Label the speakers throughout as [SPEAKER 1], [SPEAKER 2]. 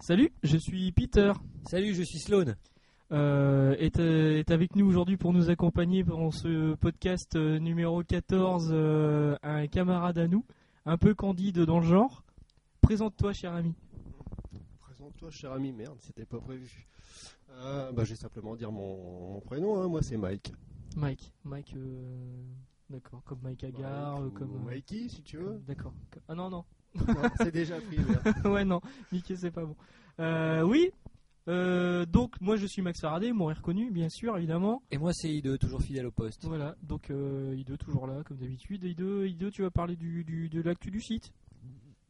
[SPEAKER 1] Salut, je suis Peter.
[SPEAKER 2] Salut, je suis Sloan.
[SPEAKER 1] Euh, est, euh, est avec nous aujourd'hui pour nous accompagner pendant ce podcast euh, numéro 14 euh, un camarade à nous, un peu candide dans le genre. Présente-toi, cher ami.
[SPEAKER 3] Présente-toi, cher ami. Merde, c'était pas prévu. Euh, bah, je vais simplement dire mon, mon prénom. hein. Moi, c'est Mike.
[SPEAKER 1] Mike. Mike, euh, d'accord, comme Mike Agar,
[SPEAKER 3] Mike
[SPEAKER 1] euh,
[SPEAKER 3] ou
[SPEAKER 1] comme. euh,
[SPEAKER 3] Mikey, si tu veux.
[SPEAKER 1] D'accord. Ah non, non.
[SPEAKER 3] Non, c'est déjà pris. hein. merde.
[SPEAKER 1] ouais, non, Mickey, c'est pas bon. Euh, oui, euh, donc moi je suis Max Faraday, mon reconnu, bien sûr, évidemment.
[SPEAKER 2] Et moi, c'est I2, toujours fidèle au poste.
[SPEAKER 1] Voilà, donc euh, I2 toujours là, comme d'habitude. I2, I2, tu vas parler du, du- de l'actu du site.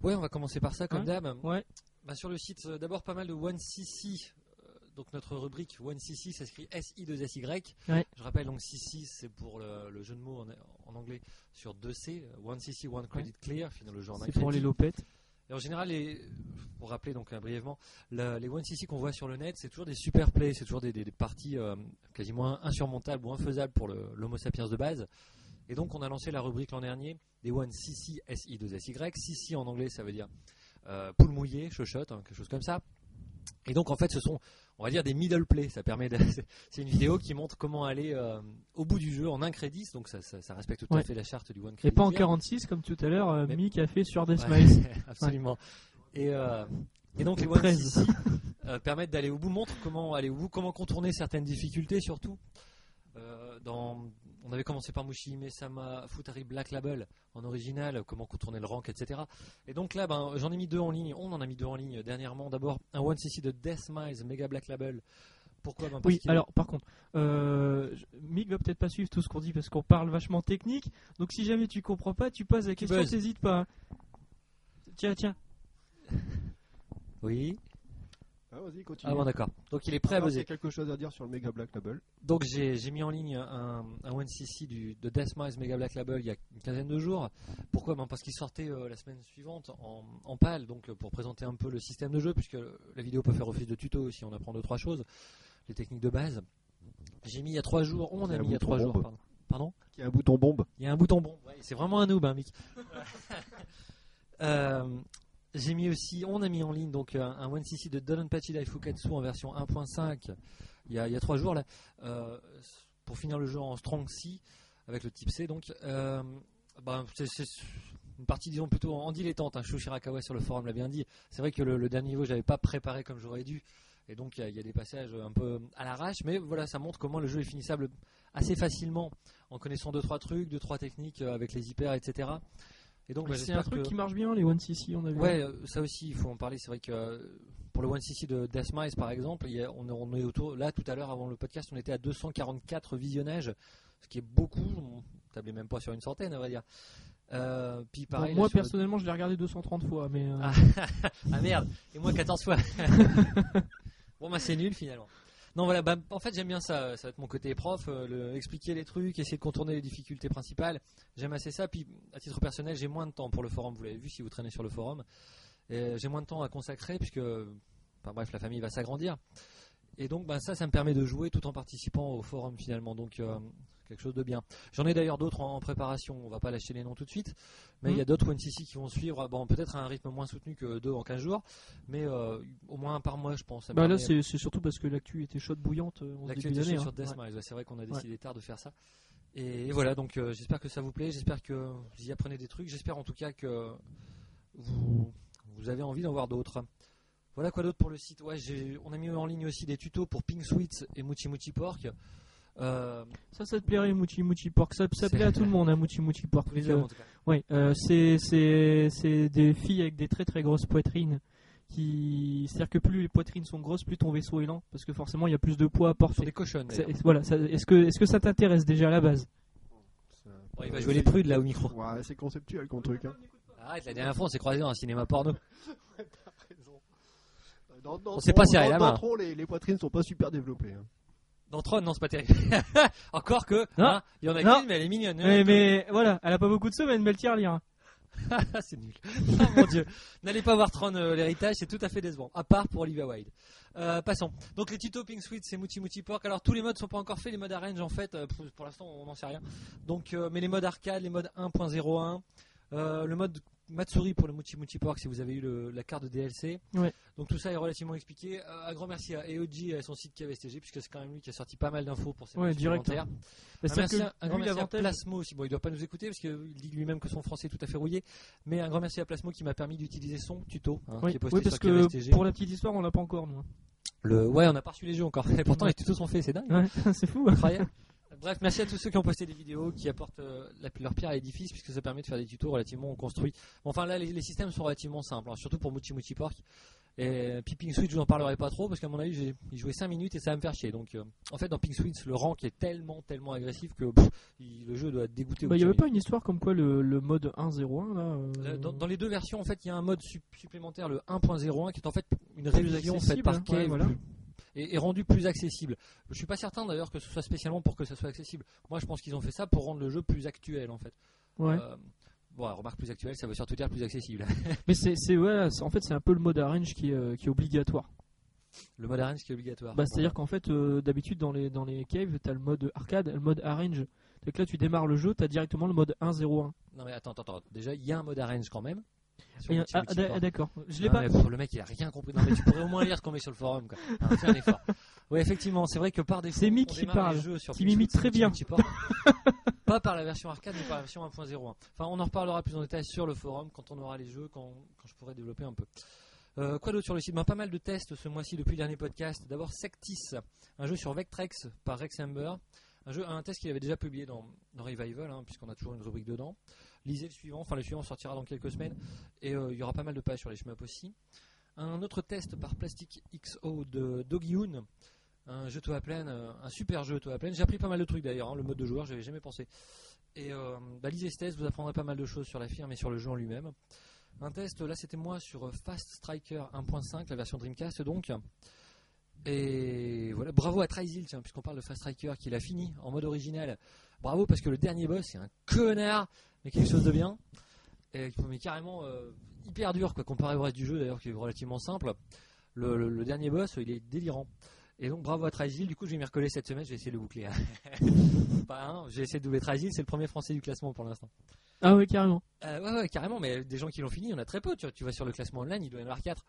[SPEAKER 2] Ouais, on va commencer par ça, comme
[SPEAKER 1] Hein
[SPEAKER 2] d'hab.
[SPEAKER 1] Ouais.
[SPEAKER 2] Bah, sur le site, euh, d'abord pas mal de 1cc. euh, Donc notre rubrique 1cc s'inscrit SI2SY.
[SPEAKER 1] Ouais.
[SPEAKER 2] Je rappelle donc CC c'est pour le, le jeu de mots en, en anglais sur 2C, 1cc, One Credit Clear, finalement le genre d'un
[SPEAKER 1] C'est pour les
[SPEAKER 2] crédit.
[SPEAKER 1] lopettes.
[SPEAKER 2] Et en général, les- pour rappeler donc euh, brièvement, la- les One CC qu'on voit sur le net, c'est toujours des super plays, c'est toujours des, des- des parties euh, quasiment insurmontables ou infaisables pour le- l'Homo sapiens de base. Et donc, on a lancé la rubrique l'an dernier des One CC SI2SY. CC en anglais, ça veut dire euh, poule mouillée, chochotte, hein, quelque chose comme ça. Et donc, en fait, ce sont, on va dire, des middle plays. Ça permet, de- c'est une vidéo qui montre comment aller euh, au bout du jeu en un crédit. Donc, ça, ça- ça respecte tout à
[SPEAKER 1] Ouais.
[SPEAKER 2] fait la charte du one
[SPEAKER 1] Et
[SPEAKER 2] credit.
[SPEAKER 1] pas en
[SPEAKER 2] Clear.
[SPEAKER 1] 46 comme tout à l'heure, euh,
[SPEAKER 2] Mais-
[SPEAKER 1] Mick a fait sur Death
[SPEAKER 2] Ouais,
[SPEAKER 1] Smiles.
[SPEAKER 2] absolument. Et, euh, et donc les
[SPEAKER 1] 13.
[SPEAKER 2] 1 ici euh, permettent d'aller au bout, montrent comment aller au bout, comment contourner certaines difficultés surtout. Euh, dans, on avait commencé par Mushihime Sama Futari Black Label en original, comment contourner le rank, etc. Et donc là, ben, j'en ai mis deux en ligne, on en a mis deux en ligne dernièrement. D'abord, un 1cc de Death Miles Mega Black Label. Pourquoi Ben, parce
[SPEAKER 1] Oui,
[SPEAKER 2] qu'il-
[SPEAKER 1] alors par contre, euh, je- Mick va peut-être pas suivre tout ce qu'on dit parce qu'on parle vachement technique. Donc si jamais tu comprends pas, tu poses la question,
[SPEAKER 2] buzzes.
[SPEAKER 1] t'hésites pas. hein. Tiens, tiens.
[SPEAKER 2] Oui.
[SPEAKER 3] Ah, vas-y, continue.
[SPEAKER 2] Ah bon, d'accord. Donc il est prêt à
[SPEAKER 3] Alors,
[SPEAKER 2] buzzer.
[SPEAKER 3] t'as quelque chose à dire sur le Mega Black Label.
[SPEAKER 2] Donc j'ai j'ai mis en ligne un, un 1cc du, de Deathmise Mega Black Label il y a une quinzaine de jours. Pourquoi Ben, Parce qu'il sortait euh, la semaine suivante en, en pâle, donc euh, pour présenter un peu le système de jeu, puisque la vidéo peut faire office de tuto si on apprend deux trois choses, les techniques de base. J'ai mis il y a trois jours, on
[SPEAKER 3] Il y
[SPEAKER 2] a
[SPEAKER 3] a un
[SPEAKER 2] mis il y a
[SPEAKER 3] bouton
[SPEAKER 2] trois jours,
[SPEAKER 3] bombe.
[SPEAKER 2] pardon. Pardon
[SPEAKER 3] Qui a un bouton bombe.
[SPEAKER 2] il y a un bouton bon. Ouais, c'est vraiment un noob, hein, Mick. Euh, J'ai mis aussi, on a mis en ligne donc euh, un, un 1cc de Don Pachida et Fukatsu en version 1.5 il, y a- il y a trois jours là, euh, pour finir le jeu en Strong C avec le type C. Donc, euh, ben, c'est c'est une partie disons plutôt en dilettante. Hein. Shu Shirakawa sur le forum l'a bien dit. C'est vrai que le, le dernier niveau, j'avais pas préparé comme j'aurais dû. Et donc il y a- il y a des passages un peu à l'arrache, mais voilà, ça montre comment le jeu est finissable assez facilement en connaissant deux trois trucs, deux trois techniques euh, avec les hyper, etc. Et donc bah,
[SPEAKER 1] c'est
[SPEAKER 2] j'espère
[SPEAKER 1] un truc
[SPEAKER 2] que-
[SPEAKER 1] qui marche bien, les 1cc, on a vu.
[SPEAKER 2] Ouais, euh, ça aussi, il faut en parler. C'est vrai que euh, pour le 1cc de Deathmise, par exemple, il y a- on, est- on est autour. Là, tout à l'heure, avant le podcast, on était à 244 visionnages, ce qui est beaucoup. On tablait même pas sur une centaine, à vrai dire. Euh, puis
[SPEAKER 1] Bon,
[SPEAKER 2] pareil, là,
[SPEAKER 1] moi
[SPEAKER 2] sur le-
[SPEAKER 1] personnellement, je l'ai regardé 230 fois, mais euh,
[SPEAKER 2] Ah. ah merde, et moi 14 fois. bon bah c'est nul finalement. Non voilà, bah, en fait j'aime bien ça, ça va être mon côté prof, euh, le- expliquer les trucs, essayer de contourner les difficultés principales. J'aime assez ça, puis à titre personnel j'ai moins de temps pour le forum, vous l'avez vu si vous traînez sur le forum. Et euh, j'ai moins de temps à consacrer puisque, enfin bref, la famille va s'agrandir. Et donc bah, ça, ça me permet de jouer tout en participant au forum finalement, donc euh, quelque chose de bien. J'en ai d'ailleurs d'autres en en préparation, on va pas lâcher les noms tout de suite. Mais il
[SPEAKER 1] Mmh.
[SPEAKER 2] y a d'autres OneCC qui vont suivre, ah, bon, peut-être à un rythme moins soutenu que deux en 15 jours, mais euh, au moins un par mois, je pense. ça me
[SPEAKER 1] bah, là
[SPEAKER 2] permet- hein.
[SPEAKER 1] c'est c'est surtout parce que l'actu était chaude bouillante euh, en ce début
[SPEAKER 2] L'actualité
[SPEAKER 1] d'année.
[SPEAKER 2] sur- sur
[SPEAKER 1] hein.
[SPEAKER 2] Death
[SPEAKER 1] Ouais.
[SPEAKER 2] Miles, ouais, c'est vrai qu'on a décidé tard de faire ça. Et, voilà, donc euh, j'espère que ça vous plaît, j'espère que vous y apprenez des trucs, j'espère en tout cas que vous, vous avez envie d'en voir d'autres. Voilà quoi d'autre pour le site. Ouais, j'ai- on a mis en ligne aussi des tutos pour Pink Sweets et Muchi Muchi Pork. Euh,
[SPEAKER 1] Ça, ça te plairait, Mouchi Mouchi Pork. Ça, ça
[SPEAKER 2] C'est-
[SPEAKER 1] plaît à tout le monde, hein, Mouchi Mouchi Pork.
[SPEAKER 2] tous les
[SPEAKER 1] Euh,
[SPEAKER 2] hommes, en tout cas.
[SPEAKER 1] Ouais, euh, c'est c'est- c'est des filles avec des très très grosses poitrines. Qui... C'est-à-dire que plus les poitrines sont grosses, plus ton vaisseau est lent, parce que forcément il y a plus de poids à
[SPEAKER 2] Ce sont
[SPEAKER 1] porter.
[SPEAKER 2] des cochonnes.
[SPEAKER 1] C'est-
[SPEAKER 2] d'ailleurs.
[SPEAKER 1] Voilà, ça- est-ce que, est que ça t'intéresse déjà à la base
[SPEAKER 3] Ça-
[SPEAKER 2] Bon, il va jouer les prudes là au micro.
[SPEAKER 3] Ouais, c'est conceptuel comme truc. Hein.
[SPEAKER 2] Arrête, la dernière fois on s'est croisés dans un cinéma porno.
[SPEAKER 3] Dans- dans
[SPEAKER 2] On s'est pas
[SPEAKER 3] Tron-
[SPEAKER 2] serré
[SPEAKER 3] dans-
[SPEAKER 2] la
[SPEAKER 3] dans
[SPEAKER 2] main.
[SPEAKER 3] Tron, les, les poitrines sont pas super développées. hein.
[SPEAKER 2] Dans Tron, non, c'est pas terrible. Encore que,
[SPEAKER 1] Non.
[SPEAKER 2] hein, il y en a
[SPEAKER 1] Non.
[SPEAKER 2] qu'une, mais elle est mignonne.
[SPEAKER 1] mais, mais voilà, elle a pas beaucoup de semaines, hein. mais elle tire lire.
[SPEAKER 2] Ah, c'est nul. Oh mon dieu. N'allez pas voir Tron euh, l'héritage, c'est tout à fait décevant. À part pour Olivia Wilde. Euh, passons. Donc les tutos Pink Sweet, c'est Mouti Mouti Pork. Alors tous les modes sont pas encore faits, les modes arrange en fait, euh, pour, pour l'instant on n'en sait rien. Donc, euh, mais les modes arcade, les modes 1.01. Euh, le mode Matsuri pour le Muchi Muchi Pork, si vous avez eu le- la carte de DLC.
[SPEAKER 1] Ouais.
[SPEAKER 2] Donc tout ça est relativement expliqué. Euh, un grand merci à EOG et à son site KVSTG, puisque c'est quand même lui qui a sorti pas mal d'infos pour ses
[SPEAKER 1] Ouais,
[SPEAKER 2] matchs
[SPEAKER 1] direct,
[SPEAKER 2] supplémentaires.
[SPEAKER 1] Bah,
[SPEAKER 2] Un
[SPEAKER 1] c'est-à-dire
[SPEAKER 2] Ah, merci, à- un
[SPEAKER 1] lui,
[SPEAKER 2] grand merci à
[SPEAKER 1] l'avantage-
[SPEAKER 2] Plasmo aussi. Bon, il doit pas nous écouter parce qu'il dit lui-même que son français est tout à fait rouillé. Mais un grand merci à Plasmo qui m'a permis d'utiliser son tuto hein,
[SPEAKER 1] Oui,
[SPEAKER 2] qui est posté
[SPEAKER 1] oui, parce
[SPEAKER 2] sur
[SPEAKER 1] que
[SPEAKER 2] KVSTG.
[SPEAKER 1] pour la petite histoire, on l'a pas encore, nous. hein.
[SPEAKER 2] Le... Ouais, on n'a pas reçu les jeux encore. Et pourtant, les tutos sont faits, c'est dingue. hein.
[SPEAKER 1] Ouais, c'est fou. hein.
[SPEAKER 2] Incroyable. Bref, merci à tous ceux qui ont posté des vidéos, qui apportent euh, la- leur pierre à l'édifice, puisque ça permet de faire des tutos relativement construits. Bon, Enfin, là, les, les systèmes sont relativement simples, hein, surtout pour Muchi Muchi Pork. Et puis Pink Switch, je vous en parlerai pas trop, parce qu'à mon avis, j'ai il jouait 5 minutes et ça va me faire chier. Donc, euh, en fait, dans Pink Switch, le rank est tellement, tellement agressif que pff, il- le jeu doit dégoûter. au
[SPEAKER 1] Bah, il y
[SPEAKER 2] bout
[SPEAKER 1] avait
[SPEAKER 2] de cinq
[SPEAKER 1] pas une histoire comme quoi le, le mode 1.01 là. euh,
[SPEAKER 2] minutes. Là, Dans, dans les deux versions, en fait, il y a un mode sup- supplémentaire, le 1.01, qui est en fait une révision faite
[SPEAKER 1] accessible,
[SPEAKER 2] par
[SPEAKER 1] hein,
[SPEAKER 2] Cave,
[SPEAKER 1] ouais, voilà.
[SPEAKER 2] plus- et, et rendu plus accessible. Je suis pas certain d'ailleurs que ce soit spécialement pour que ça soit accessible. Moi, je pense qu'ils ont fait ça pour rendre le jeu plus actuel en fait.
[SPEAKER 1] Ouais.
[SPEAKER 2] Euh, bon, remarque plus actuel, ça veut surtout dire plus accessible.
[SPEAKER 1] Mais c'est, c'est- ouais, c'est- en fait, c'est un peu le mode arrange qui est, euh, qui est obligatoire.
[SPEAKER 2] Ah, le mode arène, ce qui est obligatoire.
[SPEAKER 1] Bah, c'est-à-dire qu'en fait, euh, d'habitude, dans les, dans les caves, t'as le mode arcade, le mode arrange. Donc là, tu démarres le jeu, t'as directement le mode 1.01.
[SPEAKER 2] Non mais attends, attends, attends. Déjà, il y a un mode arène quand même. Sur
[SPEAKER 1] Et-
[SPEAKER 2] Multi-
[SPEAKER 1] ah,
[SPEAKER 2] Multi
[SPEAKER 1] d'a-
[SPEAKER 2] Sport.
[SPEAKER 1] d'accord. Je l'ai
[SPEAKER 2] Non,
[SPEAKER 1] pas.
[SPEAKER 2] mais pour le mec, il a rien compris. Non, mais tu pourrais au moins lire ce qu'on met sur le forum. Quoi. Enfin, fais un effort. Ouais, effectivement, c'est vrai que par défaut,
[SPEAKER 1] C'est Mick
[SPEAKER 2] on
[SPEAKER 1] qui
[SPEAKER 2] démarre les
[SPEAKER 1] parle,
[SPEAKER 2] jeux sur
[SPEAKER 1] qui
[SPEAKER 2] Pink
[SPEAKER 1] m'imite
[SPEAKER 2] Switch,
[SPEAKER 1] très
[SPEAKER 2] Pink
[SPEAKER 1] bien.
[SPEAKER 2] Switch Sport. pas par la version arcade, mais par la version 1.01. Enfin, on en reparlera plus en détail sur le forum quand on aura les jeux, quand, quand je pourrai développer un peu. Euh, quoi d'autre sur le site Ben, Pas mal de tests ce mois-ci depuis le dernier podcast. D'abord Sectis, un jeu sur Vectrex par Rex Amber. Un, jeu, un test qu'il avait déjà publié dans, dans Revival, hein, puisqu'on a toujours une rubrique dedans. Lisez le suivant, enfin le suivant sortira dans quelques semaines. Et euh, il y aura pas mal de pages sur les shmups aussi. Un autre test par Plastic XO de Doggyhoon. Un jeu tout à pleine, euh, un super jeu tout à pleine. J'ai appris pas mal de trucs d'ailleurs, hein, le mode de joueur, j'avais jamais pensé. Et euh, bah, lisez ce test, vous apprendrez pas mal de choses sur la firme et sur le jeu en lui-même. Un test, là c'était moi sur euh, Fast Striker 1.5, la version Dreamcast donc. Et voilà, bravo à Tryzil, tiens, puisqu'on parle de Fast Striker qui l'a fini en mode original. Bravo parce que le dernier boss c'est un connard, mais quelque chose de bien. Et, mais carrément euh, hyper dur quoi, comparé au reste du jeu d'ailleurs qui est relativement simple. Le, le- le dernier boss, euh, il est délirant. Et donc bravo à Tryzil, du coup je vais m'y recoller cette semaine, je vais essayer de le boucler. hein. Pas un, j'ai essayé de doubler Tryzil, c'est le premier français du classement pour l'instant.
[SPEAKER 1] Ah ouais, carrément.
[SPEAKER 2] Euh, ouais, ouais, carrément, mais des gens qui l'ont fini, il y en a très peu. Tu, tu vas sur le classement online, il doit y en avoir 4.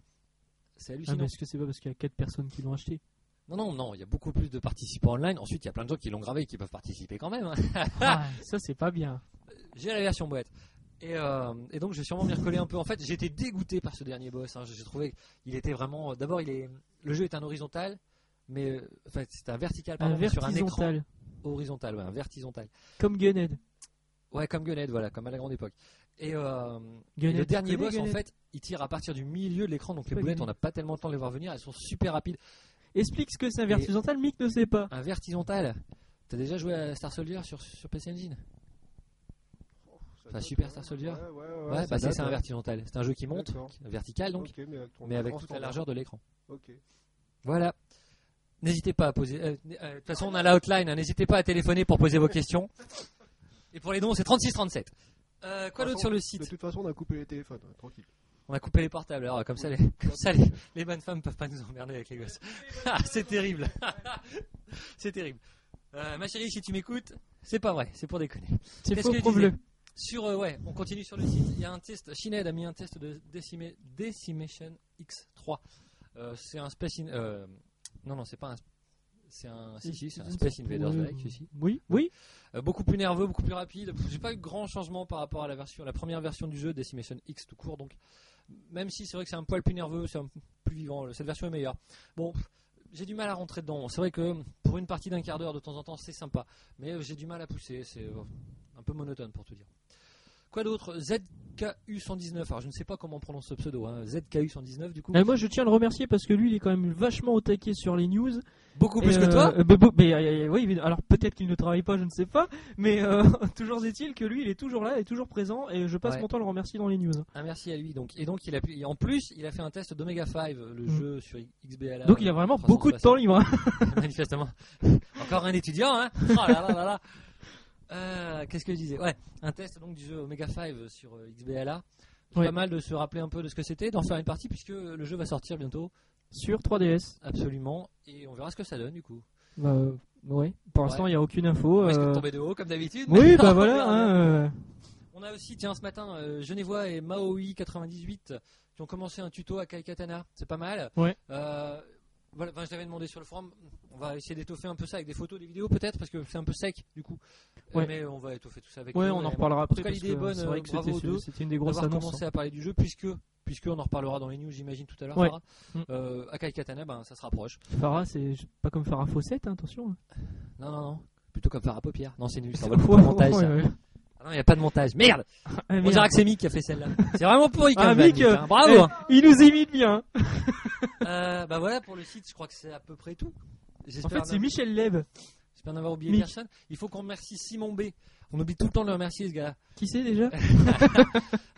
[SPEAKER 2] C'est
[SPEAKER 1] Ah, mais
[SPEAKER 2] hallucinant.
[SPEAKER 1] est-ce que c'est pas parce qu'il y a 4 personnes qui l'ont acheté
[SPEAKER 2] Non, non, non, il y a beaucoup plus de participants online. Ensuite, il y a plein de gens qui l'ont gravé et qui peuvent participer quand même. hein.
[SPEAKER 1] Ah, ça c'est pas bien.
[SPEAKER 2] J'ai la version boîte. Et, euh, et donc, je vais sûrement m'y recoller un peu. En fait, j'étais dégoûté par ce dernier boss. hein. J'ai trouvé qu'il était vraiment. euh, D'abord, il est. Le jeu est un horizontal, mais. euh, Enfin, c'est un vertical,
[SPEAKER 1] Un
[SPEAKER 2] Ah, pardon, mais sur un écran
[SPEAKER 1] vertisontal,
[SPEAKER 2] horizontal, ouais, un vertisontal.
[SPEAKER 1] comme Gunhead.
[SPEAKER 2] Ouais, comme Gunhead, voilà, comme à la grande époque. Et, euh,
[SPEAKER 1] Gunhead,
[SPEAKER 2] Et le
[SPEAKER 1] tu
[SPEAKER 2] dernier
[SPEAKER 1] connais
[SPEAKER 2] boss, en
[SPEAKER 1] Gunhead
[SPEAKER 2] fait, il tire à partir du milieu de l'écran, donc les
[SPEAKER 1] Pas
[SPEAKER 2] boulettes,
[SPEAKER 1] gagné.
[SPEAKER 2] on n'a pas tellement le temps de les voir venir, elles sont super rapides.
[SPEAKER 1] Explique ce que c'est un vertisontal, Mick ne sait pas.
[SPEAKER 2] Un vertical, t'as déjà joué à Star Soldier sur, sur PC Engine
[SPEAKER 3] Ça
[SPEAKER 2] Enfin,
[SPEAKER 3] date,
[SPEAKER 2] Super
[SPEAKER 3] ouais.
[SPEAKER 2] Star Soldier.
[SPEAKER 3] Ouais, ouais, ouais,
[SPEAKER 2] Ouais,
[SPEAKER 3] ça
[SPEAKER 2] bah c'est
[SPEAKER 3] date,
[SPEAKER 2] c'est un
[SPEAKER 3] ouais.
[SPEAKER 2] vertical, c'est un jeu qui monte,
[SPEAKER 3] D'accord.
[SPEAKER 2] vertical donc,
[SPEAKER 3] Ok, mais avec, ton
[SPEAKER 2] mais avec
[SPEAKER 3] écran
[SPEAKER 2] toute la
[SPEAKER 3] standard.
[SPEAKER 2] largeur de l'écran.
[SPEAKER 3] Ok.
[SPEAKER 2] Voilà. N'hésitez pas à poser. euh, n- euh, De toute façon, on a la hotline. hein. N'hésitez pas à téléphoner pour poser vos questions. Et pour les dons, c'est 36 37. Euh, quoi
[SPEAKER 3] De toute
[SPEAKER 2] d'autre sur le
[SPEAKER 3] De
[SPEAKER 2] site
[SPEAKER 3] toute façon, on a coupé les téléphones, ouais, tranquille.
[SPEAKER 2] On a coupé les portables. Alors comme ça, les, comme ça, les, les bonnes femmes peuvent pas nous emmerder avec les gosses. Ah, c'est terrible. c'est terrible. Euh, ma chérie, si tu m'écoutes, c'est pas vrai, c'est pour déconner.
[SPEAKER 1] C'est
[SPEAKER 2] Qu'est-ce
[SPEAKER 1] faux,
[SPEAKER 2] que je
[SPEAKER 1] prouve-le.
[SPEAKER 2] Sur, euh, ouais, on continue sur le site. Il y a un test, Shined a mis un test de Decima- Decimation X3. Euh, c'est un Space In- euh, non, non, c'est pas un. C'est un. Ah, Si, si, c'est un Space Invaders
[SPEAKER 1] Oui,
[SPEAKER 2] like, si, si.
[SPEAKER 1] Oui, oui.
[SPEAKER 2] Euh, beaucoup plus nerveux, beaucoup plus rapide. Pff, J'ai pas eu grand changement par rapport à la version, la première version du jeu, Decimation X tout court. Donc, même si c'est vrai que c'est un poil plus nerveux, c'est un peu plus vivant. le- Cette version est meilleure. Bon, pff, j'ai du mal à rentrer dedans. C'est vrai que pour une partie d'un quart d'heure, de temps en temps, c'est sympa. Mais euh, j'ai du mal à pousser. C'est euh, un peu monotone pour te dire. Quoi d'autre ZKU119. Alors, je ne sais pas comment on prononce ce pseudo. hein. ZKU119 du coup.
[SPEAKER 1] Euh, moi, je tiens à le remercier parce que lui, il est quand même vachement au taquet sur les news.
[SPEAKER 2] Beaucoup
[SPEAKER 1] Et,
[SPEAKER 2] plus que
[SPEAKER 1] euh,
[SPEAKER 2] toi.
[SPEAKER 1] euh, bah, bah, bah, euh, euh, oui, évidemment. alors peut-être qu'il ne travaille pas, je ne sais pas. Mais euh, toujours est-il que lui, il est toujours là, il est toujours présent, et je passe
[SPEAKER 2] Ouais.
[SPEAKER 1] mon temps à le remercier dans les news.
[SPEAKER 2] Un merci à lui. Donc, et donc, il a pu- et en plus, il a fait un test d'Omega 5, le
[SPEAKER 1] Mm.
[SPEAKER 2] jeu sur XBLA.
[SPEAKER 1] Donc il a vraiment beaucoup de temps
[SPEAKER 2] 360.
[SPEAKER 1] libre. hein,
[SPEAKER 2] manifestement. Encore un étudiant, hein Oh là là là là. Euh, Qu'est-ce que je disais Ouais, un test donc du jeu Omega 5 sur euh, XBLA.
[SPEAKER 1] Ouais.
[SPEAKER 2] Pas mal de se rappeler un peu de ce que c'était, d'en faire une partie puisque le jeu va sortir bientôt,
[SPEAKER 1] sur 3DS.
[SPEAKER 2] absolument, et on verra ce que ça donne du coup.
[SPEAKER 1] Bah, euh, ouais. Pour l'instant, il n'y a aucune info.
[SPEAKER 2] On risque de
[SPEAKER 1] euh,
[SPEAKER 2] tomber de haut comme d'habitude. mais
[SPEAKER 1] Oui,
[SPEAKER 2] on
[SPEAKER 1] bah voilà.
[SPEAKER 2] verra
[SPEAKER 1] hein,
[SPEAKER 2] bien.
[SPEAKER 1] euh,
[SPEAKER 2] On a aussi, tiens, ce matin, euh, Genevois et Maui98 qui ont commencé un tuto à Kaikatana. C'est pas mal.
[SPEAKER 1] Ouais.
[SPEAKER 2] Euh, voilà, enfin, je l'avais demandé sur le forum. On va essayer d'étoffer un peu ça avec des photos, des vidéos peut-être, parce que c'est un peu sec du coup. Euh,
[SPEAKER 1] Ouais.
[SPEAKER 2] Mais on va étoffer tout ça avec
[SPEAKER 1] Ouais,
[SPEAKER 2] nous,
[SPEAKER 1] on en
[SPEAKER 2] et-
[SPEAKER 1] reparlera après.
[SPEAKER 2] cas,
[SPEAKER 1] parce
[SPEAKER 2] l'idée est
[SPEAKER 1] que
[SPEAKER 2] bonne,
[SPEAKER 1] C'est vrai que
[SPEAKER 2] euh, bravo
[SPEAKER 1] c'était
[SPEAKER 2] aux deux
[SPEAKER 1] c'était une des grosses
[SPEAKER 2] d'avoir
[SPEAKER 1] annonces. hein.
[SPEAKER 2] commencé à parler du jeu, puisque, puisque on en reparlera dans les news, j'imagine, tout à l'heure.
[SPEAKER 1] Ouais.
[SPEAKER 2] Farah.
[SPEAKER 1] Mm.
[SPEAKER 2] Euh, Akai Katana, ben, ça se rapproche.
[SPEAKER 1] hein. Farah, c'est pas comme Farah Fawcett, hein, attention. hein.
[SPEAKER 2] Non, non, non. Plutôt comme Farah Paupière. Non, c'est nul.
[SPEAKER 1] C'est
[SPEAKER 2] Ça, on va le
[SPEAKER 1] faux,
[SPEAKER 2] couper au montage.
[SPEAKER 1] ouais,
[SPEAKER 2] ça.
[SPEAKER 1] ouais.
[SPEAKER 2] Ah non, il n'y a pas de montage. Merde
[SPEAKER 1] Ah,
[SPEAKER 2] On
[SPEAKER 1] merde.
[SPEAKER 2] dirait que c'est Mick qui a fait celle-là. C'est vraiment pourri
[SPEAKER 1] Ah,
[SPEAKER 2] comme vanne,
[SPEAKER 1] Mick,
[SPEAKER 2] Mick, hein. Bravo
[SPEAKER 1] eh.
[SPEAKER 2] hein.
[SPEAKER 1] Il nous imite bien.
[SPEAKER 2] Euh, Bah voilà, pour le site, je crois que c'est à peu près tout.
[SPEAKER 1] En
[SPEAKER 2] J'espère
[SPEAKER 1] fait, c'est
[SPEAKER 2] n'a-
[SPEAKER 1] Michel Leb.
[SPEAKER 2] j'espère n'avoir oublié
[SPEAKER 1] Mick.
[SPEAKER 2] personne. Il faut qu'on remercie Simon B. On oublie tout le temps de le remercier, ce gars-là.
[SPEAKER 1] Qui c'est déjà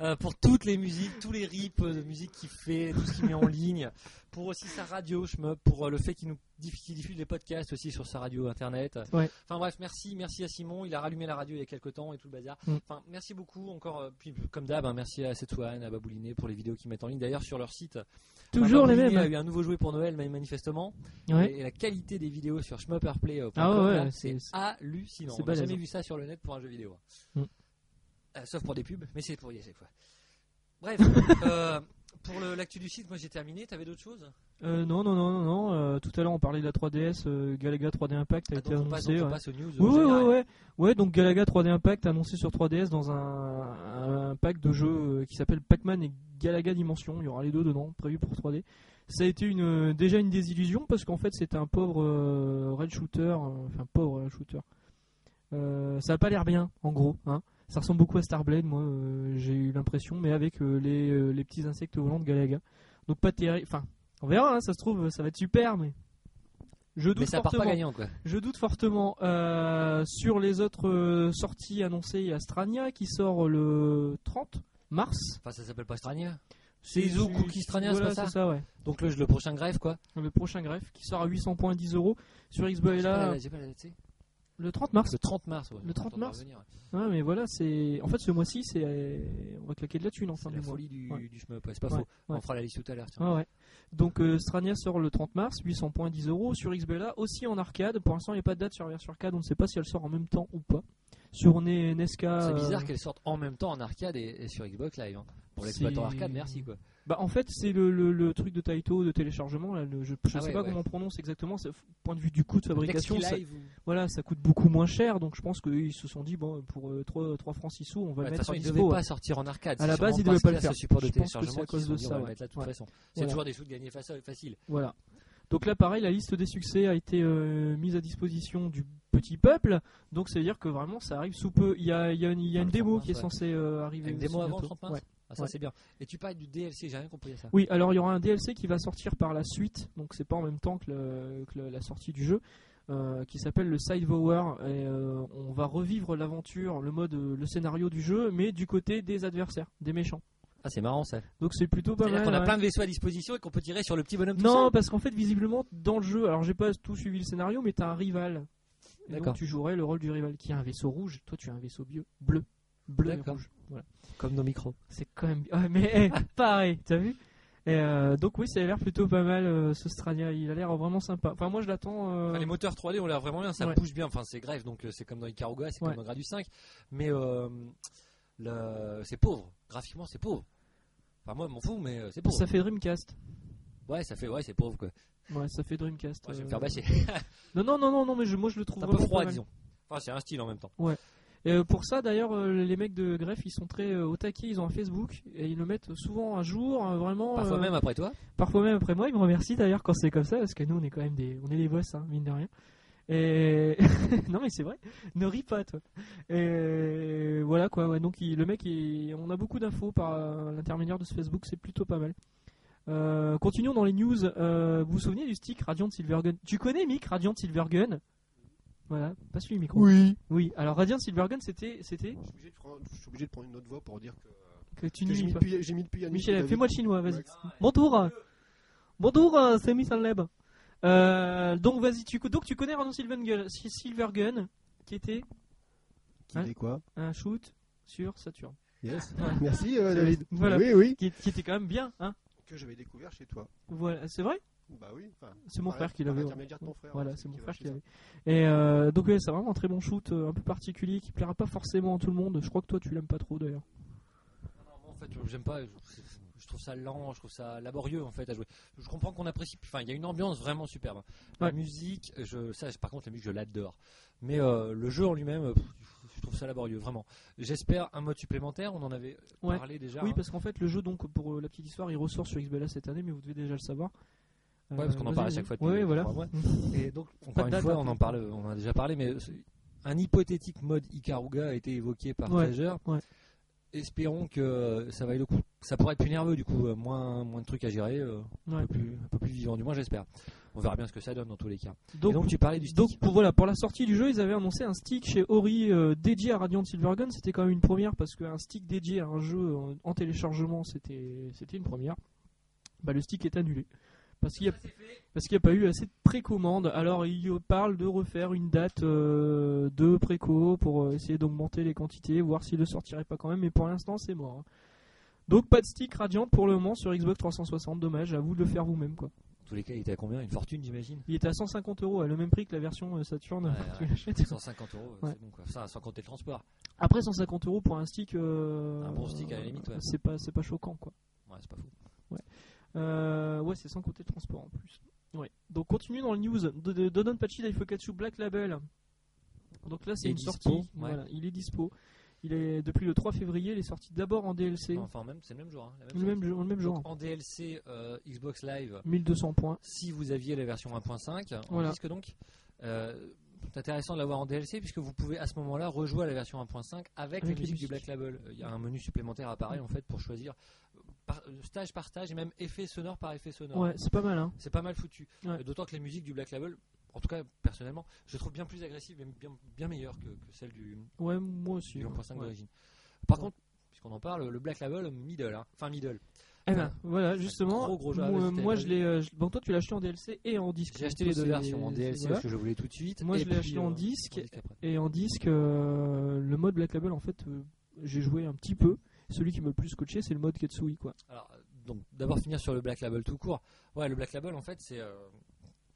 [SPEAKER 2] Euh, pour toutes les musiques, tous les rips de musique qu'il fait, tout ce qu'il met en ligne, pour aussi sa radio, je me, pour euh, le fait qu'il nous diff- qu'il diffuse des podcasts aussi sur sa radio internet.
[SPEAKER 1] Ouais.
[SPEAKER 2] Enfin bref, merci, merci à Simon, il a rallumé la radio il y a quelques temps et tout le bazar.
[SPEAKER 1] Mm.
[SPEAKER 2] Enfin, merci beaucoup encore, euh, puis comme d'hab, hein, merci à Setouane, à Babouliné pour les vidéos qu'ils mettent en ligne. D'ailleurs sur leur site,
[SPEAKER 1] Toujours les
[SPEAKER 2] Babouliné
[SPEAKER 1] mêmes.
[SPEAKER 2] a eu un nouveau jouet pour Noël, mais manifestement,
[SPEAKER 1] Ouais.
[SPEAKER 2] et, et la qualité des vidéos sur schmupperplay.com,
[SPEAKER 1] Ah ouais, ouais,
[SPEAKER 2] là,
[SPEAKER 1] c'est-
[SPEAKER 2] c'est hallucinant.
[SPEAKER 1] c'est
[SPEAKER 2] On n'a
[SPEAKER 1] balèze.
[SPEAKER 2] jamais vu ça sur le net pour un jeu vidéo.
[SPEAKER 1] Hmm.
[SPEAKER 2] Euh, sauf pour des pubs, mais c'est pourri à chaque fois. Bref, euh, pour le- l'actu du site, moi j'ai terminé. T'avais d'autres choses
[SPEAKER 1] Euh, non, non, non, non, non. euh, tout à l'heure, on parlait de la 3DS. euh, Galaga 3D Impact a
[SPEAKER 2] Ah,
[SPEAKER 1] été
[SPEAKER 2] donc on passe,
[SPEAKER 1] annoncé.
[SPEAKER 2] donc on
[SPEAKER 1] ouais.
[SPEAKER 2] passe aux news. euh,
[SPEAKER 1] Ouais,
[SPEAKER 2] en
[SPEAKER 1] ouais,
[SPEAKER 2] général.
[SPEAKER 1] ouais, ouais. Ouais, donc Galaga 3D Impact annoncé sur 3DS dans un, un pack de jeux euh, qui s'appelle Pac-Man et Galaga Dimension. Il y aura les deux dedans, prévus pour 3D. Ça a été une, euh, déjà une désillusion parce qu'en fait c'était un pauvre euh, rail shooter, euh, enfin pauvre rail shooter. Euh, ça a pas l'air bien, en gros. Hein. Ça ressemble beaucoup à Starblade, moi euh, j'ai eu l'impression, mais avec euh, les, euh, les petits insectes volants de Galaga. Donc pas terrible. Enfin, on verra, hein, ça se trouve, ça va être super, mais je doute
[SPEAKER 2] Mais ça part pas
[SPEAKER 1] fortement.
[SPEAKER 2] gagnant quoi.
[SPEAKER 1] Je doute fortement. Euh, sur les autres euh, sorties annoncées, il y a Strania qui sort le 30 mars.
[SPEAKER 2] Enfin, ça s'appelle pas Strania.
[SPEAKER 1] Mm. C'est
[SPEAKER 2] Izu Cookie Strania, c'est
[SPEAKER 1] voilà,
[SPEAKER 2] pas ça
[SPEAKER 1] ouais.
[SPEAKER 2] Donc le, le prochain grève quoi.
[SPEAKER 1] Le prochain greffe qui sort à 800 points, 10 euros sur Xbox
[SPEAKER 2] J'ai pas
[SPEAKER 1] là
[SPEAKER 2] la- j'ai pas la date, c'est
[SPEAKER 1] le 30 mars.
[SPEAKER 2] Le 30 mars. ouais.
[SPEAKER 1] Le 30
[SPEAKER 2] On va
[SPEAKER 1] mars
[SPEAKER 2] revenir, ouais.
[SPEAKER 1] Ouais, mais voilà, c'est en fait ce mois-ci, c'est on va claquer de la thune en fin
[SPEAKER 2] C'est
[SPEAKER 1] du
[SPEAKER 2] la
[SPEAKER 1] mois.
[SPEAKER 2] folie du,
[SPEAKER 1] Ouais.
[SPEAKER 2] du shmup, ouais, c'est pas
[SPEAKER 1] Ouais,
[SPEAKER 2] faux. On
[SPEAKER 1] ouais.
[SPEAKER 2] fera la liste tout à l'heure. tiens.
[SPEAKER 1] Ouais, ouais. Donc euh, Strania sort le 30 mars, 800 points, 10 euros sur XBLA, aussi en arcade. Pour l'instant, il n'y a pas de date sur la version arcade, on ne sait pas si elle sort en même temps ou pas. Sur N- Nesca.
[SPEAKER 2] C'est
[SPEAKER 1] euh,
[SPEAKER 2] bizarre qu'elles sortent en même temps en arcade et, et sur Xbox Live. hein. Pour l'exploitant
[SPEAKER 1] C'est-
[SPEAKER 2] arcade, merci quoi.
[SPEAKER 1] Bah en fait c'est le, le- le truc de Taito de téléchargement là, le- je, je
[SPEAKER 2] Ah
[SPEAKER 1] sais
[SPEAKER 2] ouais,
[SPEAKER 1] pas
[SPEAKER 2] ouais.
[SPEAKER 1] comment on prononce exactement, c'est- point de vue du coût de fabrication,
[SPEAKER 2] Next
[SPEAKER 1] ça,
[SPEAKER 2] Live ou-
[SPEAKER 1] voilà ça coûte beaucoup moins cher donc je pense qu'ils se sont dit bon pour 3, francs 6 sous on va
[SPEAKER 2] Ouais,
[SPEAKER 1] le
[SPEAKER 2] de toute
[SPEAKER 1] mettre
[SPEAKER 2] façon,
[SPEAKER 1] en
[SPEAKER 2] ils ne
[SPEAKER 1] dispo,
[SPEAKER 2] devaient
[SPEAKER 1] ouais.
[SPEAKER 2] pas sortir en arcade.
[SPEAKER 1] À la
[SPEAKER 2] C'est
[SPEAKER 1] base,
[SPEAKER 2] sûrement
[SPEAKER 1] ils devaient
[SPEAKER 2] parce
[SPEAKER 1] pas le
[SPEAKER 2] qu'il y a
[SPEAKER 1] faire.
[SPEAKER 2] Ce support de
[SPEAKER 1] Je pense que
[SPEAKER 2] téléchargement
[SPEAKER 1] c'est à
[SPEAKER 2] qu'ils
[SPEAKER 1] cause
[SPEAKER 2] se sont
[SPEAKER 1] de
[SPEAKER 2] dit,
[SPEAKER 1] ça,
[SPEAKER 2] On va le
[SPEAKER 1] ouais.
[SPEAKER 2] mettre là de toute
[SPEAKER 1] Ouais.
[SPEAKER 2] façon. C'est
[SPEAKER 1] Voilà.
[SPEAKER 2] toujours des sous de gagner facile. facile.
[SPEAKER 1] Voilà. Donc là, pareil, la liste des succès a été euh, mise à disposition du petit peuple. Donc, ça veut dire que vraiment, ça arrive sous peu. Il y a, il y a une, il y a
[SPEAKER 2] Ah,
[SPEAKER 1] une
[SPEAKER 2] le 30
[SPEAKER 1] démo
[SPEAKER 2] mars,
[SPEAKER 1] qui est
[SPEAKER 2] ouais.
[SPEAKER 1] censée euh, arriver.
[SPEAKER 2] Une démo
[SPEAKER 1] aussi
[SPEAKER 2] avant le
[SPEAKER 1] bientôt.
[SPEAKER 2] 30 mars
[SPEAKER 1] Ouais.
[SPEAKER 2] Ah, ça
[SPEAKER 1] Ouais.
[SPEAKER 2] c'est bien. Et tu parles du DLC, j'ai rien compris à ça.
[SPEAKER 1] Oui, alors il y aura un DLC qui va sortir par la suite. Donc, c'est pas en même temps que, le- que le- la sortie du jeu. euh, qui s'appelle le Sidevower et euh, on va revivre l'aventure, le mode, euh, le scénario du jeu, mais du côté des adversaires, des méchants.
[SPEAKER 2] Ah, c'est marrant ça.
[SPEAKER 1] Donc c'est plutôt pas
[SPEAKER 2] C'est-à-dire
[SPEAKER 1] mal.
[SPEAKER 2] qu'on a
[SPEAKER 1] ouais.
[SPEAKER 2] plein de vaisseaux à disposition et qu'on peut tirer sur le petit bonhomme tout
[SPEAKER 1] Non,
[SPEAKER 2] seul.
[SPEAKER 1] parce qu'en fait, visiblement, dans le jeu, alors j'ai pas tout suivi le scénario, mais t'as un rival. Et
[SPEAKER 2] D'accord.
[SPEAKER 1] Donc tu jouerais le rôle du rival qui a un vaisseau rouge, toi tu as un vaisseau bleu. Bleu. Bleu et
[SPEAKER 2] D'accord.
[SPEAKER 1] rouge. Voilà.
[SPEAKER 2] Comme nos micros.
[SPEAKER 1] C'est quand même. Ah, mais eh, pareil, t'as vu Et, euh, Donc oui, ça a l'air plutôt pas mal euh, ce Strania, il a l'air vraiment sympa. Enfin, moi je l'attends. euh,
[SPEAKER 2] Enfin, les moteurs 3D ont l'air vraiment bien, ça
[SPEAKER 1] Ouais.
[SPEAKER 2] bouge bien. Enfin, c'est grave, donc euh, c'est comme dans Icaruga, c'est
[SPEAKER 1] Ouais.
[SPEAKER 2] comme dans Gradus 5. Mais euh, le- c'est pauvre. Graphiquement, c'est pauvre. Enfin, moi, je m'en fous, mais euh, c'est pauvre.
[SPEAKER 1] Ça Euh, fait Dreamcast.
[SPEAKER 2] Ouais, ça fait, ouais, c'est pauvre quoi.
[SPEAKER 1] Ouais, ça fait Dreamcast.
[SPEAKER 2] Ouais, je vais me
[SPEAKER 1] euh.
[SPEAKER 2] faire bâcher.
[SPEAKER 1] Non, non, non, non, non, mais je- moi je le trouve
[SPEAKER 2] C'est un peu
[SPEAKER 1] vraiment pas
[SPEAKER 2] froid,
[SPEAKER 1] mal.
[SPEAKER 2] disons. Enfin, c'est un style en même temps.
[SPEAKER 1] Et euh, pour ça, d'ailleurs, euh, les mecs de Greff, ils sont très euh, au taquet, ils ont un Facebook et ils le mettent souvent à jour, euh, vraiment.
[SPEAKER 2] Parfois
[SPEAKER 1] euh,
[SPEAKER 2] même après toi.
[SPEAKER 1] Parfois même après moi, ils me remercient d'ailleurs quand c'est comme ça, parce que nous on est quand même des, on est les boss, hein, mine de rien. Et non mais c'est vrai, ne ris pas toi. Et voilà quoi, ouais, donc il- le mec, il- on a beaucoup d'infos par euh, l'intermédiaire de ce Facebook, c'est plutôt pas mal. Euh, continuons dans les news. Euh, vous vous souvenez du stick Radiant Silvergun Tu connais Mick Radiant Silvergun Voilà, passe-lui le micro.
[SPEAKER 3] Oui.
[SPEAKER 1] Oui, alors Radiant Silvergun c'était, c'était
[SPEAKER 3] Je suis obligé de prendre- je suis obligé de prendre une autre voix pour dire que,
[SPEAKER 1] que tu
[SPEAKER 3] que
[SPEAKER 1] n'y
[SPEAKER 3] j'ai mis
[SPEAKER 1] pas.
[SPEAKER 3] le pi- j'ai mis le pied à
[SPEAKER 1] Michel, fais-moi le chinois, vas-y.
[SPEAKER 3] Max.
[SPEAKER 1] Bonjour. Bonjour, euh, c'est Miss Leb. Euh, donc vas-y, tu, co- donc tu connais Random Silvergun, Si- Silvergun, qui était
[SPEAKER 3] Qui
[SPEAKER 1] Hein
[SPEAKER 3] dit quoi
[SPEAKER 1] un shoot sur Saturn,
[SPEAKER 3] Yes.
[SPEAKER 1] Ouais.
[SPEAKER 3] Merci euh, David.
[SPEAKER 1] Voilà.
[SPEAKER 3] Oui, oui.
[SPEAKER 1] qui, qui était quand même bien, hein
[SPEAKER 3] Que j'avais découvert chez toi.
[SPEAKER 1] Voilà, c'est vrai
[SPEAKER 3] Bah oui. enfin,
[SPEAKER 1] C'est mon
[SPEAKER 3] par
[SPEAKER 1] frère qui
[SPEAKER 3] par
[SPEAKER 1] l'avait. ouais.
[SPEAKER 3] l'intermédiaire de ton frère.
[SPEAKER 1] Voilà,
[SPEAKER 3] ouais,
[SPEAKER 1] c'est mon
[SPEAKER 3] va
[SPEAKER 1] frère
[SPEAKER 3] chez
[SPEAKER 1] qui
[SPEAKER 3] eux.
[SPEAKER 1] l'avait. Et euh, donc, ouais, c'est vraiment un très bon shoot, euh, un peu particulier, qui plaira pas forcément à tout le monde. Je crois que toi, tu l'aimes pas trop d'ailleurs.
[SPEAKER 2] Non, moi, en fait, euh, j'aime pas. Je, je trouve ça lent, je trouve ça laborieux en fait à jouer. Je comprends qu'on apprécie. Enfin, il y a une ambiance vraiment superbe. La
[SPEAKER 1] Ouais.
[SPEAKER 2] musique, je, ça, je- par contre, la musique, je l'adore. Mais euh, le jeu en lui-même, euh, pff, je trouve ça laborieux, vraiment. J'espère un mode supplémentaire. On en avait
[SPEAKER 1] Ouais.
[SPEAKER 2] parlé déjà.
[SPEAKER 1] Oui,
[SPEAKER 2] hein.
[SPEAKER 1] parce qu'en fait, le jeu, donc, pour euh, la petite histoire, il ressort sur XBLA cette année, mais vous devez déjà le savoir. Euh,
[SPEAKER 2] Ouais, parce qu'on en
[SPEAKER 1] vas-y,
[SPEAKER 2] parle à
[SPEAKER 1] vas-y.
[SPEAKER 2] chaque fois depuis
[SPEAKER 1] Ouais, ouais,
[SPEAKER 2] trois
[SPEAKER 1] voilà.
[SPEAKER 2] mois. Et donc,
[SPEAKER 1] Pas
[SPEAKER 2] encore
[SPEAKER 1] de
[SPEAKER 2] une
[SPEAKER 1] date,
[SPEAKER 2] fois,
[SPEAKER 1] hein.
[SPEAKER 2] on en parle, on en a déjà parlé, mais c'est- un hypothétique mode Ikaruga a été évoqué par
[SPEAKER 1] Ouais,
[SPEAKER 2] Treasure.
[SPEAKER 1] ouais.
[SPEAKER 2] Espérons que ça vaille le coup. Ça pourrait être plus nerveux, du coup, euh, moins, moins de trucs à gérer, euh, un,
[SPEAKER 1] Ouais.
[SPEAKER 2] peu plus, un peu plus vivant, du moins, j'espère. On verra bien ce que ça donne dans tous les cas. Et Donc,
[SPEAKER 1] Donc,
[SPEAKER 2] tu parlais du stick.
[SPEAKER 1] donc, pour, voilà, pour la sortie du jeu, ils avaient annoncé un stick chez Ori euh, dédié à Radiant Silvergun. C'était quand même une première parce qu'un stick dédié à un jeu en, en téléchargement, c'était c'était une première. Bah, le stick est annulé. Parce qu'il n'y a, parce qu'il y a pas eu assez de précommandes. Alors, ils parlent de refaire une date euh, de préco pour euh, essayer d'augmenter les quantités, voir s'il ne sortirait pas quand même. Mais pour l'instant, c'est mort. hein. Donc, pas de stick Radiant pour le moment sur Xbox 360. Dommage, à vous de le faire vous-même. quoi.
[SPEAKER 2] En tous les cas, il était à combien Une fortune, j'imagine
[SPEAKER 1] Il était à 150 euros, à le même prix que la version euh, Saturn.
[SPEAKER 2] Ouais,
[SPEAKER 1] tu
[SPEAKER 2] ouais.
[SPEAKER 1] l'achètes.
[SPEAKER 2] 150 euros, euh,
[SPEAKER 1] Ouais.
[SPEAKER 2] c'est bon, quoi. Ça, sans compter le transport.
[SPEAKER 1] Après 150 euros pour un stick, euh,
[SPEAKER 2] Un bon stick, à la limite, ouais.
[SPEAKER 1] c'est pas c'est pas choquant quoi.
[SPEAKER 2] Ouais, c'est pas fou.
[SPEAKER 1] Euh, ouais, c'est sans compter le transport en plus. Ouais. Donc continue dans le news. Do- do- Dodonpachi Daifukatsu Black Label. Donc là c'est
[SPEAKER 2] Et
[SPEAKER 1] une
[SPEAKER 2] dispo,
[SPEAKER 1] sortie.
[SPEAKER 2] ouais.
[SPEAKER 1] Voilà, il est dispo. Il est depuis le 3 février. Il est sorti d'abord en DLC,
[SPEAKER 2] Non, enfin, même, c'est le même jour. hein, la même
[SPEAKER 1] le
[SPEAKER 2] chose.
[SPEAKER 1] même jour, le même jour.
[SPEAKER 2] Donc, en DLC, euh, Xbox Live,
[SPEAKER 1] 1200 points.
[SPEAKER 2] si vous aviez la version 1.5 en
[SPEAKER 1] Voilà.
[SPEAKER 2] disque donc euh, c'est intéressant de l'avoir en DLC puisque vous pouvez à ce moment-là rejouer à la version 1.5 avec, la
[SPEAKER 1] Avec les
[SPEAKER 2] musique du
[SPEAKER 1] musiques.
[SPEAKER 2] Black Label. Euh, Il y a un menu supplémentaire à Paris en fait pour choisir euh, par- euh, stage par stage et même effet sonore par effet sonore.
[SPEAKER 1] Ouais, c'est pas mal hein.
[SPEAKER 2] C'est pas mal foutu.
[SPEAKER 1] Ouais.
[SPEAKER 2] Euh, D'autant que les musiques du Black Label, en tout cas personnellement, je trouve bien plus agressives et bien, bien meilleures que, que celles du,
[SPEAKER 1] Ouais, moi aussi.
[SPEAKER 2] du
[SPEAKER 1] ouais.
[SPEAKER 2] 1.5
[SPEAKER 1] Ouais.
[SPEAKER 2] d'origine. Par
[SPEAKER 1] Ouais.
[SPEAKER 2] contre, puisqu'on en parle, le Black Label middle, hein. enfin middle.
[SPEAKER 1] Eh ben, voilà,
[SPEAKER 2] C'est un
[SPEAKER 1] justement,
[SPEAKER 2] gros, gros jeu. Ah,
[SPEAKER 1] moi,
[SPEAKER 2] ouais,
[SPEAKER 1] moi,
[SPEAKER 2] c'était-
[SPEAKER 1] je l'ai. euh, je- Bon, toi, tu l'as acheté en DLC et en disque.
[SPEAKER 2] J'ai acheté
[SPEAKER 1] Donc,
[SPEAKER 2] les deux
[SPEAKER 1] c'est-
[SPEAKER 2] versions en DLC
[SPEAKER 1] voilà.
[SPEAKER 2] parce que je voulais tout de suite.
[SPEAKER 1] Moi,
[SPEAKER 2] et
[SPEAKER 1] je l'ai
[SPEAKER 2] puis,
[SPEAKER 1] acheté en
[SPEAKER 2] euh,
[SPEAKER 1] disque.
[SPEAKER 2] après.
[SPEAKER 1] Et en disque, euh, le mode Black Label, en fait, euh, j'ai joué un petit peu. Celui qui m'a le plus coaché, c'est le mode Ketsui, quoi.
[SPEAKER 2] Alors, euh, donc, d'abord finir sur le Black Label tout court. Ouais, le Black Label, en fait, c'est euh,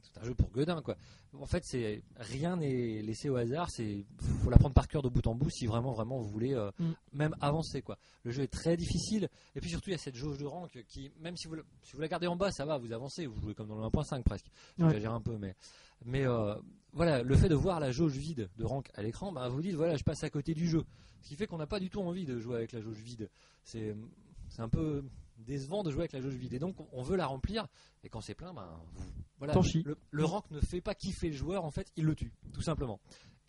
[SPEAKER 2] c'est un jeu pour Godin, quoi. En fait, c'est rien n'est laissé au hasard. C'est faut l'apprendre par cœur de bout en bout si vraiment, vraiment vous voulez euh,
[SPEAKER 1] Mm.
[SPEAKER 2] même avancer, quoi. Le jeu est très difficile. Et puis surtout, il y a cette jauge de rank qui, même si vous, la- si vous la gardez en bas, ça va, vous avancez, vous jouez comme dans le 1.5 presque.
[SPEAKER 1] Ouais.
[SPEAKER 2] J'exagère un peu, mais mais euh, voilà, le fait de voir la jauge vide de rank à l'écran, bah, vous dites voilà, je passe à côté du jeu. Ce qui fait qu'on n'a pas du tout envie de jouer avec la jauge vide. C'est c'est un peu décevant de jouer avec la jauge vide. Et donc, on veut la remplir. Et quand c'est plein, ben, voilà,
[SPEAKER 1] Tant chis.
[SPEAKER 2] le, le rank ne fait pas kiffer le joueur, en fait, il le tue, tout simplement.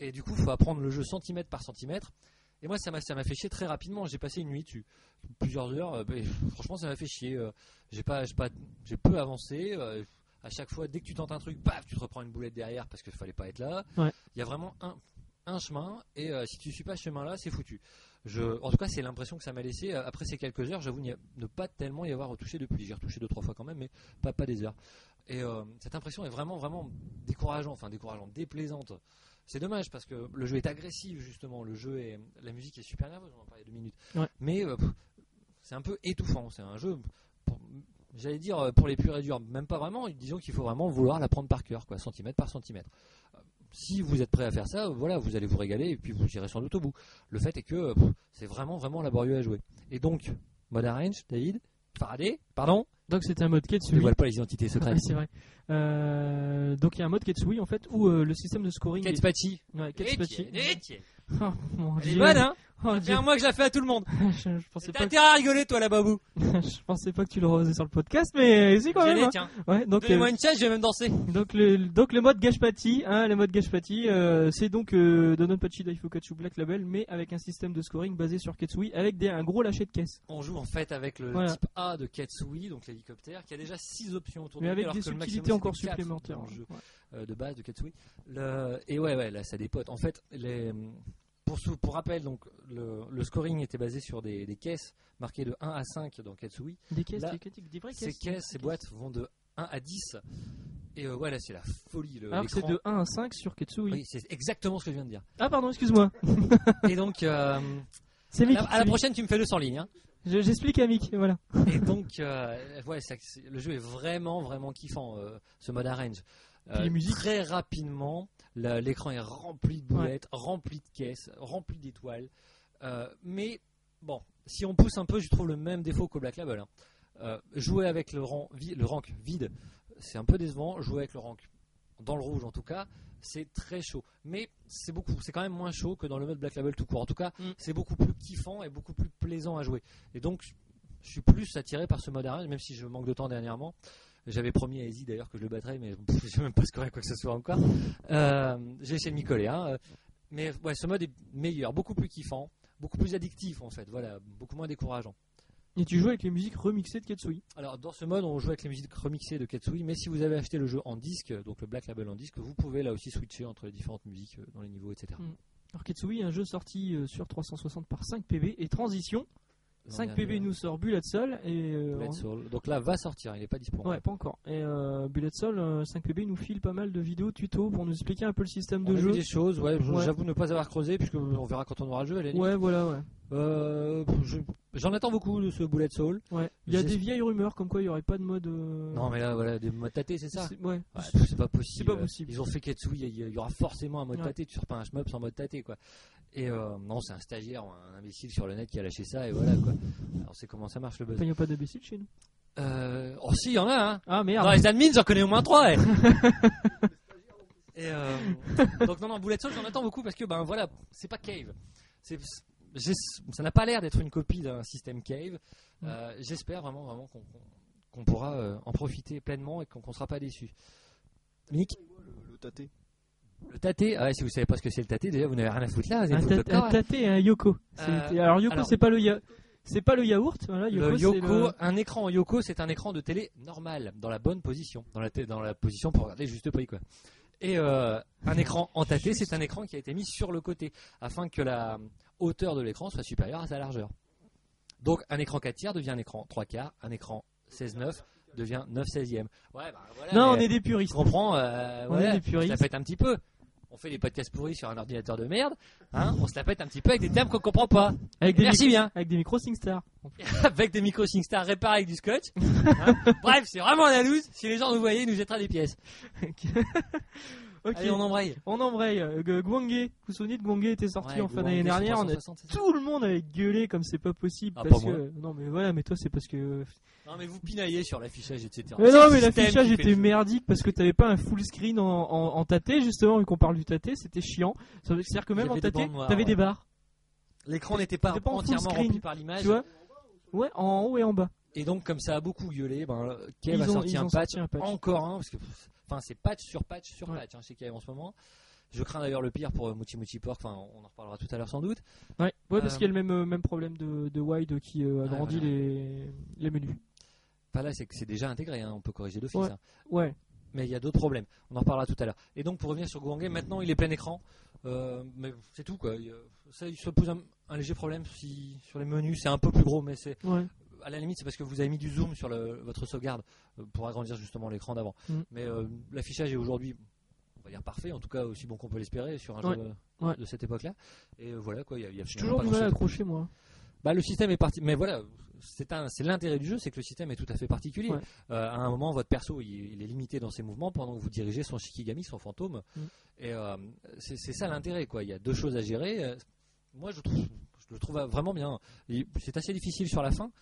[SPEAKER 2] Et du coup, il faut apprendre le jeu centimètre par centimètre. Et moi, ça m'a ça m'a fait chier très rapidement. J'ai passé une nuit dessus, plusieurs heures. euh, ben, franchement, ça m'a fait chier. euh, J'ai pas, j'ai pas, j'ai peu avancé. euh, à chaque fois, dès que tu tentes un truc, paf, tu te reprends une boulette derrière parce qu'il fallait pas être là. Il
[SPEAKER 1] Ouais.
[SPEAKER 2] y a vraiment un, un chemin, et euh, si tu suis pas ce chemin-là, c'est foutu. Je, en tout cas, c'est l'impression que ça m'a laissé. Euh, Après ces quelques heures, j'avoue n'y a- ne pas tellement y avoir retouché depuis. J'ai retouché deux trois fois quand même, mais pas, pas des heures. Et euh, cette impression est vraiment vraiment décourageante, enfin décourageante, déplaisante. C'est dommage parce que le jeu est agressif justement. Le jeu est, la musique est super nerveuse. On en parlait il y a deux minutes.
[SPEAKER 1] Ouais.
[SPEAKER 2] Mais euh, pff, c'est un peu étouffant. C'est un jeu. pour- J'allais dire euh, pour les purs et durs, même pas vraiment. Disons qu'il faut vraiment vouloir la prendre par cœur, quoi, centimètre par centimètre. Euh, Si vous êtes prêt à faire ça, voilà, vous allez vous régaler et puis vous irez sans doute au bout. Le fait est que euh, pff, c'est vraiment vraiment laborieux à jouer. Et donc, mode arrange, David, Faraday, pardon,
[SPEAKER 1] Donc, c'est un mode
[SPEAKER 2] on
[SPEAKER 1] Ketsui.
[SPEAKER 2] dévoile pas les identités secrètes.
[SPEAKER 1] Ouais, c'est vrai. Euh, donc, il y a un mode Ketsui, en fait, où euh, le système de scoring.
[SPEAKER 2] Kate Patchy.
[SPEAKER 1] est... ouais,
[SPEAKER 2] Kate
[SPEAKER 1] Ketsupachi.
[SPEAKER 2] Patchy.
[SPEAKER 1] Oh, mon
[SPEAKER 2] Elle est
[SPEAKER 1] Dieu.
[SPEAKER 2] bonne, hein
[SPEAKER 1] Oh,
[SPEAKER 2] C'est
[SPEAKER 1] Dieu.
[SPEAKER 2] un mois que je la fais à tout le monde.
[SPEAKER 1] je, je pensais
[SPEAKER 2] T'as
[SPEAKER 1] pas que,
[SPEAKER 2] intérêt à rigoler, toi, la babou.
[SPEAKER 1] je pensais pas que tu l'aurais osé sur le podcast, mais c'est quand
[SPEAKER 2] J'y
[SPEAKER 1] même.
[SPEAKER 2] allais,
[SPEAKER 1] hein.
[SPEAKER 2] tiens.
[SPEAKER 1] Ouais, donc, euh,
[SPEAKER 2] Donnez-moi une chaise, je vais même danser.
[SPEAKER 1] Donc le, donc le mode gâchepati, hein, le mode gâchepati, euh, c'est donc euh, Dodonpachi Daifukatsu Black Label, mais avec un système de scoring basé sur Ketsui, avec des, un gros lâcher de caisse.
[SPEAKER 2] On joue en fait avec le
[SPEAKER 1] Voilà.
[SPEAKER 2] type A de Katsui, donc l'hélicoptère, qui a déjà 6 options autour de
[SPEAKER 1] Mais avec
[SPEAKER 2] lui, alors
[SPEAKER 1] des
[SPEAKER 2] que le maximum,
[SPEAKER 1] subtilités encore
[SPEAKER 2] c'était quatre
[SPEAKER 1] supplémentaires.
[SPEAKER 2] dans le jeu,
[SPEAKER 1] Ouais.
[SPEAKER 2] euh, de base de Katsui. Le- Et ouais, ouais, là ça dépote. En fait, les... pour, sou- pour rappel, donc, le... le scoring était basé sur des, des caisses marquées de 1 à 5 dans Katsui.
[SPEAKER 1] Des caisses,
[SPEAKER 2] Là,
[SPEAKER 1] des, caisses, des vraies
[SPEAKER 2] Ces
[SPEAKER 1] caisses.
[SPEAKER 2] caisses, ces boîtes vont de 1 à 10. Et euh, ouais, là c'est la folie. Le...
[SPEAKER 1] Alors que c'est
[SPEAKER 2] l'écran-
[SPEAKER 1] de 1 à 5 sur Ketsui.
[SPEAKER 2] Oui, c'est exactement ce que je viens de dire.
[SPEAKER 1] Ah pardon, excuse-moi.
[SPEAKER 2] Et donc, euh,
[SPEAKER 1] C'est
[SPEAKER 2] à
[SPEAKER 1] Mick.
[SPEAKER 2] la- à la prochaine, tu me fais le sans ligne. hein.
[SPEAKER 1] Je- J'explique à Mick, voilà.
[SPEAKER 2] Et donc, euh, ouais, ça- c'est- le jeu est vraiment, vraiment kiffant, euh, ce mode arrange. Euh,
[SPEAKER 1] Puis les musiques.
[SPEAKER 2] Très rapidement, la- l'écran est rempli de boulettes, rempli de caisses, rempli d'étoiles. Euh, mais bon, si on pousse un peu, je trouve le même défaut qu'au Black Label. hein. Euh, jouer avec le, rang vi- le rank vide, c'est un peu décevant. Jouer avec le rank dans le rouge, en tout cas, c'est très chaud. Mais c'est beaucoup, c'est quand même moins chaud que dans le mode Black Label tout court. En tout cas,
[SPEAKER 1] Mm.
[SPEAKER 2] c'est beaucoup plus kiffant et beaucoup plus plaisant à jouer. Et donc, je suis plus attiré par ce mode arène, même si je manque de temps dernièrement. J'avais promis à Easy d'ailleurs que je le battrais, mais je sais même pas scoré quoi que ce soit encore. Euh, J'ai essayé de m'y coller. hein. Mais ouais, ce mode est meilleur, beaucoup plus kiffant, beaucoup plus addictif en fait, voilà, beaucoup moins décourageant.
[SPEAKER 1] Et tu joues avec les musiques remixées de Katsui.
[SPEAKER 2] Alors dans ce mode, on joue avec les musiques remixées de Katsui, mais si vous avez acheté le jeu en disque, donc le Black Label en disque, vous pouvez là aussi switcher entre les différentes musiques euh, dans les niveaux, etc.
[SPEAKER 1] Mm. Alors Katsui, un jeu sorti euh, sur 360 par 5 PB et Transition. 5 PB nous sort Bullet Soul et euh,
[SPEAKER 2] Bullet Soul. Donc là, va sortir, il n'est pas disponible.
[SPEAKER 1] ouais pas encore. Et euh, Bullet Soul, euh, 5 PB nous file pas mal de vidéos tuto pour nous expliquer un peu le système
[SPEAKER 2] On
[SPEAKER 1] de
[SPEAKER 2] a vu
[SPEAKER 1] jeu.
[SPEAKER 2] des choses, ouais, je-
[SPEAKER 1] Ouais.
[SPEAKER 2] j'avoue ne pas avoir creusé, puisque on verra quand on aura le jeu. à la limite.
[SPEAKER 1] Ouais voilà ouais.
[SPEAKER 2] Euh, je- J'en attends beaucoup de ce Bullet Soul.
[SPEAKER 1] ouais. Il y a
[SPEAKER 2] J'ai-
[SPEAKER 1] des vieilles rumeurs comme quoi il y aurait pas de mode. euh,
[SPEAKER 2] Non, mais là, voilà, des modes tâtés, c'est ça
[SPEAKER 1] c'est- Ouais.
[SPEAKER 2] Ouais, pff, C'est pas possible.
[SPEAKER 1] C'est pas possible.
[SPEAKER 2] Ils ont fait Ketsui, il y- il y aura forcément un mode
[SPEAKER 1] Ouais.
[SPEAKER 2] tâté. Tu sors pas un shmup sans mode tâté, quoi. Et euh, non, c'est un stagiaire, ou un imbécile sur le net qui a lâché ça, et voilà, quoi. Alors, on sait comment ça marche le buzz.
[SPEAKER 1] Enfin, il n'y a pas d'imbéciles chez nous.
[SPEAKER 2] Euh, oh, si, il y en a, hein.
[SPEAKER 1] Ah merde.
[SPEAKER 2] Dans les admins, j'en connais au moins trois. ouais. Et euh, donc non, non, Bullet Soul, j'en attends beaucoup parce que ben voilà, c'est pas Cave. C'est, j'ai- ça n'a pas l'air d'être une copie d'un système Cave. Euh, J'espère vraiment, vraiment qu'on qu'on- qu'on pourra euh, en profiter pleinement et qu'on ne sera pas déçu. Nick,
[SPEAKER 3] Euh, Le, le tâté.
[SPEAKER 2] le tâté, ah ouais, si vous savez pas ce que c'est le tâté, déjà vous n'avez rien à foutre là. vous êtes
[SPEAKER 1] Un,
[SPEAKER 2] foutre de
[SPEAKER 1] ta-
[SPEAKER 2] corps,
[SPEAKER 1] Ah, un
[SPEAKER 2] ouais.
[SPEAKER 1] tâté et un yoko. C'est-
[SPEAKER 2] Euh,
[SPEAKER 1] alors yoko
[SPEAKER 2] alors-
[SPEAKER 1] c'est pas le ya- c'est pas le yaourt. Voilà, yoko,
[SPEAKER 2] Le
[SPEAKER 1] c'est
[SPEAKER 2] Yoko, euh,
[SPEAKER 1] le-
[SPEAKER 2] un écran en Yoko, c'est un écran de télé normal, dans la bonne position, dans la, té- dans la position pour regarder juste prix quoi. Et euh, un écran en tâté, c'est un écran qui a été mis sur le côté afin que la hauteur de l'écran soit supérieure à sa largeur. Donc un écran 4 tiers devient un écran 3 quarts, un écran 16-9 devient 9 16 e Ouais, bah, voilà,
[SPEAKER 1] Non on
[SPEAKER 2] mais
[SPEAKER 1] est des
[SPEAKER 2] je
[SPEAKER 1] puristes.
[SPEAKER 2] comprends, euh,
[SPEAKER 1] On
[SPEAKER 2] voilà,
[SPEAKER 1] est des puristes.
[SPEAKER 2] on se la pète un petit peu. On fait des podcasts pourris sur un ordinateur de merde, hein, on se la pète un petit peu avec des termes qu'on comprend pas.
[SPEAKER 1] Avec des
[SPEAKER 2] Merci
[SPEAKER 1] micros-
[SPEAKER 2] bien.
[SPEAKER 1] Avec des micros SingStar.
[SPEAKER 2] avec des micros SingStar réparés avec du scotch. Hein. Bref, c'est vraiment la loose. Si les gens nous voyaient, ils nous jetteraient des pièces.
[SPEAKER 1] Ok.
[SPEAKER 2] Allez, on embraye.
[SPEAKER 1] On embraye. Euh, Gu- Gwangé, vous vous souvenez de Gwangé était sorti en fin d'année dernière. On a- tout le monde avait gueulé comme c'est pas possible.
[SPEAKER 2] Ah,
[SPEAKER 1] parce
[SPEAKER 2] pas
[SPEAKER 1] que... Non mais voilà, mais toi c'est parce que.
[SPEAKER 2] Non, mais vous pinaillez sur l'affichage, etc.
[SPEAKER 1] Mais
[SPEAKER 2] C'est
[SPEAKER 1] non,
[SPEAKER 2] le
[SPEAKER 1] mais
[SPEAKER 2] système
[SPEAKER 1] l'affichage
[SPEAKER 2] qui fait
[SPEAKER 1] était
[SPEAKER 2] le-
[SPEAKER 1] merdique parce que t'avais pas un full screen en, en, en tâté justement vu qu'on parle du tâté, c'était chiant. Ça veut- C'est-à-dire que même
[SPEAKER 2] J'avais
[SPEAKER 1] en
[SPEAKER 2] des
[SPEAKER 1] tâté,
[SPEAKER 2] bandes noires,
[SPEAKER 1] t'avais
[SPEAKER 2] ouais.
[SPEAKER 1] des barres,
[SPEAKER 2] L'écran n'était pas
[SPEAKER 1] C'était pas en full
[SPEAKER 2] entièrement
[SPEAKER 1] screen,
[SPEAKER 2] rempli par l'image.
[SPEAKER 1] tu vois. Ouais, en haut et en bas.
[SPEAKER 2] Et donc, comme ça a beaucoup gueulé, ben, Kev
[SPEAKER 1] Ils
[SPEAKER 2] a
[SPEAKER 1] ont-
[SPEAKER 2] sorti
[SPEAKER 1] ils
[SPEAKER 2] un
[SPEAKER 1] ont
[SPEAKER 2] patch,
[SPEAKER 1] bah, sorti un patch.
[SPEAKER 2] encore un, parce que, pff, enfin, c'est patch sur patch sur
[SPEAKER 1] Ouais.
[SPEAKER 2] patch, hein, chez Kev en ce moment. Je crains d'ailleurs le pire pour euh, Mouchi Mouchi Pork, enfin, on en reparlera tout à l'heure sans doute.
[SPEAKER 1] Ouais, ouais parce
[SPEAKER 2] Euh,
[SPEAKER 1] qu'il y a le même, euh, même problème de, de wide qui euh,
[SPEAKER 2] Ouais,
[SPEAKER 1] agrandit
[SPEAKER 2] voilà.
[SPEAKER 1] les, les menus.
[SPEAKER 2] Enfin, là, c'est que c'est déjà intégré, hein, on peut corriger d'office.
[SPEAKER 1] Ouais.
[SPEAKER 2] hein.
[SPEAKER 1] Ouais,
[SPEAKER 2] mais il y a d'autres problèmes. On en reparlera tout à l'heure. Et donc pour revenir sur Gouangé, maintenant il est plein écran, Euh, mais c'est tout quoi. Il, euh, ça, il se pose un, un léger problème si- sur les menus, c'est un peu plus gros, mais c'est
[SPEAKER 1] ouais.
[SPEAKER 2] à la limite c'est parce que vous avez mis du zoom sur le- votre sauvegarde euh, pour agrandir justement l'écran d'avant.
[SPEAKER 1] Mm.
[SPEAKER 2] Mais euh, l'affichage est aujourd'hui, on va dire parfait, en tout cas aussi bon qu'on peut l'espérer sur un
[SPEAKER 1] Ouais.
[SPEAKER 2] jeu euh,
[SPEAKER 1] Ouais.
[SPEAKER 2] de cette époque-là. Et euh, voilà quoi, il y a, il y a
[SPEAKER 1] J'ai
[SPEAKER 2] finalement
[SPEAKER 1] toujours
[SPEAKER 2] pas
[SPEAKER 1] du mal à
[SPEAKER 2] grand-chose.
[SPEAKER 1] accrocher moi.
[SPEAKER 2] Bah, le système est parti, mais voilà, c'est un, c'est l'intérêt du jeu, c'est que le système est tout à fait particulier.
[SPEAKER 1] Ouais.
[SPEAKER 2] Euh, à un moment, votre perso, il, il est limité dans ses mouvements pendant que vous dirigez son Shikigami, son fantôme,
[SPEAKER 1] Mm.
[SPEAKER 2] et euh, c'est c'est ça l'intérêt, quoi. Il y a deux choses à gérer. Euh, Moi, je trouve, je le trouve vraiment bien. Il- C'est assez difficile sur la fin,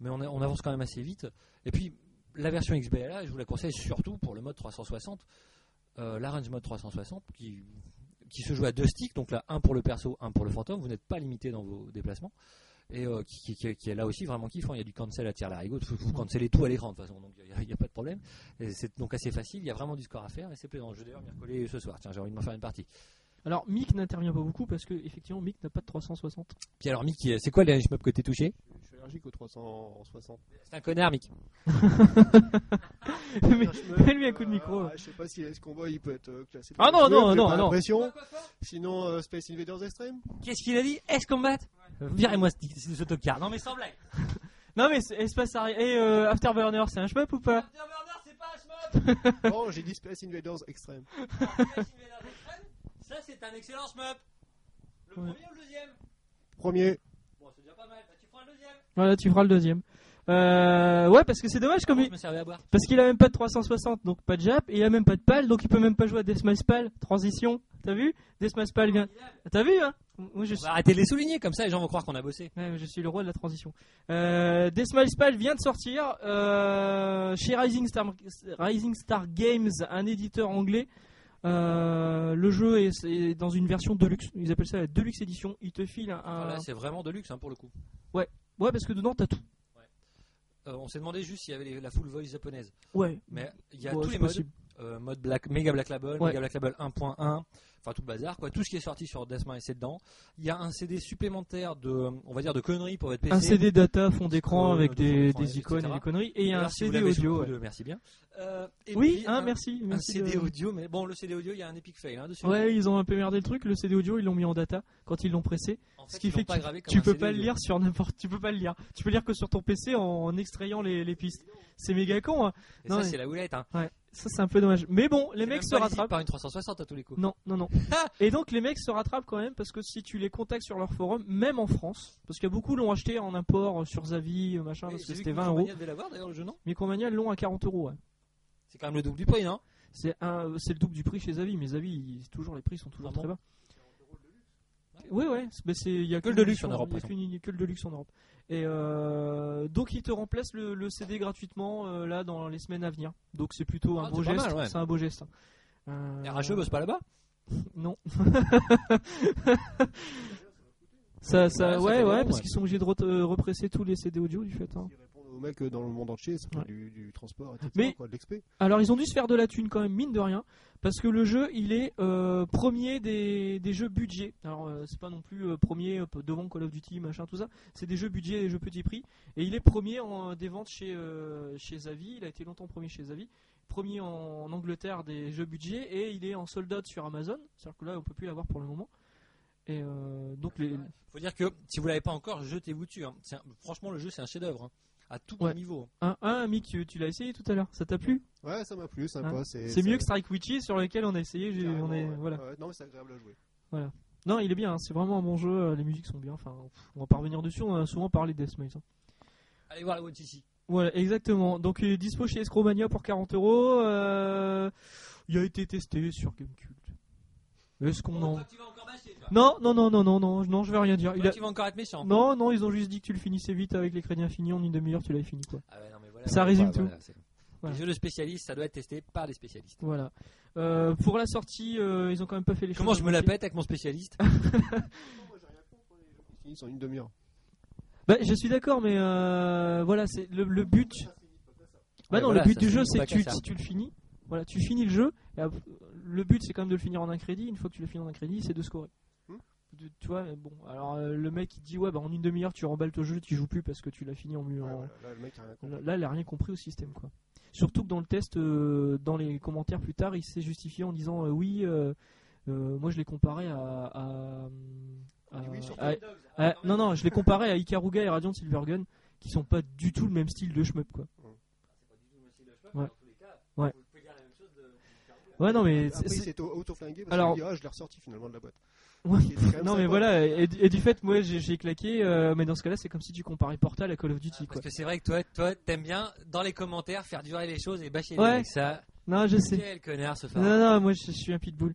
[SPEAKER 2] mais on, a- on avance quand même assez vite. Et puis, la version XBLA, je vous la conseille surtout pour le mode 360, euh, l'arrange mode 360, qui qui se joue à deux sticks, donc là un pour le perso, un pour le fantôme, vous n'êtes pas limité dans vos déplacements, et euh, qui, qui- qui- qui est là aussi vraiment kiffant, il y a du cancel à tir larigot, vous, vous cancelez tout à l'écran de toute façon, donc il n'y a, pas de problème, Et c'est donc assez facile, il y a vraiment du score à faire, et c'est plaisant, je vais d'ailleurs m'y recoller ce soir, tiens j'ai envie de m'en faire une partie.
[SPEAKER 1] Alors Mick n'intervient pas beaucoup parce que effectivement Mick n'a pas de 360.
[SPEAKER 2] Puis alors Mick, c'est quoi le dernier shmup que t'es touché
[SPEAKER 3] Je suis allergique au 360.
[SPEAKER 2] C'est un connard Mick
[SPEAKER 1] Mais-
[SPEAKER 3] Franchement,
[SPEAKER 1] Mets-lui un coup de micro.
[SPEAKER 3] euh, je sais pas si ce combat il peut être euh, classé.
[SPEAKER 1] Ah non, non, non, non.
[SPEAKER 3] Pression. Sinon euh, Space Invaders Extreme.
[SPEAKER 2] Qu'est-ce qu'il a dit Est-ce combat Virez-moi ce, ce tocard, non mais sans blague
[SPEAKER 1] Non mais c'est- espace arrière. Et euh, Afterburner, c'est un shmup ou pas
[SPEAKER 2] Afterburner, c'est pas un shmup
[SPEAKER 3] Non, j'ai dit Space Invaders Extreme.
[SPEAKER 2] Ça, c'est un excellent shmup. Le
[SPEAKER 1] Ouais.
[SPEAKER 2] premier ou le deuxième
[SPEAKER 3] Premier.
[SPEAKER 2] Bon, c'est déjà pas mal. Bah, tu prends le deuxième.
[SPEAKER 1] Voilà, tu feras le deuxième. Euh, ouais, parce que c'est dommage comme
[SPEAKER 2] Comment
[SPEAKER 1] il-
[SPEAKER 2] je me servais à boire.
[SPEAKER 1] parce qu'il a même pas de 360, donc pas de Jap, et il a même pas de PAL, donc il peut même pas jouer à Deathmatch PAL. Transition, t'as vu Deathmatch PAL vient. T'as vu hein Moi je suis...
[SPEAKER 2] On va arrêter de les souligner comme ça, les gens vont croire qu'on a bossé.
[SPEAKER 1] Ouais, je suis le roi de la transition. Euh, Deathmatch PAL vient de sortir euh, chez Rising Star, Rising Star Games, un éditeur anglais. Euh, le jeu est, c'est dans une version deluxe, ils appellent ça la deluxe édition. Ils te filent un.
[SPEAKER 2] Enfin, là, c'est vraiment de luxe hein, pour le coup.
[SPEAKER 1] Ouais, parce que dedans t'as tout.
[SPEAKER 2] Euh, on s'est demandé juste s'il y avait les- la full voice japonaise.
[SPEAKER 1] Ouais.
[SPEAKER 2] Mais il y a
[SPEAKER 1] Ouais,
[SPEAKER 2] tous
[SPEAKER 1] c'est
[SPEAKER 2] les modes.
[SPEAKER 1] possible.
[SPEAKER 2] euh, mode Black, Mega Black Label,
[SPEAKER 1] Ouais.
[SPEAKER 2] Mega Black Label 1.1, enfin tout le bazar quoi, tout ce qui est sorti sur Deathmatch c'est dedans. Il y a un CD supplémentaire de, on va dire de conneries pour votre PC.
[SPEAKER 1] Un CD data fond d'écran
[SPEAKER 2] Euh,
[SPEAKER 1] avec
[SPEAKER 2] de
[SPEAKER 1] des,
[SPEAKER 2] fond d'écran,
[SPEAKER 1] des icônes et
[SPEAKER 2] etc.
[SPEAKER 1] des conneries et
[SPEAKER 2] D'ailleurs,
[SPEAKER 1] un
[SPEAKER 2] si vous
[SPEAKER 1] CD
[SPEAKER 2] l'avez sous le
[SPEAKER 1] audio.
[SPEAKER 2] coude,
[SPEAKER 1] ouais.
[SPEAKER 2] merci bien. Euh, et
[SPEAKER 1] Oui,
[SPEAKER 2] puis,
[SPEAKER 1] hein,
[SPEAKER 2] un,
[SPEAKER 1] merci.
[SPEAKER 2] un
[SPEAKER 1] merci
[SPEAKER 2] CD
[SPEAKER 1] de-
[SPEAKER 2] audio, mais bon le CD audio il y a un epic fail hein, dessus.
[SPEAKER 1] Ouais, ils ont un peu merdé le truc. Le CD audio, ils l'ont mis en data quand ils l'ont pressé.
[SPEAKER 2] En
[SPEAKER 1] ce qui
[SPEAKER 2] ils
[SPEAKER 1] fait
[SPEAKER 2] l'ont
[SPEAKER 1] que
[SPEAKER 2] pas gravé comme
[SPEAKER 1] tu
[SPEAKER 2] un
[SPEAKER 1] peux
[SPEAKER 2] CD
[SPEAKER 1] pas le
[SPEAKER 2] audio.
[SPEAKER 1] lire sur n'importe. Tu peux pas le lire. Tu peux lire que sur ton PC en, en extrayant les, les pistes. C'est méga con. hein.
[SPEAKER 2] Et
[SPEAKER 1] Non,
[SPEAKER 2] ça
[SPEAKER 1] mais-
[SPEAKER 2] c'est la houlette. Hein.
[SPEAKER 1] Ça, c'est un peu dommage. Mais bon, les
[SPEAKER 2] C'est
[SPEAKER 1] mecs
[SPEAKER 2] même
[SPEAKER 1] se
[SPEAKER 2] pas lisible
[SPEAKER 1] rattrapent.
[SPEAKER 2] par une 360 à tous les coups.
[SPEAKER 1] Non, non, non. et donc les mecs se rattrapent quand même parce que si tu les contactes sur leur forum, même en France, parce qu'il y a beaucoup l'ont acheté en import euh, sur Zavi, euh, machin,
[SPEAKER 2] Oui,
[SPEAKER 1] parce
[SPEAKER 2] j'ai
[SPEAKER 1] que
[SPEAKER 2] vu
[SPEAKER 1] c'était
[SPEAKER 2] que
[SPEAKER 1] 20 euros.
[SPEAKER 2] Micromania devait l'avoir d'ailleurs le jeu non
[SPEAKER 1] Micromania l'ont à 40 euros. ouais.
[SPEAKER 2] C'est quand même le double du prix hein. non
[SPEAKER 1] C'est un, c'est le double du prix chez Zavi, mais Zavi, ils- toujours les prix sont toujours
[SPEAKER 2] Ah bon
[SPEAKER 1] très bas. Oui, ouais, c'est- mais c'est il y a
[SPEAKER 2] Que le
[SPEAKER 1] qu'une
[SPEAKER 2] Deluxe en
[SPEAKER 1] édition,
[SPEAKER 2] Europe,
[SPEAKER 1] il y a
[SPEAKER 2] par
[SPEAKER 1] qu'une- que le Deluxe en Europe. Et euh, donc ils te remplacent le, le CD gratuitement euh, là dans les semaines à venir. Donc c'est plutôt un
[SPEAKER 2] Ah,
[SPEAKER 1] beau
[SPEAKER 2] c'est pas
[SPEAKER 1] geste.
[SPEAKER 2] mal, ouais. E,
[SPEAKER 1] C'est un beau geste. hein. Euh,
[SPEAKER 2] RHE bosse pas là-bas
[SPEAKER 1] non. ça, ça,
[SPEAKER 2] Ouais, ça
[SPEAKER 1] ouais, ouais,
[SPEAKER 2] fait des
[SPEAKER 1] parce
[SPEAKER 2] ouais.
[SPEAKER 1] qu'ils sont obligés de re- euh, represser tous les CD audio du fait. hein.
[SPEAKER 3] Ils répondent aux mecs euh, dans le monde entier, ça fait
[SPEAKER 1] Ouais.
[SPEAKER 3] du, du transport, etc.
[SPEAKER 1] Mais-
[SPEAKER 3] quoi, de l'XP.
[SPEAKER 1] Alors ils ont dû se faire de la thune quand même, mine de rien, parce que le jeu il est euh, premier des, des jeux budget. Alors euh, c'est pas non plus euh, premier euh, devant Call of Duty, machin, tout ça. C'est des jeux budget, des jeux petit prix. Et il est premier en, euh, des ventes chez, euh, chez Zavi, il a été longtemps premier chez Zavi. Premier en, en Angleterre des jeux budget et il est en sold out sur Amazon. C'est-à-dire que là on peut plus l'avoir pour le moment. Et euh, donc les...
[SPEAKER 2] Faut dire que si vous l'avez pas encore, jetez-vous dessus. hein. C'est un- Franchement, le jeu c'est un chef-d'œuvre hein. à tout
[SPEAKER 1] Ouais.
[SPEAKER 2] niveau. hein.
[SPEAKER 1] Un, un ami, tu, tu l'as essayé tout à l'heure, ça t'a plu
[SPEAKER 3] Ouais, ça m'a plu, sympa.
[SPEAKER 1] Hein. C'est mieux que Strike Witches sur lequel on a essayé. j'ai-
[SPEAKER 3] Carrément,
[SPEAKER 1] on est,
[SPEAKER 3] ouais.
[SPEAKER 1] voilà.
[SPEAKER 3] Ouais, non, mais c'est agréable à jouer.
[SPEAKER 1] Non, il est bien, hein, c'est vraiment un bon jeu, euh, les musiques sont bien, enfin, pff, on va pas revenir dessus, on en a souvent parlé de Deathmatch. hein.
[SPEAKER 2] Allez voir la WTC.
[SPEAKER 1] Voilà, exactement. Donc, il est dispo chez Escromania pour 40 euros. euh, Il a été testé sur Gamecult. Est-ce qu'on en.
[SPEAKER 2] Toi, tu vas encore bâcher, toi.
[SPEAKER 1] Non, non, non, non, non, non, non, je vais rien dire. Il
[SPEAKER 2] Toi,
[SPEAKER 1] a-
[SPEAKER 2] tu vas encore être méchant.
[SPEAKER 1] Non, non, ils ont juste dit que tu le finissais vite avec les crédits infinis, en une demi-heure tu l'avais fini quoi.
[SPEAKER 2] Ah ouais, non, mais voilà,
[SPEAKER 1] Ça
[SPEAKER 2] ouais,
[SPEAKER 1] résume
[SPEAKER 2] voilà,
[SPEAKER 1] tout.
[SPEAKER 2] voilà, c'est-
[SPEAKER 1] Voilà.
[SPEAKER 2] Les jeux de spécialistes, ça doit être testé par des spécialistes.
[SPEAKER 1] Voilà. Euh, pour la sortie, euh, ils ont quand même pas fait les
[SPEAKER 2] Comment
[SPEAKER 1] choses
[SPEAKER 2] je me la
[SPEAKER 1] compliquées.
[SPEAKER 2] pète avec mon spécialiste
[SPEAKER 3] Ils finissent en une demi-heure.
[SPEAKER 1] Bah, je suis d'accord, mais euh, voilà, c'est le, le but.
[SPEAKER 3] Ah,
[SPEAKER 1] Bah
[SPEAKER 2] Ouais,
[SPEAKER 1] non,
[SPEAKER 2] voilà,
[SPEAKER 1] le but
[SPEAKER 2] ça
[SPEAKER 1] du
[SPEAKER 2] finit
[SPEAKER 1] jeu,
[SPEAKER 2] pas
[SPEAKER 1] c'est que
[SPEAKER 2] qu'à
[SPEAKER 1] tu,
[SPEAKER 2] ça.
[SPEAKER 1] si tu le finis, voilà, tu finis le jeu. et ap- le but, c'est quand même de le finir en un crédit. Une fois que tu le finis en un crédit, c'est de scorer.
[SPEAKER 3] Hmm.
[SPEAKER 1] Tu- tu vois, bon, alors euh, le mec il dit ouais, bah en une demi-heure tu remballes ton jeu, tu joues plus parce que tu l'as fini en mieux.
[SPEAKER 3] Ouais,
[SPEAKER 1] en-
[SPEAKER 3] voilà, Ah, là, le mec a rien compris.
[SPEAKER 1] Là, là, il a rien compris au système, quoi. Surtout que dans le test, euh, dans les commentaires plus tard, il s'est justifié en disant euh, oui, euh, euh, moi je l'ai comparé à. à- à-
[SPEAKER 3] Ah, Oui, oui, surtout
[SPEAKER 1] à- à- non, non, je l'ai comparé à Ikaruga et Radiant Silvergun qui sont pas du tout le même style de shmup, quoi. Ouais. Ouais. Ouais, non, mais.
[SPEAKER 3] Après,
[SPEAKER 1] c'est-
[SPEAKER 3] il
[SPEAKER 1] c'est-
[SPEAKER 3] s'est au- auto-flingué parce
[SPEAKER 1] Alors-
[SPEAKER 3] qu'il dit Ah, je l'ai ressorti finalement de la boîte.
[SPEAKER 1] Ouais.
[SPEAKER 3] Il était quand même
[SPEAKER 1] Non, mais
[SPEAKER 3] sympa.
[SPEAKER 1] voilà, et, et du fait, moi j'ai j'ai claqué, euh, mais dans ce cas-là, c'est comme si tu comparais Portal à Call of Duty, quoi.
[SPEAKER 2] Ah, Parce que c'est vrai que toi, toi, t'aimes bien dans les commentaires faire durer les choses et bâcher
[SPEAKER 1] Ouais.
[SPEAKER 2] les mecs. Ça,
[SPEAKER 1] Non, je sais.
[SPEAKER 2] quel connard ce
[SPEAKER 1] Non,
[SPEAKER 2] phare.
[SPEAKER 1] non, moi je, je suis un pitbull.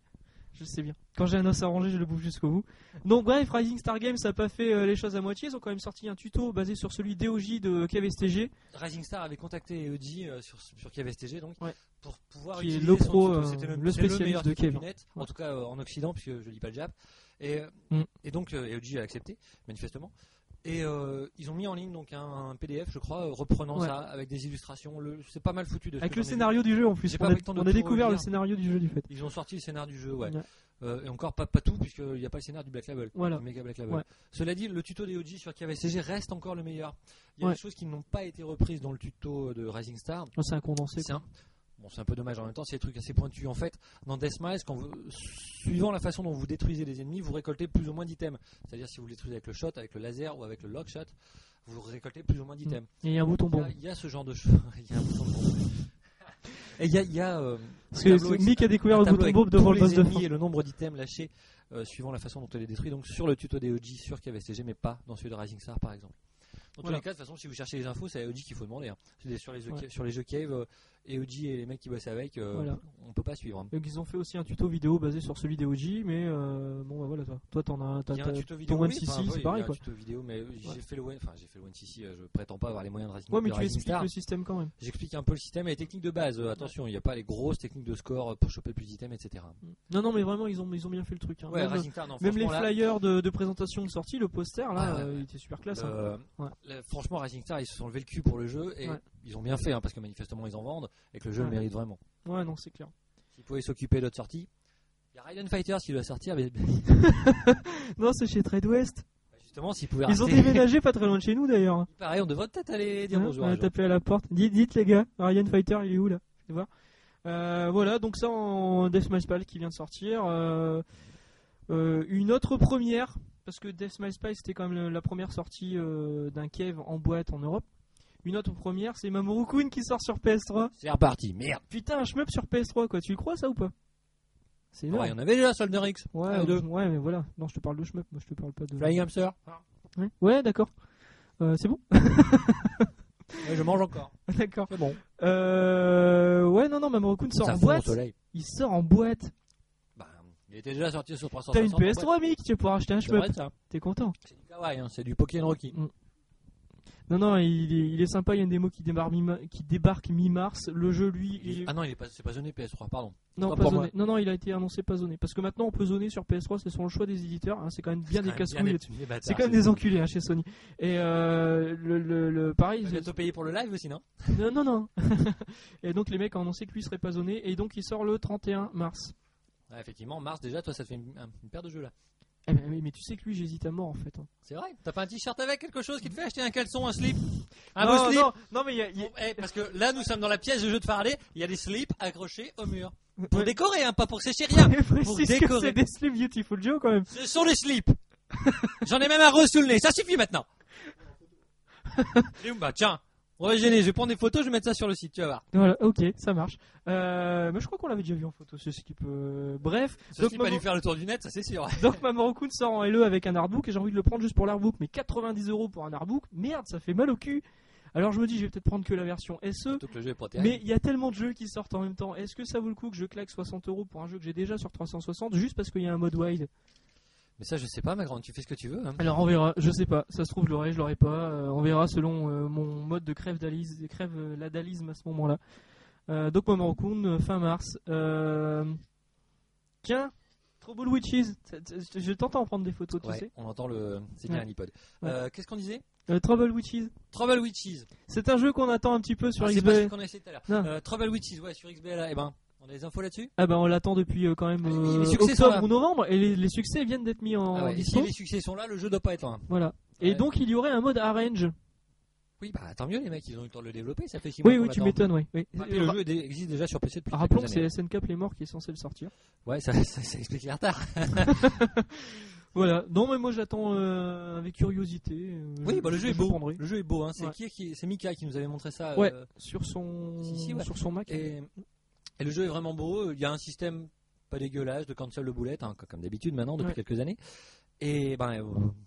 [SPEAKER 1] Je sais bien. Quand j'ai un os à ronger, je le bouffe jusqu'au bout. Donc bref, Rising Star Games ça a pas fait euh, les choses à moitié. Ils ont quand même sorti un tuto basé sur celui DOJ de KVSTG.
[SPEAKER 2] Rising Star avait contacté Eoji euh, sur, sur KVSTG donc
[SPEAKER 1] Ouais.
[SPEAKER 2] pour pouvoir
[SPEAKER 1] Qui est
[SPEAKER 2] utiliser
[SPEAKER 1] le
[SPEAKER 2] son
[SPEAKER 1] pro,
[SPEAKER 2] tuto.
[SPEAKER 1] euh,
[SPEAKER 2] C'était
[SPEAKER 1] le
[SPEAKER 2] c'est
[SPEAKER 1] spécialiste
[SPEAKER 2] meilleur
[SPEAKER 1] de hein.
[SPEAKER 2] tuto du
[SPEAKER 1] Kev.
[SPEAKER 2] net, en tout cas euh, en Occident puisque je lis pas le Jap et, euh,
[SPEAKER 1] Mm.
[SPEAKER 2] et donc euh, Eoji a accepté manifestement et euh, ils ont mis en ligne donc un, un PDF je crois euh, reprenant
[SPEAKER 1] Ouais.
[SPEAKER 2] ça avec des illustrations le- c'est pas mal foutu de ce
[SPEAKER 1] Avec
[SPEAKER 2] que
[SPEAKER 1] le
[SPEAKER 2] j'en ai vu.
[SPEAKER 1] scénario du jeu en plus.
[SPEAKER 2] J'ai
[SPEAKER 1] On
[SPEAKER 2] pas
[SPEAKER 1] a,
[SPEAKER 2] pris le temps de
[SPEAKER 1] on a
[SPEAKER 2] tout
[SPEAKER 1] découvert le
[SPEAKER 2] relire.
[SPEAKER 1] scénario du jeu du fait.
[SPEAKER 2] Ils ont sorti le scénar du jeu, ouais.
[SPEAKER 1] Ouais.
[SPEAKER 2] Euh, et encore pas, pas tout, puisqu'il n'y a pas le scénar du Black Label.
[SPEAKER 1] Voilà.
[SPEAKER 2] Du Mega Black Label.
[SPEAKER 1] Ouais.
[SPEAKER 2] Cela dit, le tuto des OG sur KVCG reste encore le meilleur. Il y a
[SPEAKER 1] Ouais.
[SPEAKER 2] des choses qui n'ont pas été reprises dans le tuto de Rising Star.
[SPEAKER 1] Oh, c'est un condensé.
[SPEAKER 2] C'est un... Hein. Bon, c'est un peu dommage en même temps, c'est des trucs assez pointus. En fait, dans Deathmatch, quand vous... suivant la façon dont vous détruisez les ennemis, vous récoltez plus ou moins d'items. C'est-à-dire si vous les détruisez avec le shot, avec le laser ou avec le lock shot, vous récoltez plus ou moins d'items.
[SPEAKER 1] Il y a un bouton
[SPEAKER 2] Il y
[SPEAKER 1] bon.
[SPEAKER 2] a- Il y, a ce genre de choses. Il y a un bouton de bombe. Et il y a, il y a, euh,
[SPEAKER 1] Parce
[SPEAKER 2] un
[SPEAKER 1] que
[SPEAKER 2] tableau
[SPEAKER 1] c'est
[SPEAKER 2] ex-
[SPEAKER 1] Mick a découvert
[SPEAKER 2] un
[SPEAKER 1] le
[SPEAKER 2] tableau
[SPEAKER 1] bouton
[SPEAKER 2] avec
[SPEAKER 1] bombe devant
[SPEAKER 2] tous
[SPEAKER 1] le boss
[SPEAKER 2] les
[SPEAKER 1] de
[SPEAKER 2] ennemis
[SPEAKER 1] fin.
[SPEAKER 2] et le nombre d'items lâchés euh, suivant la façon dont elle les détruit. Donc sur le tuto des OG sur KVSTG, mais pas dans celui de Rising Star par exemple. Dans
[SPEAKER 1] Voilà.
[SPEAKER 2] tous les cas, de toute façon, si vous cherchez les infos, c'est à OG qu'il faut demander. hein. C'est Sur, les,
[SPEAKER 1] Ouais.
[SPEAKER 2] sur les jeux cave, euh, et OG et les mecs qui bossent avec, euh,
[SPEAKER 1] Voilà.
[SPEAKER 2] on peut pas suivre. hein.
[SPEAKER 1] Donc ils ont fait aussi un tuto vidéo basé sur celui des OG, mais euh, bon bah voilà toi, toi t'en as, t'as-
[SPEAKER 2] Il y a un
[SPEAKER 1] t'as-
[SPEAKER 2] tuto vidéo,
[SPEAKER 1] ton
[SPEAKER 2] oui,
[SPEAKER 1] 1cc,
[SPEAKER 2] enfin, ouais,
[SPEAKER 1] c'est
[SPEAKER 2] il y a
[SPEAKER 1] pareil,
[SPEAKER 2] un
[SPEAKER 1] quoi.
[SPEAKER 2] tuto vidéo, mais euh, j'ai fait le one- enfin j'ai fait le 1cc, euh, je prétends pas avoir les moyens de Rising,
[SPEAKER 1] Ouais mais
[SPEAKER 2] de
[SPEAKER 1] tu
[SPEAKER 2] Rising
[SPEAKER 1] expliques
[SPEAKER 2] Star.
[SPEAKER 1] le système quand même.
[SPEAKER 2] J'explique un peu le système et les techniques de base. Euh, attention, il n'y a pas les grosses techniques de score euh, pour choper le plus d'items, etc.
[SPEAKER 1] Non non mais vraiment ils ont ils ont bien fait le truc. hein.
[SPEAKER 2] Ouais,
[SPEAKER 1] même
[SPEAKER 2] Rising Star, non,
[SPEAKER 1] même les
[SPEAKER 2] franchement, là,
[SPEAKER 1] flyers de, de présentation de sortie, le poster là,
[SPEAKER 2] Ah, ouais,
[SPEAKER 1] euh,
[SPEAKER 2] ouais.
[SPEAKER 1] il était super classe. hein.
[SPEAKER 2] le-
[SPEAKER 1] Ouais.
[SPEAKER 2] le- Euh, franchement, Rising Star, ils se sont levé le cul pour le jeu et
[SPEAKER 1] Ouais.
[SPEAKER 2] ils ont bien fait hein, parce que manifestement ils en vendent et que le jeu
[SPEAKER 1] Ouais.
[SPEAKER 2] le mérite vraiment.
[SPEAKER 1] Ouais non c'est clair.
[SPEAKER 2] S'ils pouvaient s'occuper d'autres sorties, il y a Raiden Fighters qui doit sortir, mais bah,
[SPEAKER 1] Non c'est chez Trade West.
[SPEAKER 2] justement, s'ils pouvaient
[SPEAKER 1] Ils ont
[SPEAKER 2] rater-
[SPEAKER 1] déménagé pas très loin de chez nous d'ailleurs.
[SPEAKER 2] Pareil, on devrait peut-être aller dire
[SPEAKER 1] Hein,
[SPEAKER 2] bonjour.
[SPEAKER 1] on
[SPEAKER 2] un
[SPEAKER 1] a
[SPEAKER 2] jour.
[SPEAKER 1] tapé à la porte. Dites, dites les gars, Ryan Fighter, il est où là Allez voir. Euh, voilà, donc ça en Deathmatch Pal qui vient de sortir. Euh, euh, une autre première, parce que Deathmatch Pal c'était quand même le- la première sortie euh, d'un Kev en boîte en Europe. Une autre première, c'est Mamoru Kun qui sort sur PS3.
[SPEAKER 2] C'est reparti, merde.
[SPEAKER 1] Putain, un shmup sur PS3 quoi, tu le crois ça ou pas C'est
[SPEAKER 2] Ouais,
[SPEAKER 1] énorme.
[SPEAKER 2] Il y en avait déjà Soldier X,
[SPEAKER 1] Ouais,
[SPEAKER 2] Ah, deux.
[SPEAKER 1] ouais, mais voilà. Non, je te parle de shmup, moi je te parle pas de.
[SPEAKER 2] Flying Hamster.
[SPEAKER 1] Ouais, ouais, d'accord. Euh, c'est bon
[SPEAKER 2] Ouais, je mange encore.
[SPEAKER 1] D'accord.
[SPEAKER 2] C'est bon.
[SPEAKER 1] Euh, ouais, non, non, Mamoru Kun sort
[SPEAKER 2] Ça
[SPEAKER 1] en
[SPEAKER 2] fond au
[SPEAKER 1] boîte.
[SPEAKER 2] soleil.
[SPEAKER 1] Il sort en boîte.
[SPEAKER 2] Bah, il était déjà sorti sur 360.
[SPEAKER 1] T'as une
[SPEAKER 2] en boîte.
[SPEAKER 1] PS3, Mick, tu vas pouvoir acheter un
[SPEAKER 2] C'est
[SPEAKER 1] shmup.
[SPEAKER 2] vrai, ça.
[SPEAKER 1] T'es content.
[SPEAKER 2] C'est du kawaii, hein, c'est du Pokémon Rocky.
[SPEAKER 1] Non, non, il est, il est sympa. Il y a une démo qui démarre mi- qui débarque mi-mars. Le jeu, lui,
[SPEAKER 2] Il est-
[SPEAKER 1] il est-
[SPEAKER 2] Ah non, il est pas, c'est pas zoné PS3, pardon.
[SPEAKER 1] non,
[SPEAKER 2] pas
[SPEAKER 1] pas
[SPEAKER 2] pour
[SPEAKER 1] zoné. non, non, il a été annoncé pas zoné. Parce que maintenant, on peut zoner sur PS3, c'est selon le choix des éditeurs. hein, C'est quand même bien
[SPEAKER 2] C'est
[SPEAKER 1] des
[SPEAKER 2] quand même
[SPEAKER 1] casse-couilles.
[SPEAKER 2] des- des bâtards,
[SPEAKER 1] C'est quand même des enculés hein, chez Sony. Et euh, le, le, le- pareil.
[SPEAKER 2] Vous
[SPEAKER 1] c'est-
[SPEAKER 2] êtes payé pour le live aussi, non
[SPEAKER 1] Non, non, non. et donc, les mecs ont annoncé que lui serait pas zoné. Et donc, il sort le 31 mars.
[SPEAKER 2] Ah, Effectivement, Mars, déjà, toi, ça te fait une, un- une paire de jeux là.
[SPEAKER 1] Eh ben, mais, mais tu sais que lui, j'hésite à mort en fait. hein.
[SPEAKER 2] C'est vrai T'as pas un t-shirt avec quelque chose qui te fait acheter un caleçon, un slip Un
[SPEAKER 1] non,
[SPEAKER 2] beau slip
[SPEAKER 1] non, non, mais il y a- il y a-
[SPEAKER 2] Bon, eh, Parce que là, nous sommes dans la pièce de jeu de Faraday, il y a des slips accrochés au mur. Pour
[SPEAKER 1] Ouais.
[SPEAKER 2] décorer, hein, pas pour sécher rien.
[SPEAKER 1] Mais précise que
[SPEAKER 2] décorer.
[SPEAKER 1] c'est des Slim Beautiful Joe quand même.
[SPEAKER 2] Ce sont des slips J'en ai même un rose sous le nez, ça suffit maintenant J'ai- Bah tiens, on va se gêner, je vais prendre des photos, je vais mettre ça sur le site, tu vas voir.
[SPEAKER 1] Voilà, ok, ça marche. Euh, mais je crois qu'on l'avait déjà vu en photo, ce skip. euh, Bref,
[SPEAKER 2] Ce
[SPEAKER 1] donc,
[SPEAKER 2] slip va
[SPEAKER 1] Maman- Euh,
[SPEAKER 2] lui faire le tour du net, ça c'est sûr.
[SPEAKER 1] donc Mamoru Kun sort en LE avec un artbook et j'ai envie de le prendre juste pour l'artbook. Mais 90 euros pour un artbook, merde, ça fait mal au cul. Alors je me dis, je vais peut-être prendre que la version SE.
[SPEAKER 2] Surtout que le jeu est pas terrible.
[SPEAKER 1] Mais il y a tellement de jeux qui sortent en même temps. Est-ce que ça vaut le coup que je claque 60 euros pour un jeu que j'ai déjà sur 360 juste parce qu'il y a un mode wide
[SPEAKER 2] Mais ça, je sais pas, ma grande, tu fais ce que tu veux. Hein.
[SPEAKER 1] Alors on verra, je sais pas. Ça se trouve, je l'aurai, je l'aurai pas. Euh, on verra selon euh, mon mode de crève d'alise, de crève euh, la d'alisme à ce moment-là. Euh, donc Maman Kun, euh, fin mars. Euh, Tiens, Trouble Witches. Ça- ça- Je je tente à en prendre des photos, tu
[SPEAKER 2] Ouais,
[SPEAKER 1] sais.
[SPEAKER 2] on entend le. C'est bien
[SPEAKER 1] Ouais.
[SPEAKER 2] un iPod.
[SPEAKER 1] Ouais.
[SPEAKER 2] Euh, Qu'est-ce qu'on disait
[SPEAKER 1] Euh, Trouble Witches.
[SPEAKER 2] Trouble Witches.
[SPEAKER 1] C'est un jeu qu'on attend un petit peu sur
[SPEAKER 2] Ah, c'est pas
[SPEAKER 1] XBL.
[SPEAKER 2] ce qu'on a essayé tout à l'heure.
[SPEAKER 1] Non.
[SPEAKER 2] Euh, Trouble Witches, ouais, sur XBLA. Eh ben, on a des infos là-dessus
[SPEAKER 1] Ah bah on l'attend depuis euh, quand même
[SPEAKER 2] Ah, les
[SPEAKER 1] euh,
[SPEAKER 2] succès sont
[SPEAKER 1] octobre
[SPEAKER 2] là.
[SPEAKER 1] ou novembre et les, les succès viennent d'être mis en
[SPEAKER 2] Ah ouais, et
[SPEAKER 1] dispo.
[SPEAKER 2] Si les succès sont là, le jeu doit pas être loin.
[SPEAKER 1] Voilà. Et
[SPEAKER 2] Ouais.
[SPEAKER 1] donc il y aurait un mode arrange.
[SPEAKER 2] Oui, bah tant mieux, les mecs, ils ont eu le temps de le développer. Ça fait six
[SPEAKER 1] Oui
[SPEAKER 2] mois
[SPEAKER 1] oui,
[SPEAKER 2] qu'on
[SPEAKER 1] tu
[SPEAKER 2] l'attend.
[SPEAKER 1] m'étonnes, oui. oui.
[SPEAKER 2] Ah, puis le jeu est- existe déjà sur PC depuis.
[SPEAKER 1] Rappelons que
[SPEAKER 2] quelques
[SPEAKER 1] c'est
[SPEAKER 2] années.
[SPEAKER 1] SNK Playmore qui est censé le sortir.
[SPEAKER 2] Ouais, ça, ça, ça explique les retards.
[SPEAKER 1] Voilà, non mais moi j'attends euh, avec curiosité. euh,
[SPEAKER 2] Oui, bah le jeu est beau.
[SPEAKER 1] prendrai.
[SPEAKER 2] Le jeu est beau, hein. C'est
[SPEAKER 1] Ouais.
[SPEAKER 2] qui, qui C'est Mika qui nous avait montré ça.
[SPEAKER 1] Ouais.
[SPEAKER 2] euh,
[SPEAKER 1] Sur son,
[SPEAKER 2] Si, si, ouais.
[SPEAKER 1] sur son Mac.
[SPEAKER 2] et, et le jeu est vraiment beau. Il y a un système pas dégueulasse de cancel de boulettes, hein, comme d'habitude maintenant depuis
[SPEAKER 1] Ouais.
[SPEAKER 2] quelques années. Et ben, euh,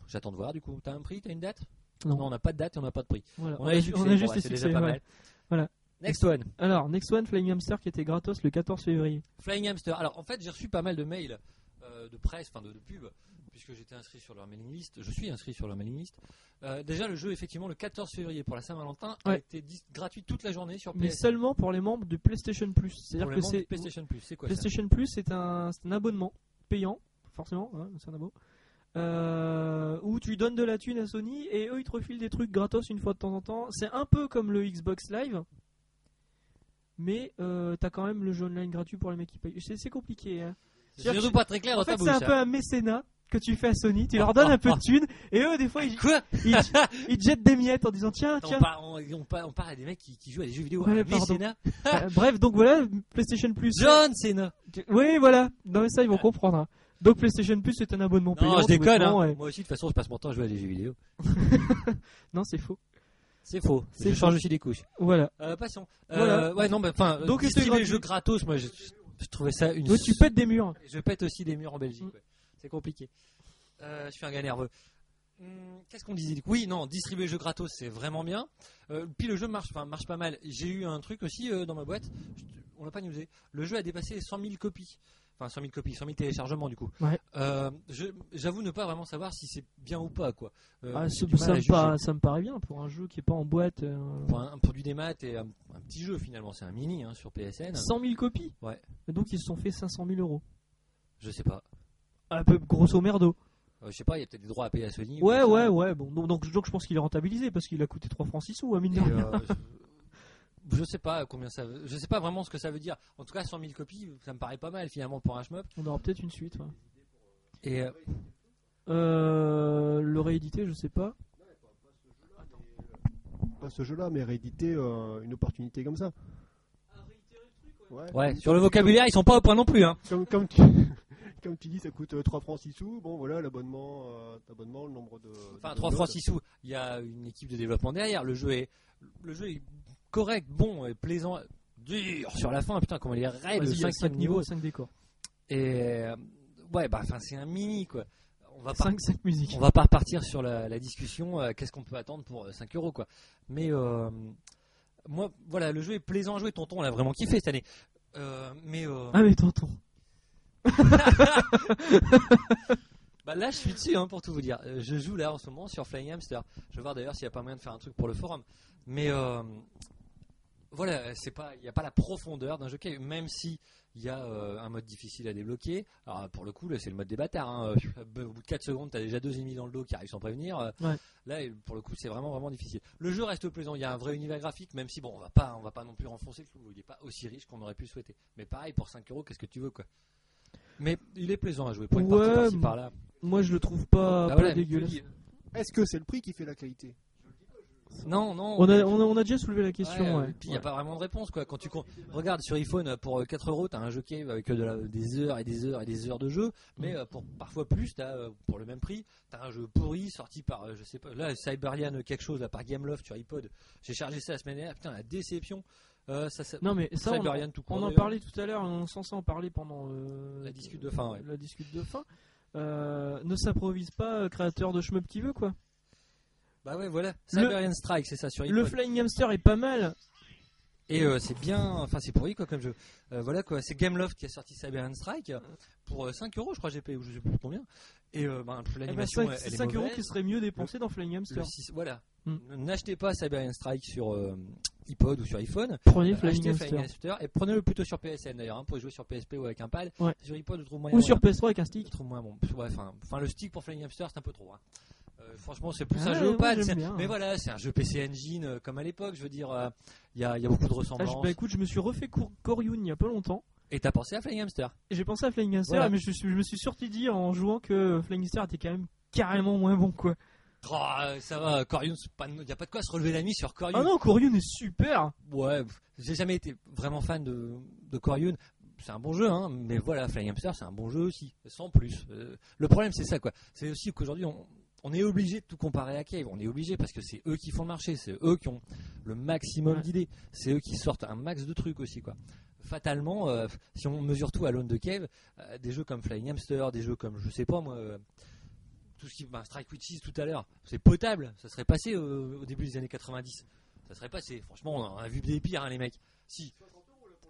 [SPEAKER 2] j'attends de voir. Du coup, t'as un prix, t'as une date
[SPEAKER 1] Non.
[SPEAKER 2] on n'a pas de date et on n'a pas de prix.
[SPEAKER 1] Voilà,
[SPEAKER 2] On a, les succès,
[SPEAKER 1] on a
[SPEAKER 2] bon,
[SPEAKER 1] juste
[SPEAKER 2] ouais,
[SPEAKER 1] les
[SPEAKER 2] c'est déjà
[SPEAKER 1] succès.
[SPEAKER 2] pas
[SPEAKER 1] ouais.
[SPEAKER 2] mal.
[SPEAKER 1] Voilà.
[SPEAKER 2] Next one.
[SPEAKER 1] Alors Next One Flying Hamster qui était gratos le 14 février.
[SPEAKER 2] Flying Hamster. Alors en fait, j'ai reçu pas mal de mails euh, de presse, enfin de, de pub, puisque j'étais inscrit sur leur mailing list. Je suis inscrit sur leur mailing list. Euh, déjà, le jeu, effectivement, le 14 février pour la Saint-Valentin, a
[SPEAKER 1] Ouais.
[SPEAKER 2] été dis- gratuit toute la journée sur
[SPEAKER 1] Mais
[SPEAKER 2] PS.
[SPEAKER 1] seulement pour les membres de PlayStation Plus.
[SPEAKER 2] Pour
[SPEAKER 1] C'est-à-dire
[SPEAKER 2] le
[SPEAKER 1] que
[SPEAKER 2] moment du
[SPEAKER 1] c'est
[SPEAKER 2] PlayStation Plus. C'est quoi ça
[SPEAKER 1] PlayStation Plus, c'est un, c'est un abonnement payant, forcément, hein, c'est un abo, euh, où tu donnes de la thune à Sony et eux ils te refilent des trucs gratos une fois de temps en temps. C'est un peu comme le Xbox Live, mais euh, t'as quand même le jeu online gratuit pour les mecs qui payent. C'est c'est compliqué. hein.
[SPEAKER 2] C'est surtout pas très clair
[SPEAKER 1] En
[SPEAKER 2] dans ta
[SPEAKER 1] fait,
[SPEAKER 2] bouche.
[SPEAKER 1] c'est un peu
[SPEAKER 2] Oh, ça.
[SPEAKER 1] un mécénat que tu fais à Sony, tu leur donnes un peu de thune et eux des fois ils,
[SPEAKER 2] Quoi
[SPEAKER 1] ils, ils te jettent des miettes en disant tiens,
[SPEAKER 2] Attends, on,
[SPEAKER 1] tiens.
[SPEAKER 2] parle, on, on parle- on parle à des mecs qui, qui jouent à des jeux vidéo.
[SPEAKER 1] Ouais,
[SPEAKER 2] Ah,
[SPEAKER 1] pardon.
[SPEAKER 2] Mécénat.
[SPEAKER 1] Euh, Bref, donc voilà, PlayStation Plus.
[SPEAKER 2] John Cena.
[SPEAKER 1] Oui, voilà. Non mais ça ils vont comprendre. hein. Donc PlayStation Plus c'est un abonnement payant.
[SPEAKER 2] Non, je
[SPEAKER 1] tout
[SPEAKER 2] déconne.
[SPEAKER 1] bêtement,
[SPEAKER 2] hein.
[SPEAKER 1] ouais.
[SPEAKER 2] Moi aussi, de toute façon, je passe mon temps à jouer à des jeux vidéo.
[SPEAKER 1] Non, c'est faux.
[SPEAKER 2] C'est faux.
[SPEAKER 1] C'est
[SPEAKER 2] Je
[SPEAKER 1] faux.
[SPEAKER 2] change aussi des couches.
[SPEAKER 1] Voilà.
[SPEAKER 2] Euh, passons. Euh,
[SPEAKER 1] Voilà.
[SPEAKER 2] Ouais, non, mais enfin,
[SPEAKER 1] Donc,
[SPEAKER 2] euh,
[SPEAKER 1] c'était
[SPEAKER 2] distribuer
[SPEAKER 1] gratuit.
[SPEAKER 2] les jeux gratos, moi, je, je trouvais ça une.
[SPEAKER 1] Donc tu pètes des murs.
[SPEAKER 2] Je pète aussi des murs en Belgique.
[SPEAKER 1] Mm.
[SPEAKER 2] ouais. C'est compliqué. Euh, je suis un gars nerveux. Hum, Qu'est-ce qu'on disait du coup Oui, non, distribuer les jeux gratos, c'est vraiment bien. Euh, puis le jeu marche, enfin, marche pas mal. J'ai eu un truc aussi euh, dans ma boîte. Je- on l'a pas newsé. Le jeu a dépassé les 100 000 copies. Enfin, 100 000 copies, 100 000 téléchargements du coup.
[SPEAKER 1] Ouais.
[SPEAKER 2] Euh, je- J'avoue ne pas vraiment savoir si c'est bien ou pas quoi. Euh,
[SPEAKER 1] Ah,
[SPEAKER 2] j'ai
[SPEAKER 1] ça,
[SPEAKER 2] du mal
[SPEAKER 1] ça
[SPEAKER 2] à
[SPEAKER 1] me
[SPEAKER 2] juger.
[SPEAKER 1] paraît, ça me paraît bien pour un jeu qui est pas en boîte. euh,
[SPEAKER 2] Pour, un, pour du démat et un, un petit jeu finalement, c'est un mini hein, sur PSN.
[SPEAKER 1] 100 000 copies.
[SPEAKER 2] Ouais.
[SPEAKER 1] Donc ils se sont fait 500 000 euros.
[SPEAKER 2] Je sais pas.
[SPEAKER 1] Un peu grosso merdo.
[SPEAKER 2] Euh, je sais pas, il y a peut-être des droits à payer à Sony. ou
[SPEAKER 1] Ouais,
[SPEAKER 2] comme ça.
[SPEAKER 1] ouais, ouais. Bon, donc, donc, donc je pense qu'il est rentabilisé parce qu'il a coûté 3 francs 6 sous à mine de
[SPEAKER 2] Et,
[SPEAKER 1] rien.
[SPEAKER 2] euh, je je sais pas combien ça veut- je sais pas vraiment ce que ça veut dire. En tout cas, 100 000 copies, ça me paraît pas mal finalement pour un shmup.
[SPEAKER 1] On aura peut-être une suite. ouais.
[SPEAKER 2] Et euh,
[SPEAKER 1] Euh, le réédité, je sais pas.
[SPEAKER 3] Pas ce jeu-là, mais rééditer euh, une opportunité comme ça. Ouais,
[SPEAKER 2] ouais, sur le vocabulaire, ils sont pas au point non plus. Hein.
[SPEAKER 3] Comme, comme, tu, comme tu dis, ça coûte euh, 3 francs 6 sous. Bon, voilà, l'abonnement, euh, l'abonnement, le nombre de.
[SPEAKER 2] Enfin,
[SPEAKER 3] de
[SPEAKER 2] 3 francs
[SPEAKER 3] downloads.
[SPEAKER 2] 6 sous. Il y a une équipe de développement derrière. Le jeu est le jeu est correct, bon et plaisant, dur sur la fin. Putain, comment il est raide Eh, le
[SPEAKER 1] Vas-y, il y a
[SPEAKER 2] 5
[SPEAKER 1] cinq
[SPEAKER 2] niveau.
[SPEAKER 1] niveaux, 5 décors.
[SPEAKER 2] Et euh, ouais, bah enfin, c'est un mini quoi. On va pas
[SPEAKER 1] 5, 5 musiques.
[SPEAKER 2] Ah, on va pas repartir sur la, la discussion euh, qu'est-ce qu'on peut attendre pour euh, 5 euros quoi mais euh, moi voilà le jeu est plaisant à jouer tonton on l'a vraiment kiffé cette année Euh, mais euh,
[SPEAKER 1] Ah, mais tonton.
[SPEAKER 2] bah là je suis dessus hein, pour tout vous dire Euh, je joue là en ce moment sur Flying Hamster je vais voir d'ailleurs s'il n'y a pas moyen de faire un truc pour le forum mais euh, voilà c'est pas il n'y a pas la profondeur d'un jeu qui même si il y a euh, un mode difficile à débloquer alors pour le coup là, c'est le mode des bâtards hein. au bout de 4 secondes t'as déjà deux ennemis dans le dos qui arrivent sans prévenir Euh,
[SPEAKER 1] Ouais.
[SPEAKER 2] là pour le coup c'est vraiment vraiment difficile le jeu reste plaisant il y a un vrai univers graphique même si bon on va pas on va pas non plus renfoncer le clou il n'est pas aussi riche qu'on aurait pu le souhaiter mais pareil pour 5 euros qu'est-ce que tu veux quoi mais il est plaisant à jouer pour une
[SPEAKER 1] Ouais,
[SPEAKER 2] partie par-ci
[SPEAKER 1] mais-
[SPEAKER 2] par-là
[SPEAKER 1] Moi, je le trouve pas,
[SPEAKER 2] Ah,
[SPEAKER 1] pas
[SPEAKER 2] voilà, mais
[SPEAKER 1] dégueulasse.
[SPEAKER 2] je te dis,
[SPEAKER 3] Est-ce que c'est le prix qui fait la qualité
[SPEAKER 2] non non
[SPEAKER 1] On a, on, a, on a déjà soulevé la question.
[SPEAKER 2] Ouais,
[SPEAKER 1] ouais.
[SPEAKER 2] Et puis il n'y a pas vraiment de réponse quoi. Quand tu con- regardes sur iPhone pour euh, 4 euros, t'as un jeu qui est avec euh, de la- des heures et des heures et des heures de jeu, mais
[SPEAKER 1] Mm.
[SPEAKER 2] euh, pour parfois plus, t'as euh, pour le même prix, t'as un jeu pourri sorti par euh, je sais pas là Cyberlian quelque chose là par Gameloft sur iPod. J'ai chargé ça la semaine dernière, putain la déception. Euh, ça, ça-
[SPEAKER 1] Non, mais ça, on,
[SPEAKER 2] Cyberlian tout court,
[SPEAKER 1] on en
[SPEAKER 2] d'ailleurs.
[SPEAKER 1] parlait tout à l'heure, on est censé en parler pendant euh,
[SPEAKER 2] La discute de fin, ouais.
[SPEAKER 1] La discute de fin. Euh, ne s'improvise pas euh, créateur de shmup qui veut quoi.
[SPEAKER 2] Bah ouais voilà,
[SPEAKER 1] Le-
[SPEAKER 2] Cyberlian Strike c'est ça sur iPod.
[SPEAKER 1] Le Flying Hamster est pas mal.
[SPEAKER 2] Et euh, c'est bien, enfin c'est pourri quoi comme jeu. Euh, voilà quoi, c'est Gameloft qui a sorti Cyber Strike pour euh, 5 euros je crois j'ai payé ou je sais plus combien. Et euh, ben,
[SPEAKER 1] Eh
[SPEAKER 2] l'animation elle, elle est
[SPEAKER 1] 5 euros
[SPEAKER 2] mauvaise.
[SPEAKER 1] qui seraient mieux dépensés dans Flying
[SPEAKER 2] Le
[SPEAKER 1] Hamster.
[SPEAKER 2] six- voilà.
[SPEAKER 1] Hmm.
[SPEAKER 2] N'achetez pas Siberian Strike sur euh, iPod ou sur iPhone.
[SPEAKER 1] Prenez
[SPEAKER 2] Euh,
[SPEAKER 1] Flying
[SPEAKER 2] achetez
[SPEAKER 1] Hamster.
[SPEAKER 2] Flying Hamster et prenez-le plutôt sur PSN d'ailleurs. Hein, pour jouer sur PSP ou avec un pad.
[SPEAKER 1] Ouais.
[SPEAKER 2] Sur iPod, je trouve moyen.
[SPEAKER 1] Ou
[SPEAKER 2] moyen.
[SPEAKER 1] sur PS3 avec un
[SPEAKER 2] Je
[SPEAKER 1] stick.
[SPEAKER 2] trouve moins bon. Ouais, Enfin, enfin, le stick pour Flying Hamster, c'est un peu trop. hein. Euh, franchement, c'est plus
[SPEAKER 1] Ah,
[SPEAKER 2] un jeu au
[SPEAKER 1] moi,
[SPEAKER 2] pad.
[SPEAKER 1] j'aime
[SPEAKER 2] c'est-
[SPEAKER 1] bien, hein.
[SPEAKER 2] Mais voilà, c'est un jeu PC Engine euh, comme à l'époque. Je veux dire, euh, il y, a, il y a beaucoup de
[SPEAKER 1] Ah, je-
[SPEAKER 2] ressemblances.
[SPEAKER 1] bah écoute, je me suis refait cour- Corioun il y a pas longtemps.
[SPEAKER 2] Et t'as pensé à Flying Hamster
[SPEAKER 1] Et J'ai pensé à Flying Hamster,
[SPEAKER 2] Voilà.
[SPEAKER 1] mais je, suis- je me suis surtout dit en jouant que euh, Flying Hamster était quand même carrément moins bon quoi.
[SPEAKER 2] Oh, euh, Ça va, Corium, il n'y a pas de quoi se relever la nuit sur Corium.
[SPEAKER 1] Ah non, Corioun est super.
[SPEAKER 2] Ouais, pff, j'ai jamais été vraiment fan de, de Coriune. C'est un bon jeu, hein, mais voilà, Flying Hamster, c'est un bon jeu aussi, sans plus. Euh, le problème, c'est ça, quoi. C'est aussi qu'aujourd'hui, on, on est obligé de tout comparer à Cave. On est obligé parce que c'est eux qui font le marché, c'est eux qui ont le maximum
[SPEAKER 1] Ouais.
[SPEAKER 2] d'idées, c'est eux qui sortent un max de trucs aussi, quoi. Fatalement, euh, si on mesure tout à l'aune de Cave, euh, des jeux comme Flying Hamster, des jeux comme, je sais pas moi, euh, tout ce qui. bah, Strike Witches tout à l'heure, c'est potable, ça serait passé euh, au début des années 90 ça serait passé. Franchement, on en a vu des pires, hein, les mecs. Si,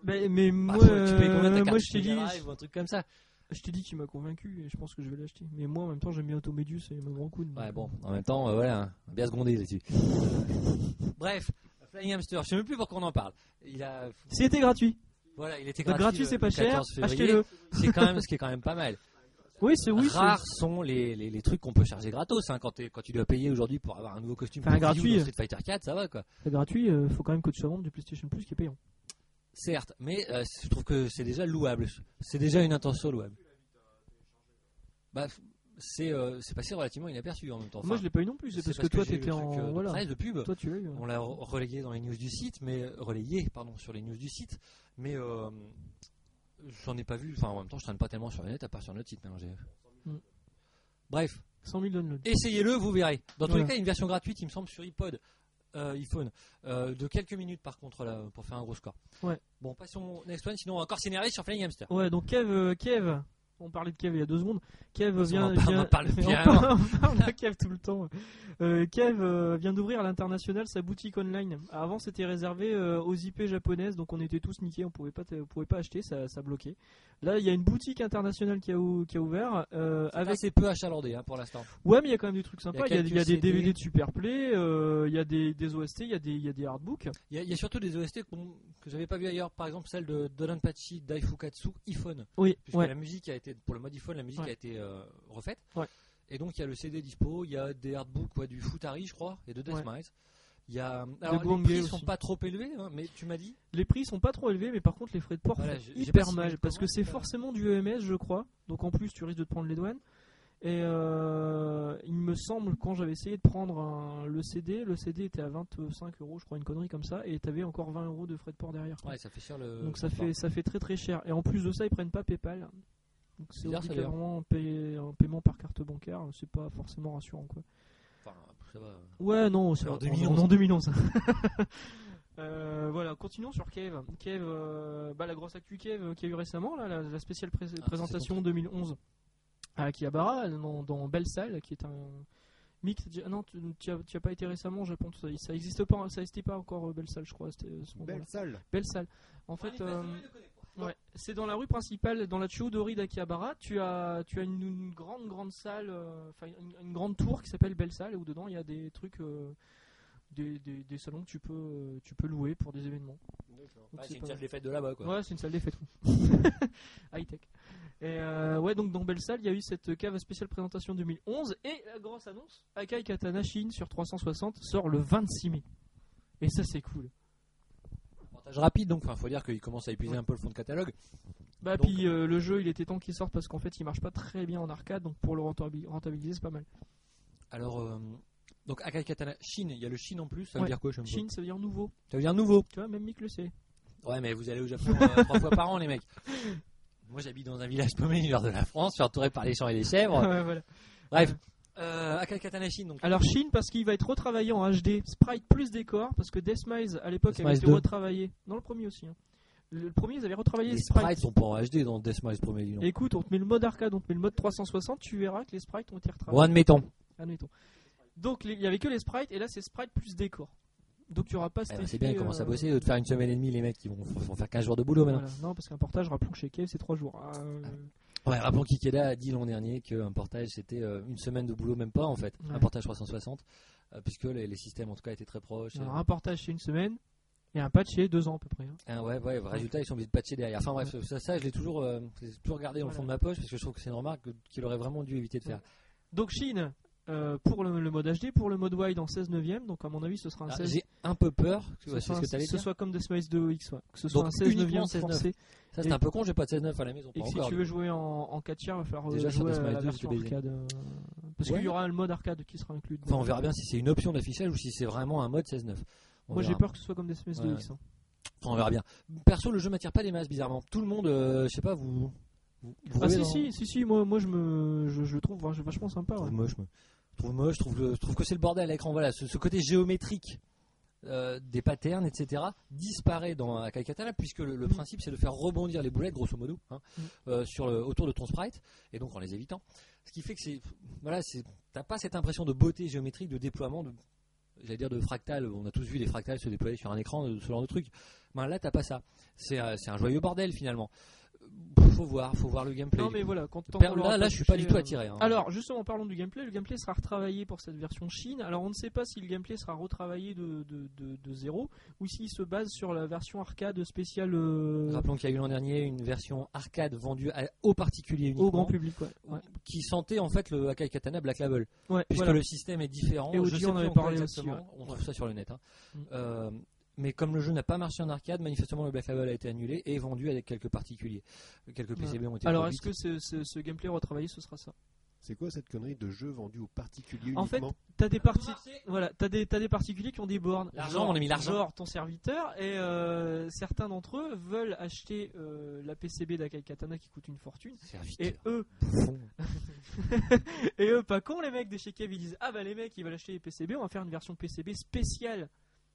[SPEAKER 1] Mais, mais
[SPEAKER 2] Bah,
[SPEAKER 1] moi,
[SPEAKER 2] tu payes combien ta
[SPEAKER 1] euh,
[SPEAKER 2] carte
[SPEAKER 1] moi je t'ai
[SPEAKER 2] Mega
[SPEAKER 1] dit,
[SPEAKER 2] Drive ou un truc comme ça.
[SPEAKER 1] je t'ai dit qu'il m'a convaincu et je pense que je vais l'acheter. Mais moi en même temps j'aime bien Automédius et mon grand coup.
[SPEAKER 2] Ouais, bon, en même temps, euh, voilà, hein, bien secondé là-dessus. Bref, Flying Hamster, je sais même plus pourquoi on en parle. Il a,
[SPEAKER 1] C'était gratuit.
[SPEAKER 2] voilà, il était
[SPEAKER 1] Donc,
[SPEAKER 2] gratuit.
[SPEAKER 1] gratuit
[SPEAKER 2] le-
[SPEAKER 1] c'est pas
[SPEAKER 2] le
[SPEAKER 1] cher.
[SPEAKER 2] 14 février.
[SPEAKER 1] Achetez-le.
[SPEAKER 2] C'est quand même, ce qui est quand même pas mal.
[SPEAKER 1] Oui c'est oui. c'est-
[SPEAKER 2] Rares sont les, les, les trucs qu'on peut charger gratos. Hein, quand, t'es- quand tu dois payer aujourd'hui pour avoir un nouveau costume
[SPEAKER 1] Enfin,
[SPEAKER 2] pour Ryu
[SPEAKER 1] gratuit.
[SPEAKER 2] dans Street Fighter 4, ça va quoi.
[SPEAKER 1] C'est gratuit. euh, faut quand même que tu sois membre du PlayStation Plus qui est payant.
[SPEAKER 2] Certes, mais euh, je trouve que c'est déjà louable. C'est déjà une intention louable. Bah, c'est euh, c'est passé relativement inaperçu en même temps.
[SPEAKER 1] moi
[SPEAKER 2] Enfin,
[SPEAKER 1] je l'ai pas eu non plus. C'est parce, que, toi
[SPEAKER 2] j'ai eu
[SPEAKER 1] t'étais
[SPEAKER 2] le truc, euh,
[SPEAKER 1] en
[SPEAKER 2] de
[SPEAKER 1] voilà.
[SPEAKER 2] presse, de pub.
[SPEAKER 1] Toi tu l'as eu. hein. ouais.
[SPEAKER 2] On l'a re- relayé dans les news du site, mais euh, relayé, pardon, sur les news du site. Mais euh, j'en ai pas vu. Enfin, en même temps, je traîne pas tellement sur le net à part sur notre site. maintenant, j'ai-
[SPEAKER 1] Mm.
[SPEAKER 2] Bref,
[SPEAKER 1] 100 000 downloads.
[SPEAKER 2] essayez-le, vous verrez. Dans tous
[SPEAKER 1] Ouais.
[SPEAKER 2] les cas, il y a une version gratuite, il me semble, sur iPod. euh, iPhone euh, de quelques minutes par contre là pour faire un gros score.
[SPEAKER 1] Ouais.
[SPEAKER 2] Bon, passons au next one, sinon on va encore s'énerver sur Flying Hamster.
[SPEAKER 1] Ouais, donc Kev, euh, Kev, on parlait de Kev il y a deux secondes. Kev vient.
[SPEAKER 2] en parle-
[SPEAKER 1] vient-
[SPEAKER 2] on parle bien
[SPEAKER 1] on parle- on parle de Kev tout le temps. Euh, Kev euh, vient d'ouvrir à l'international sa boutique online. Avant, c'était réservé euh, aux IP japonaises, donc on était tous niqués, on pouvait pas, on pouvait pas acheter, ça, ça bloquait. Là, il y a une boutique internationale qui a, ou- qui a ouvert. euh,
[SPEAKER 2] Avec
[SPEAKER 1] avec...
[SPEAKER 2] assez peu achalandé hein, pour l'instant.
[SPEAKER 1] Ouais, mais il y a quand même des trucs sympas. Il y a,
[SPEAKER 2] quelques
[SPEAKER 1] il y a des
[SPEAKER 2] CD.
[SPEAKER 1] DVD de Superplay, euh, il y a des, des OST, il y a des, il y a des artbooks.
[SPEAKER 2] Il y, a- il y a surtout des OST qu'on- que j'avais pas vu ailleurs, par exemple celle de Donanpachi Daifukatsu iPhone.
[SPEAKER 1] Oui,
[SPEAKER 2] Puisque
[SPEAKER 1] ouais.
[SPEAKER 2] la musique a été, pour le mode iPhone, la musique
[SPEAKER 1] Ouais.
[SPEAKER 2] a été euh, refaite.
[SPEAKER 1] Ouais.
[SPEAKER 2] Et donc il y a le CD dispo, il y a des artbooks ouais, du Futari, je crois, et de Death
[SPEAKER 1] Ouais.
[SPEAKER 2] Miles. Il y a. Alors, les
[SPEAKER 1] Bourget
[SPEAKER 2] prix sont
[SPEAKER 1] aussi.
[SPEAKER 2] pas trop élevés, hein, mais tu m'as dit.
[SPEAKER 1] Les prix sont pas trop élevés, mais par contre les frais de port
[SPEAKER 2] Voilà,
[SPEAKER 1] font
[SPEAKER 2] j'ai- j'ai pas
[SPEAKER 1] hyper
[SPEAKER 2] signé
[SPEAKER 1] mal
[SPEAKER 2] de
[SPEAKER 1] parce que
[SPEAKER 2] commande, euh,
[SPEAKER 1] c'est
[SPEAKER 2] ça.
[SPEAKER 1] forcément du EMS, je crois. Donc en plus, tu risques de te prendre les douanes. Et euh, il me semble quand j'avais essayé de prendre un- le CD, le CD était à 25 euros, je crois, une connerie comme ça, et t'avais encore 20 euros de frais de port derrière. quoi.
[SPEAKER 2] Ouais, euh, ça fait cher le.
[SPEAKER 1] Donc ça
[SPEAKER 2] transport.
[SPEAKER 1] fait ça fait très très cher. Et en plus de ça, ils prennent pas PayPal. Donc c'est
[SPEAKER 2] Bizarre, ça, d'ailleurs.
[SPEAKER 1] obligatoirement un, paie- un paiement par carte bancaire. C'est pas forcément rassurant quoi.
[SPEAKER 2] Enfin, ça va.
[SPEAKER 1] Ouais, non, c'est
[SPEAKER 2] Alors,
[SPEAKER 1] en
[SPEAKER 2] 2011.
[SPEAKER 1] en- en 2011. Euh, voilà, continuons sur Kev. Kev, euh, bah, la grosse actu Kev euh, qu'il y a eu récemment, là, la, la spéciale pré-
[SPEAKER 2] c'est
[SPEAKER 1] présentation
[SPEAKER 2] ton
[SPEAKER 1] 2011 à Akihabara, dans, dans Belle Salle, qui est un mix. ah Non, tu tu as, tu as pas été récemment au Japon, ça, ça existe pas, ça existait pas encore euh, Belle Salle, je crois. c'était, euh, ce moment-là.
[SPEAKER 3] Belle salle.
[SPEAKER 1] Belle Salle. En fait, euh, Ouais, c'est dans la rue principale, dans la Chiodori d'Akihabara. Tu as, tu as une, une grande, grande salle, euh, enfin une, une grande tour qui s'appelle Belle Salle, où dedans il y a des trucs, euh, des, des- des salons que tu peux, euh, tu peux louer pour des événements.
[SPEAKER 3] D'accord.
[SPEAKER 1] Donc,
[SPEAKER 2] Ouais,
[SPEAKER 1] c'est
[SPEAKER 2] c'est une
[SPEAKER 1] pas
[SPEAKER 2] salle
[SPEAKER 1] mal.
[SPEAKER 2] des fêtes de là-bas quoi.
[SPEAKER 1] Ouais, c'est une salle des fêtes. High tech. Et euh, ouais, donc dans Belle Salle, il y a eu cette cave spéciale présentation 2011 et la grosse annonce Akai Katana Shin sur 360 sort le 26 mai. Et ça, c'est cool.
[SPEAKER 2] Montage rapide donc, enfin faut dire qu'il commence à épuiser
[SPEAKER 1] Ouais.
[SPEAKER 2] un peu le fond de catalogue.
[SPEAKER 1] Bah
[SPEAKER 2] Donc-
[SPEAKER 1] puis euh, le jeu il était temps qu'il sorte parce qu'en fait il marche pas très bien en arcade donc pour le rentabil- rentabiliser c'est pas mal.
[SPEAKER 2] Alors euh, donc Akai Katana Shin, il y a le Shin en plus, ça veut
[SPEAKER 1] Ouais.
[SPEAKER 2] dire quoi je sais même pas.
[SPEAKER 1] Chine ça veut dire nouveau,
[SPEAKER 2] Ça veut dire nouveau.
[SPEAKER 1] tu vois même Mick le sait.
[SPEAKER 2] Ouais mais vous allez au Japon euh, trois fois par an les mecs. Moi j'habite dans un village paumé du nord de la France, je suis entouré par les champs et les chèvres.
[SPEAKER 1] Ouais, voilà.
[SPEAKER 2] Bref, euh, Akai Katana Shin donc.
[SPEAKER 1] Alors Chine parce qu'il va être retravaillé en HD, sprite plus décor parce que Deathmise à l'époque avait
[SPEAKER 2] Deathmise
[SPEAKER 1] été
[SPEAKER 2] 2.
[SPEAKER 1] retravaillé. Dans le premier aussi. hein. Le, le premier ils avaient retravaillé
[SPEAKER 2] Les
[SPEAKER 1] les sprites.
[SPEAKER 2] sprites sont pas en HD dans Death Miles premier du nom.
[SPEAKER 1] Écoute on te met le mode arcade, on te met le mode 360, tu verras que les sprites ont été
[SPEAKER 2] Bon
[SPEAKER 1] retravaillés. Ah,
[SPEAKER 2] admettons.
[SPEAKER 1] Admettons. Donc les- il y avait que les sprites et là c'est sprite plus décor. Donc tu auras pas cet
[SPEAKER 2] Eh ben, c'est
[SPEAKER 1] effet,
[SPEAKER 2] bien ils commencent à
[SPEAKER 1] euh,
[SPEAKER 2] bosser, de te faire une semaine et demie les mecs qui vont, vont faire 15 jours de boulot maintenant.
[SPEAKER 1] voilà. Non parce qu'un portage rappelons que chez Kev c'est 3 jours. Ah, euh,
[SPEAKER 2] Ouais, rappelons qu'Ikeda a dit l'an dernier qu'un portage c'était euh, une semaine de boulot, même pas en fait,
[SPEAKER 1] Ouais.
[SPEAKER 2] un portage 360, euh, puisque les, les systèmes en tout cas étaient très proches.
[SPEAKER 1] Alors,
[SPEAKER 2] Et-
[SPEAKER 1] un portage chez une semaine et un patch chez deux ans à peu près. hein.
[SPEAKER 2] Ah ouais, ouais, résultat, ils sont obligés de patcher derrière. Enfin bref, ça, ça, je l'ai toujours, euh, je l'ai toujours gardé dans le
[SPEAKER 1] Voilà.
[SPEAKER 2] fond de ma poche parce que je trouve que c'est une remarque que- qu'il aurait vraiment dû éviter de faire.
[SPEAKER 1] Donc Chine euh, pour le, le mode HD, pour le mode wide en 16 neuvième. Donc à mon avis, ce sera un
[SPEAKER 2] Ah,
[SPEAKER 1] 16.
[SPEAKER 2] J'ai un peu peur,
[SPEAKER 1] que
[SPEAKER 2] tu
[SPEAKER 1] ce,
[SPEAKER 2] vois, c'est
[SPEAKER 1] soit,
[SPEAKER 2] ce
[SPEAKER 1] un-
[SPEAKER 2] que t'allais
[SPEAKER 1] ce
[SPEAKER 2] dire.
[SPEAKER 1] soit comme Deathmise 2X, ouais. que ce soit
[SPEAKER 2] Donc,
[SPEAKER 1] un 16
[SPEAKER 2] uniquement
[SPEAKER 1] neuvième
[SPEAKER 2] 16
[SPEAKER 1] forcé.
[SPEAKER 2] Ça c'est un peu con, j'ai pas de 16-9 à la maison.
[SPEAKER 1] Et
[SPEAKER 2] pas
[SPEAKER 1] que si
[SPEAKER 2] encore,
[SPEAKER 1] tu veux jouer en, en 4 tiers, il va falloir euh,
[SPEAKER 2] Déjà, sur
[SPEAKER 1] jouer à
[SPEAKER 2] Deathmise
[SPEAKER 1] la
[SPEAKER 2] 2,
[SPEAKER 1] version
[SPEAKER 2] c'était baisé.
[SPEAKER 1] arcade. euh, parce
[SPEAKER 2] Ouais.
[SPEAKER 1] qu'il y aura le mode arcade qui sera inclus.
[SPEAKER 2] Enfin,
[SPEAKER 1] dedans.
[SPEAKER 2] on verra bien si c'est une option d'affichage ou si c'est vraiment un mode 16-9. On
[SPEAKER 1] Moi, j'ai
[SPEAKER 2] verra.
[SPEAKER 1] peur que ce soit comme Deathmise
[SPEAKER 2] Ouais.
[SPEAKER 1] 2X. hein.
[SPEAKER 2] Enfin, on verra bien. Perso, le jeu m'attire pas des masses, bizarrement. Tout le monde, euh, je sais pas, vous. vous- vous
[SPEAKER 1] Ah
[SPEAKER 2] roulez
[SPEAKER 1] si,
[SPEAKER 2] dans-
[SPEAKER 1] si, si, si, moi, moi je me, je, je le trouve vach- vachement sympa.
[SPEAKER 2] Je
[SPEAKER 1] ouais.
[SPEAKER 2] trouve moche, moi. Je trouve moche, je trouve, le- je trouve que c'est le bordel à l'écran. Voilà, ce, ce côté géométrique euh, des patterns, etc., disparaît dans Akai Katana, puisque le, le
[SPEAKER 1] Mm.
[SPEAKER 2] principe c'est de faire rebondir les boulettes, grosso modo, hein,
[SPEAKER 1] Mm.
[SPEAKER 2] euh, sur le- autour de ton sprite, et donc en les évitant. Ce qui fait que c'est. Voilà, c'est- t'as pas cette impression de beauté géométrique, de déploiement, de. J'allais dire de fractal, on a tous vu les fractales se déployer sur un écran, de ce genre de truc. Ben là, t'as pas ça. C'est euh, c'est un joyeux bordel finalement. Euh, Faut voir, faut voir le gameplay.
[SPEAKER 1] Non mais voilà, quand tant
[SPEAKER 2] Per-
[SPEAKER 1] qu'on l'aura
[SPEAKER 2] là, là, je suis pas
[SPEAKER 1] touché,
[SPEAKER 2] du tout
[SPEAKER 1] euh,
[SPEAKER 2] attiré. hein.
[SPEAKER 1] Alors, justement, parlons du gameplay. Le gameplay sera retravaillé pour cette version Chine. Alors, on ne sait pas si le gameplay sera retravaillé de, de, de- de zéro ou s'il se base sur la version arcade spéciale euh,
[SPEAKER 2] Rappelons qu'il y a eu l'an dernier une version arcade vendue à- aux particuliers uniquement,
[SPEAKER 1] au grand public. ouais. Ouais.
[SPEAKER 2] qui sentait en fait le Akai Katana Black Label,
[SPEAKER 1] Ouais,
[SPEAKER 2] puisque
[SPEAKER 1] voilà.
[SPEAKER 2] le système est différent.
[SPEAKER 1] Et
[SPEAKER 2] je
[SPEAKER 1] Audi
[SPEAKER 2] sais
[SPEAKER 1] en
[SPEAKER 2] plus
[SPEAKER 1] avait
[SPEAKER 2] encore
[SPEAKER 1] parlé
[SPEAKER 2] exactement,
[SPEAKER 1] aussi,
[SPEAKER 2] on trouve ça sur le net. hein.
[SPEAKER 1] Mm.
[SPEAKER 2] Euh, mais comme le jeu n'a pas marché en arcade, manifestement le Black Label a été annulé et vendu avec quelques particuliers. Quelques PCB ont été
[SPEAKER 1] Alors,
[SPEAKER 2] produits.
[SPEAKER 1] est-ce que ce, ce- ce gameplay retravaillé, ce sera ça
[SPEAKER 3] C'est quoi cette connerie de jeu vendu aux particuliers
[SPEAKER 1] En fait,
[SPEAKER 3] uniquement
[SPEAKER 1] T'as des parties.
[SPEAKER 2] Ah.
[SPEAKER 1] Voilà, t'as des, t'as des particuliers qui ont des bornes.
[SPEAKER 2] L'argent,
[SPEAKER 1] Genre-
[SPEAKER 2] on a mis l'argent.
[SPEAKER 1] Genre ton serviteur, et euh, certains d'entre eux veulent acheter euh, la PCB d'Akai Katana qui coûte une fortune.
[SPEAKER 2] Serviteur,
[SPEAKER 1] Et eux,
[SPEAKER 2] bouffon.
[SPEAKER 1] euh, Et eux, pas con, les mecs de chez Kev, ils disent Ah bah les mecs, ils veulent acheter les PCB, on va faire une version PCB spéciale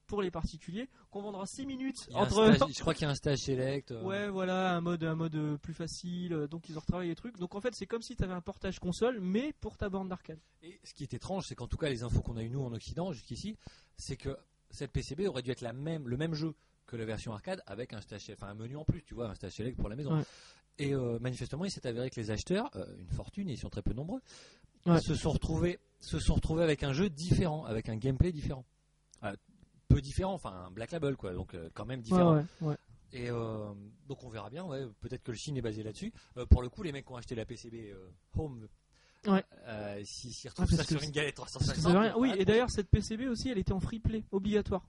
[SPEAKER 1] pour les particuliers qu'on vendra 6 minutes
[SPEAKER 2] Il y a un
[SPEAKER 1] entre
[SPEAKER 2] stage- je crois qu'il y a un stage select. euh,
[SPEAKER 1] Ouais, voilà, un mode, un mode euh, plus facile. euh, Donc ils ont retravaillé les trucs. Donc en fait, c'est comme si tu avais un portage console, mais pour ta borne d'arcade.
[SPEAKER 2] Et ce qui est étrange, c'est qu'en tout cas, les infos qu'on a eues nous en Occident jusqu'ici, c'est que cette PCB aurait dû être la même, le même jeu que la version arcade avec un stage, enfin un menu en plus, tu vois, un stage select pour la maison.
[SPEAKER 1] Ouais.
[SPEAKER 2] Et euh, manifestement, il s'est avéré que les acheteurs, euh, une fortune, et ils sont très peu nombreux,
[SPEAKER 1] Ouais.
[SPEAKER 2] se sont retrouvés, se sont retrouvés avec un jeu différent, avec un gameplay différent, Euh, peu différent, enfin un black label quoi, donc euh, quand même différent.
[SPEAKER 1] Ouais, ouais, ouais.
[SPEAKER 2] Et euh, donc on verra bien, ouais, peut-être que le Chine est basé là-dessus. Euh, pour le coup, les mecs qui ont acheté la PCB euh, Home,
[SPEAKER 1] Ouais.
[SPEAKER 2] euh, s'ils s'y retrouvent
[SPEAKER 1] Ah,
[SPEAKER 2] ça
[SPEAKER 1] parce
[SPEAKER 2] sur
[SPEAKER 1] que-
[SPEAKER 2] une galette
[SPEAKER 1] Parce
[SPEAKER 2] 360,
[SPEAKER 1] que ça veut rien- Oui,
[SPEAKER 2] voilà.
[SPEAKER 1] et d'ailleurs, cette PCB aussi, elle était en free play, obligatoire.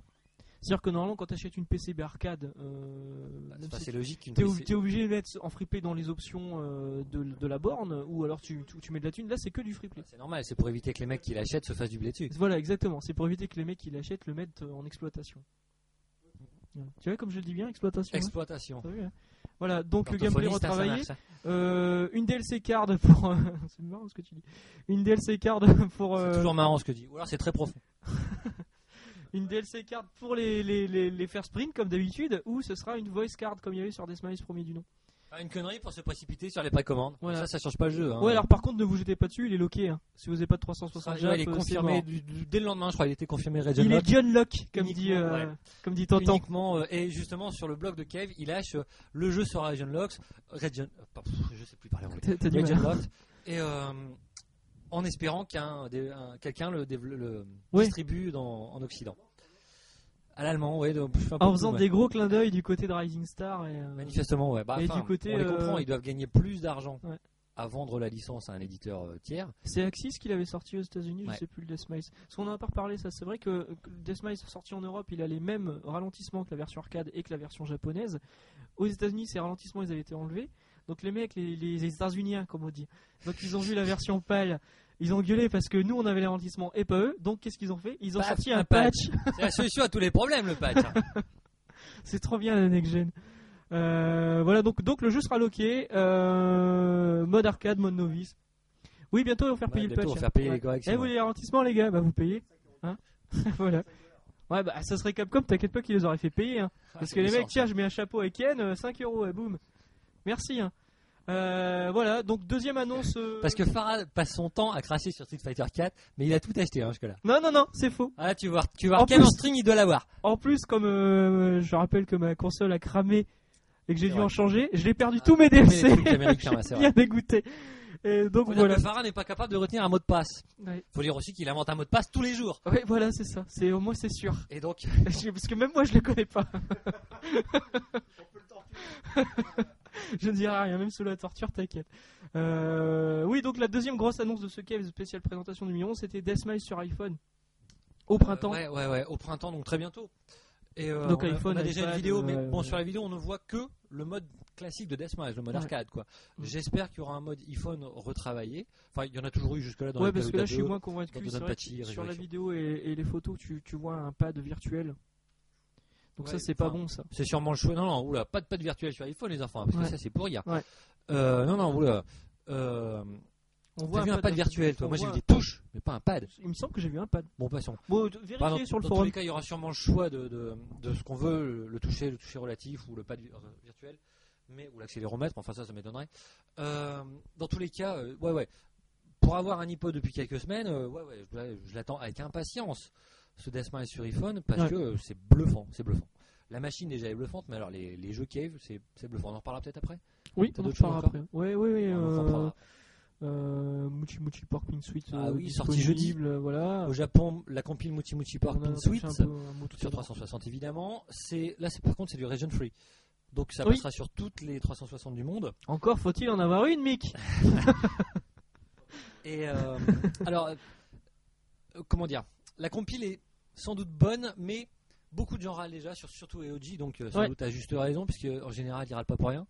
[SPEAKER 1] C'est-à-dire que normalement, quand tu achètes une PCB arcade, euh,
[SPEAKER 2] Bah,
[SPEAKER 1] même
[SPEAKER 2] c'est pas-
[SPEAKER 1] si
[SPEAKER 2] c'est logique qu'une
[SPEAKER 1] T'es
[SPEAKER 2] PC
[SPEAKER 1] ob- t'es obligé de mettre en free play dans les options euh, de, de la borne ou alors tu, tu, tu mets de la thune. Là, c'est que du free play.
[SPEAKER 2] C'est normal, c'est pour éviter que les mecs qui l'achètent se fassent du blé dessus.
[SPEAKER 1] Voilà, exactement. C'est pour éviter que les mecs qui l'achètent le mettent euh, en exploitation. Voilà. Tu vois, comme je le dis bien, exploitation. hein
[SPEAKER 2] Exploitation.
[SPEAKER 1] T'as vu, hein voilà, donc le gameplay
[SPEAKER 2] Orthophoniste, hein, ça
[SPEAKER 1] retravaillé.
[SPEAKER 2] marche, ça.
[SPEAKER 1] Euh, une DLC card pour. euh, c'est marrant ce que tu dis. Une DLC card pour.
[SPEAKER 2] C'est
[SPEAKER 1] euh,
[SPEAKER 2] toujours marrant ce que dit. Ou alors c'est très profond.
[SPEAKER 1] une DLC card pour les, les, les, les faire sprint comme d'habitude ou ce sera une voice card comme il y avait sur Deathmatch premier du nom.
[SPEAKER 2] Ah, une connerie pour se précipiter sur les précommandes.
[SPEAKER 1] Voilà.
[SPEAKER 2] Ça, ça change pas le jeu. hein.
[SPEAKER 1] ouais, alors par contre, ne vous jetez pas dessus, il est loqué. hein. Si vous n'avez pas de
[SPEAKER 2] Ça,
[SPEAKER 1] 360
[SPEAKER 2] ouais, il est
[SPEAKER 1] Jap, euh, c'est
[SPEAKER 2] confirmé
[SPEAKER 1] mort.
[SPEAKER 2] du- du- dès le lendemain, je crois. Il était confirmé Red
[SPEAKER 1] Il est John Locke, comme
[SPEAKER 2] Uniquement,
[SPEAKER 1] dit, euh,
[SPEAKER 2] ouais.
[SPEAKER 1] comme dit Tonton.
[SPEAKER 2] Uniquement, euh, et justement sur le blog de Cave, il lâche euh, le jeu sur Region Locks, Region, euh, pardon, je sais plus parler anglais,
[SPEAKER 1] T'as- t'as du
[SPEAKER 2] Region
[SPEAKER 1] mal.
[SPEAKER 2] Locks, et euh, en espérant qu'un des- un- quelqu'un le, dévelop- le
[SPEAKER 1] Oui.
[SPEAKER 2] distribue dans, en Occident. À l'allemand, ouais, donc, je fais un peu
[SPEAKER 1] En
[SPEAKER 2] de
[SPEAKER 1] faisant
[SPEAKER 2] tout,
[SPEAKER 1] des gros clins d'œil du côté de Rising Star et. euh,
[SPEAKER 2] ouais. manifestement, ouais. Bah,
[SPEAKER 1] Et
[SPEAKER 2] enfin,
[SPEAKER 1] du côté,
[SPEAKER 2] on les
[SPEAKER 1] euh,
[SPEAKER 2] comprend, ils doivent gagner plus d'argent
[SPEAKER 1] Ouais.
[SPEAKER 2] à vendre la licence à un éditeur euh, tiers.
[SPEAKER 1] C'est Axis qui l'avait sorti aux États-Unis,
[SPEAKER 2] Ouais.
[SPEAKER 1] je sais plus le Deathmise. Parce qu'on en a pas reparlé, ça. C'est vrai que que le Deathmise sorti en Europe, il a les mêmes ralentissements que la version arcade et que la version japonaise. Aux États-Unis, ces ralentissements, ils avaient été enlevés. Donc les mecs, les, les, les États-Uniens, comme on dit, donc ils ont vu la version pâle. Ils ont gueulé parce que nous on avait les ralentissements et pas eux. Donc qu'est-ce qu'ils ont fait Ils ont
[SPEAKER 2] Paf,
[SPEAKER 1] sorti
[SPEAKER 2] un
[SPEAKER 1] un patch.
[SPEAKER 2] C'est la solution à tous les problèmes, le patch. hein.
[SPEAKER 1] C'est trop bien la next gen. Euh, voilà donc donc le jeu sera loqué euh, mode arcade mode novice. Oui bientôt ils vont faire
[SPEAKER 2] Ouais,
[SPEAKER 1] payer le
[SPEAKER 2] bientôt,
[SPEAKER 1] patch.
[SPEAKER 2] on va
[SPEAKER 1] hein.
[SPEAKER 2] faire payer
[SPEAKER 1] Ouais.
[SPEAKER 2] les corrections.
[SPEAKER 1] Eh, vous les ralentissements, les gars, bah vous payez. Hein voilà. Ouais, bah ça serait Capcom, t'inquiète pas qu'ils les auraient fait payer. Hein.
[SPEAKER 2] Ah,
[SPEAKER 1] Parce
[SPEAKER 2] c'est
[SPEAKER 1] que les
[SPEAKER 2] méchant,
[SPEAKER 1] mecs,
[SPEAKER 2] ça.
[SPEAKER 1] tiens, je mets un chapeau avec Ken, euh, 5 euros, et boum. Merci. Hein. Euh, voilà, donc deuxième annonce. euh,
[SPEAKER 2] Parce que Farah passe son temps à cracher sur Street Fighter 4, mais il a tout acheté hein, jusque-là.
[SPEAKER 1] Non, non, non, c'est faux.
[SPEAKER 2] Ah là, tu vois, tu vois,
[SPEAKER 1] En
[SPEAKER 2] Ken
[SPEAKER 1] plus-
[SPEAKER 2] en string, il doit l'avoir.
[SPEAKER 1] En plus, comme euh, je rappelle que ma console a cramé et que j'ai
[SPEAKER 2] C'est
[SPEAKER 1] dû
[SPEAKER 2] vrai.
[SPEAKER 1] en changer, je l'ai perdu
[SPEAKER 2] Ah,
[SPEAKER 1] tous mes
[SPEAKER 2] tous les
[SPEAKER 1] DLC.
[SPEAKER 2] trucs américains, ouais, c'est
[SPEAKER 1] J'ai bien dégoûté. Et donc
[SPEAKER 2] Faut dire
[SPEAKER 1] voilà.
[SPEAKER 2] que Farah n'est pas capable de retenir un mot de passe.
[SPEAKER 1] Ouais.
[SPEAKER 2] Faut dire aussi qu'il invente un mot de passe tous les jours.
[SPEAKER 1] Ouais, voilà, c'est ça. C'est au moins c'est sûr.
[SPEAKER 2] Et donc, euh,
[SPEAKER 1] Je- Parce que même moi, je le connais pas. je ne dirai rien, même sous la torture, t'inquiète. Euh, oui, donc la deuxième grosse annonce de ce cave spéciale présentation du million, c'était Deathmile sur iPhone. Au printemps.
[SPEAKER 2] ouais, ouais, ouais, au printemps, donc très bientôt. Et euh,
[SPEAKER 1] Donc
[SPEAKER 2] on, a-
[SPEAKER 1] iPhone,
[SPEAKER 2] on a déjà
[SPEAKER 1] iPad,
[SPEAKER 2] une vidéo, mais
[SPEAKER 1] euh,
[SPEAKER 2] bon,
[SPEAKER 1] ouais.
[SPEAKER 2] sur la vidéo, on ne voit que le mode classique de Deathmatch, le mode
[SPEAKER 1] Ouais.
[SPEAKER 2] arcade, quoi.
[SPEAKER 1] Mm.
[SPEAKER 2] J'espère qu'il y aura un mode iPhone retravaillé. Enfin, il y en a toujours eu jusque-là dans
[SPEAKER 1] Ouais,
[SPEAKER 2] les E.
[SPEAKER 1] parce que là, je suis
[SPEAKER 2] Dota 2.
[SPEAKER 1] moins convaincu.
[SPEAKER 2] dans
[SPEAKER 1] C'est vrai
[SPEAKER 2] Donpachi,
[SPEAKER 1] que sur la
[SPEAKER 2] Résurrection.
[SPEAKER 1] vidéo et, et les photos, tu, tu vois un pad virtuel. Donc
[SPEAKER 2] Ouais,
[SPEAKER 1] ça, c'est pas
[SPEAKER 2] enfin,
[SPEAKER 1] bon, ça.
[SPEAKER 2] C'est sûrement le choix. Non, non, oula, pas de pad virtuel sur iPhone, les enfants, parce que
[SPEAKER 1] Ouais.
[SPEAKER 2] ça, c'est pour hier.
[SPEAKER 1] Ouais.
[SPEAKER 2] Euh, non, non, oula. Euh,
[SPEAKER 1] On
[SPEAKER 2] T'as vu un pad virtuel, toi
[SPEAKER 1] on
[SPEAKER 2] Moi, j'ai
[SPEAKER 1] voit
[SPEAKER 2] vu des
[SPEAKER 1] un-
[SPEAKER 2] touches, mais pas un pad.
[SPEAKER 1] Il me semble que j'ai vu un pad.
[SPEAKER 2] Bon, passons.
[SPEAKER 1] Bon,
[SPEAKER 2] Bah, dans-
[SPEAKER 1] vérifiez sur le
[SPEAKER 2] dans tous
[SPEAKER 1] forum.
[SPEAKER 2] les cas, il y aura sûrement le choix de, de- de ce qu'on veut, le, le toucher, le toucher relatif ou le pad vi- euh, virtuel, mais ou l'accéléromètre. Enfin, ça, ça m'étonnerait. Euh, dans tous les cas, euh, ouais, ouais. Pour avoir un iPod depuis quelques semaines, euh, ouais, ouais, je, ouais, je l'attends avec impatience. Ce Deathmatch sur iPhone parce
[SPEAKER 1] Ouais.
[SPEAKER 2] que euh, c'est bluffant, c'est bluffant. La machine déjà est bluffante, mais alors les, les jeux Cave, c'est c'est bluffant. On en reparlera peut-être après.
[SPEAKER 1] Oui,
[SPEAKER 2] T'as
[SPEAKER 1] on en
[SPEAKER 2] d'autres choses
[SPEAKER 1] parlera
[SPEAKER 2] encore
[SPEAKER 1] après. Ouais, ouais, ouais.
[SPEAKER 2] On en
[SPEAKER 1] euh,
[SPEAKER 2] reparlera.
[SPEAKER 1] euh, Muchi Muchi Pork Pin Suite
[SPEAKER 2] Ah
[SPEAKER 1] euh,
[SPEAKER 2] oui, sorti
[SPEAKER 1] disponible, euh, voilà.
[SPEAKER 2] Au Japon, la compile Muti Muti
[SPEAKER 1] On
[SPEAKER 2] Pork
[SPEAKER 1] en a
[SPEAKER 2] Pin
[SPEAKER 1] touché
[SPEAKER 2] Suite.
[SPEAKER 1] un peu- un mot tout à
[SPEAKER 2] sur
[SPEAKER 1] l'heure.
[SPEAKER 2] 360 évidemment. C'est là, c'est par contre c'est du region free. Donc ça
[SPEAKER 1] Oui.
[SPEAKER 2] passera sur toutes les 360 du monde.
[SPEAKER 1] Encore faut-il en avoir une, Mick
[SPEAKER 2] Et euh, alors euh, euh, comment dire, la compile est sans doute bonne, mais beaucoup de gens râlent déjà, sur, surtout EOG, donc euh, sans
[SPEAKER 1] Ouais.
[SPEAKER 2] doute à juste raison, puisque en général ils râlent pas pour rien.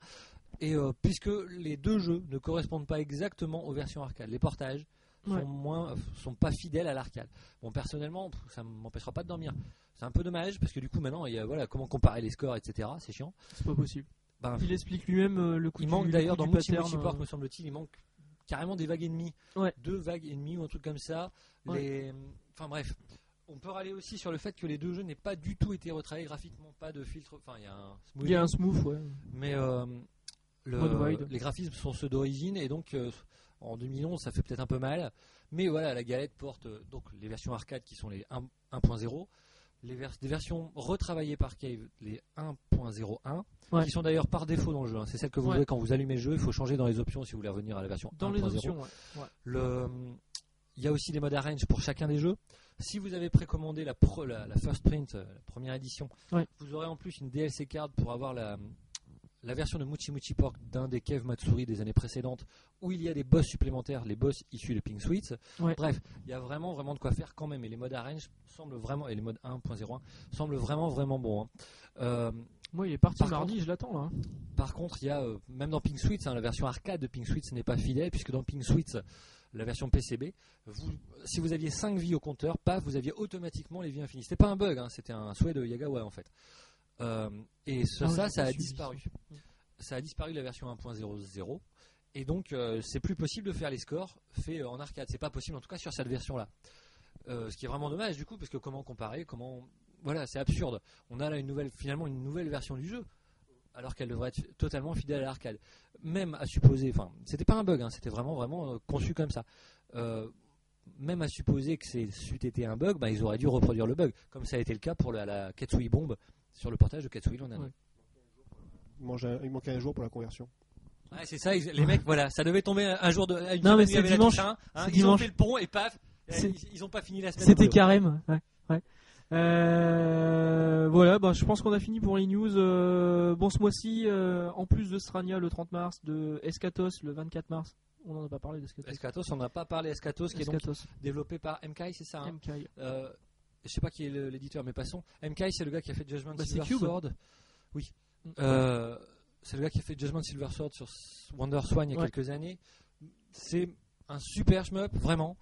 [SPEAKER 2] Et euh, puisque les deux jeux ne correspondent pas exactement aux versions arcade, les portages
[SPEAKER 1] Ouais.
[SPEAKER 2] sont moins, euh, sont pas fidèles à l'arcade. Bon, personnellement, pff, ça m'empêchera pas de dormir. C'est un peu dommage parce que du coup maintenant, il y a, voilà, comment comparer les scores, etc. C'est chiant.
[SPEAKER 1] C'est pas possible.
[SPEAKER 2] Ben,
[SPEAKER 1] Il explique lui-même euh, le coup
[SPEAKER 2] Il
[SPEAKER 1] du-
[SPEAKER 2] manque
[SPEAKER 1] le
[SPEAKER 2] d'ailleurs
[SPEAKER 1] coup
[SPEAKER 2] dans
[SPEAKER 1] du
[SPEAKER 2] Multi
[SPEAKER 1] pattern,
[SPEAKER 2] Multi
[SPEAKER 1] euh,
[SPEAKER 2] Park, me semble-t-il, il manque carrément des vagues et demie.
[SPEAKER 1] Ouais.
[SPEAKER 2] Deux vagues et demie ou un truc comme ça.
[SPEAKER 1] Ouais.
[SPEAKER 2] Les... Enfin bref, on peut râler aussi sur le fait que les deux jeux n'aient pas du tout été retravaillés graphiquement, pas de filtre. Enfin, il y a un
[SPEAKER 1] Il y a un smooth, ouais.
[SPEAKER 2] Mais euh, le-
[SPEAKER 1] Mode wide.
[SPEAKER 2] les graphismes sont ceux d'origine et donc euh, en 2011 ça fait peut-être un peu mal. Mais voilà, la galette porte euh, donc les versions arcade qui sont les 1 1.0, les, vers- des versions retravaillées par Cave, les 1.01,
[SPEAKER 1] Ouais.
[SPEAKER 2] qui sont d'ailleurs par défaut dans le jeu. hein. C'est celle que vous
[SPEAKER 1] Ouais.
[SPEAKER 2] avez quand vous allumez le jeu, il faut changer dans les options si vous voulez revenir à la version
[SPEAKER 1] Dans les
[SPEAKER 2] 1.0.
[SPEAKER 1] options, ouais.
[SPEAKER 2] Le- il y a aussi des modes arrange pour chacun des jeux. Si vous avez précommandé la, pro- la, la first print, euh, la première édition,
[SPEAKER 1] Ouais.
[SPEAKER 2] vous aurez en plus une DLC card pour avoir la, la version de Muchi Muchi Pork d'un des Cave Matsuri des années précédentes, où il y a des boss supplémentaires, les boss issus de Pink Sweets.
[SPEAKER 1] Ouais.
[SPEAKER 2] Bref, il y a vraiment vraiment de quoi faire quand même. Et les modes arrange semblent vraiment, et les modes 1.01 semblent vraiment vraiment bons. hein. Euh,
[SPEAKER 1] Moi, il est parti
[SPEAKER 2] Par
[SPEAKER 1] mardi, je l'attends là. hein.
[SPEAKER 2] par contre, il y a euh, même dans Pink Switch, hein, la version arcade de Pink Switch n'est pas fidèle puisque dans Pink Switch, la version PCB, vous, si vous aviez 5 vies au compteur, paf, vous aviez automatiquement les vies infinies. C'était pas un bug, hein, c'était un souhait de Yagawa en fait. Euh, et ce-
[SPEAKER 1] Ah ouais,
[SPEAKER 2] ça,
[SPEAKER 1] j'ai
[SPEAKER 2] ça a
[SPEAKER 1] suivi.
[SPEAKER 2] disparu.
[SPEAKER 1] Mm.
[SPEAKER 2] Ça a disparu de la version 1.00 et donc euh, c'est plus possible de faire les scores faits euh, en arcade. C'est pas possible en tout cas sur cette version-là. Euh, ce qui est vraiment dommage du coup, parce que comment comparer, comment voilà, c'est absurde. On a là une nouvelle, finalement une nouvelle version du jeu, alors qu'elle devrait être totalement fidèle à l'arcade. Même à supposer, enfin, c'était pas un bug, hein, c'était vraiment vraiment euh, conçu comme ça. Euh, même à supposer que c'est c'eût été un bug, bah, ils auraient dû reproduire le bug, comme ça a été le cas pour la, la Katsui Bomb sur le portage de Katsui l'an dernier.
[SPEAKER 1] Ouais.
[SPEAKER 3] Il, mange un- il manquait un jour pour la conversion.
[SPEAKER 2] Ouais, c'est ça, ils- les mecs, voilà, ça devait tomber un jour de. à Une
[SPEAKER 1] Non, mais
[SPEAKER 2] semaine, il y
[SPEAKER 1] c'est
[SPEAKER 2] avait la
[SPEAKER 1] dimanche.
[SPEAKER 2] Toussaint, hein,
[SPEAKER 1] C'est
[SPEAKER 2] ils ont
[SPEAKER 1] dimanche.
[SPEAKER 2] fait le pont et paf, euh,
[SPEAKER 1] C'est-
[SPEAKER 2] ils, ils ont pas fini la semaine.
[SPEAKER 1] C'était
[SPEAKER 2] de boulot.
[SPEAKER 1] carême, ouais. ouais. Euh, voilà, bah, je pense qu'on a fini pour les news. Euh, bon, ce mois-ci, euh, en plus de Strania le 30 mars, de Escatos le 24 mars, on n'en a pas parlé d'Escatos.
[SPEAKER 2] Escatos, on n'a pas parlé Escatos, qui est donc
[SPEAKER 1] Escatos,
[SPEAKER 2] développé par MKI, c'est ça hein
[SPEAKER 1] MKI.
[SPEAKER 2] Euh, Je sais pas qui est le- l'éditeur, mais passons. MKI, c'est le gars qui a fait Judgment
[SPEAKER 1] Bah, c'est
[SPEAKER 2] Silver
[SPEAKER 1] Cube.
[SPEAKER 2] Sword. Oui.
[SPEAKER 1] Mm.
[SPEAKER 2] Euh, c'est le gars qui a fait Judgment Silver Sword sur S- Wonder Swan il y a
[SPEAKER 1] Ouais.
[SPEAKER 2] quelques années. C'est un super shmup, vraiment.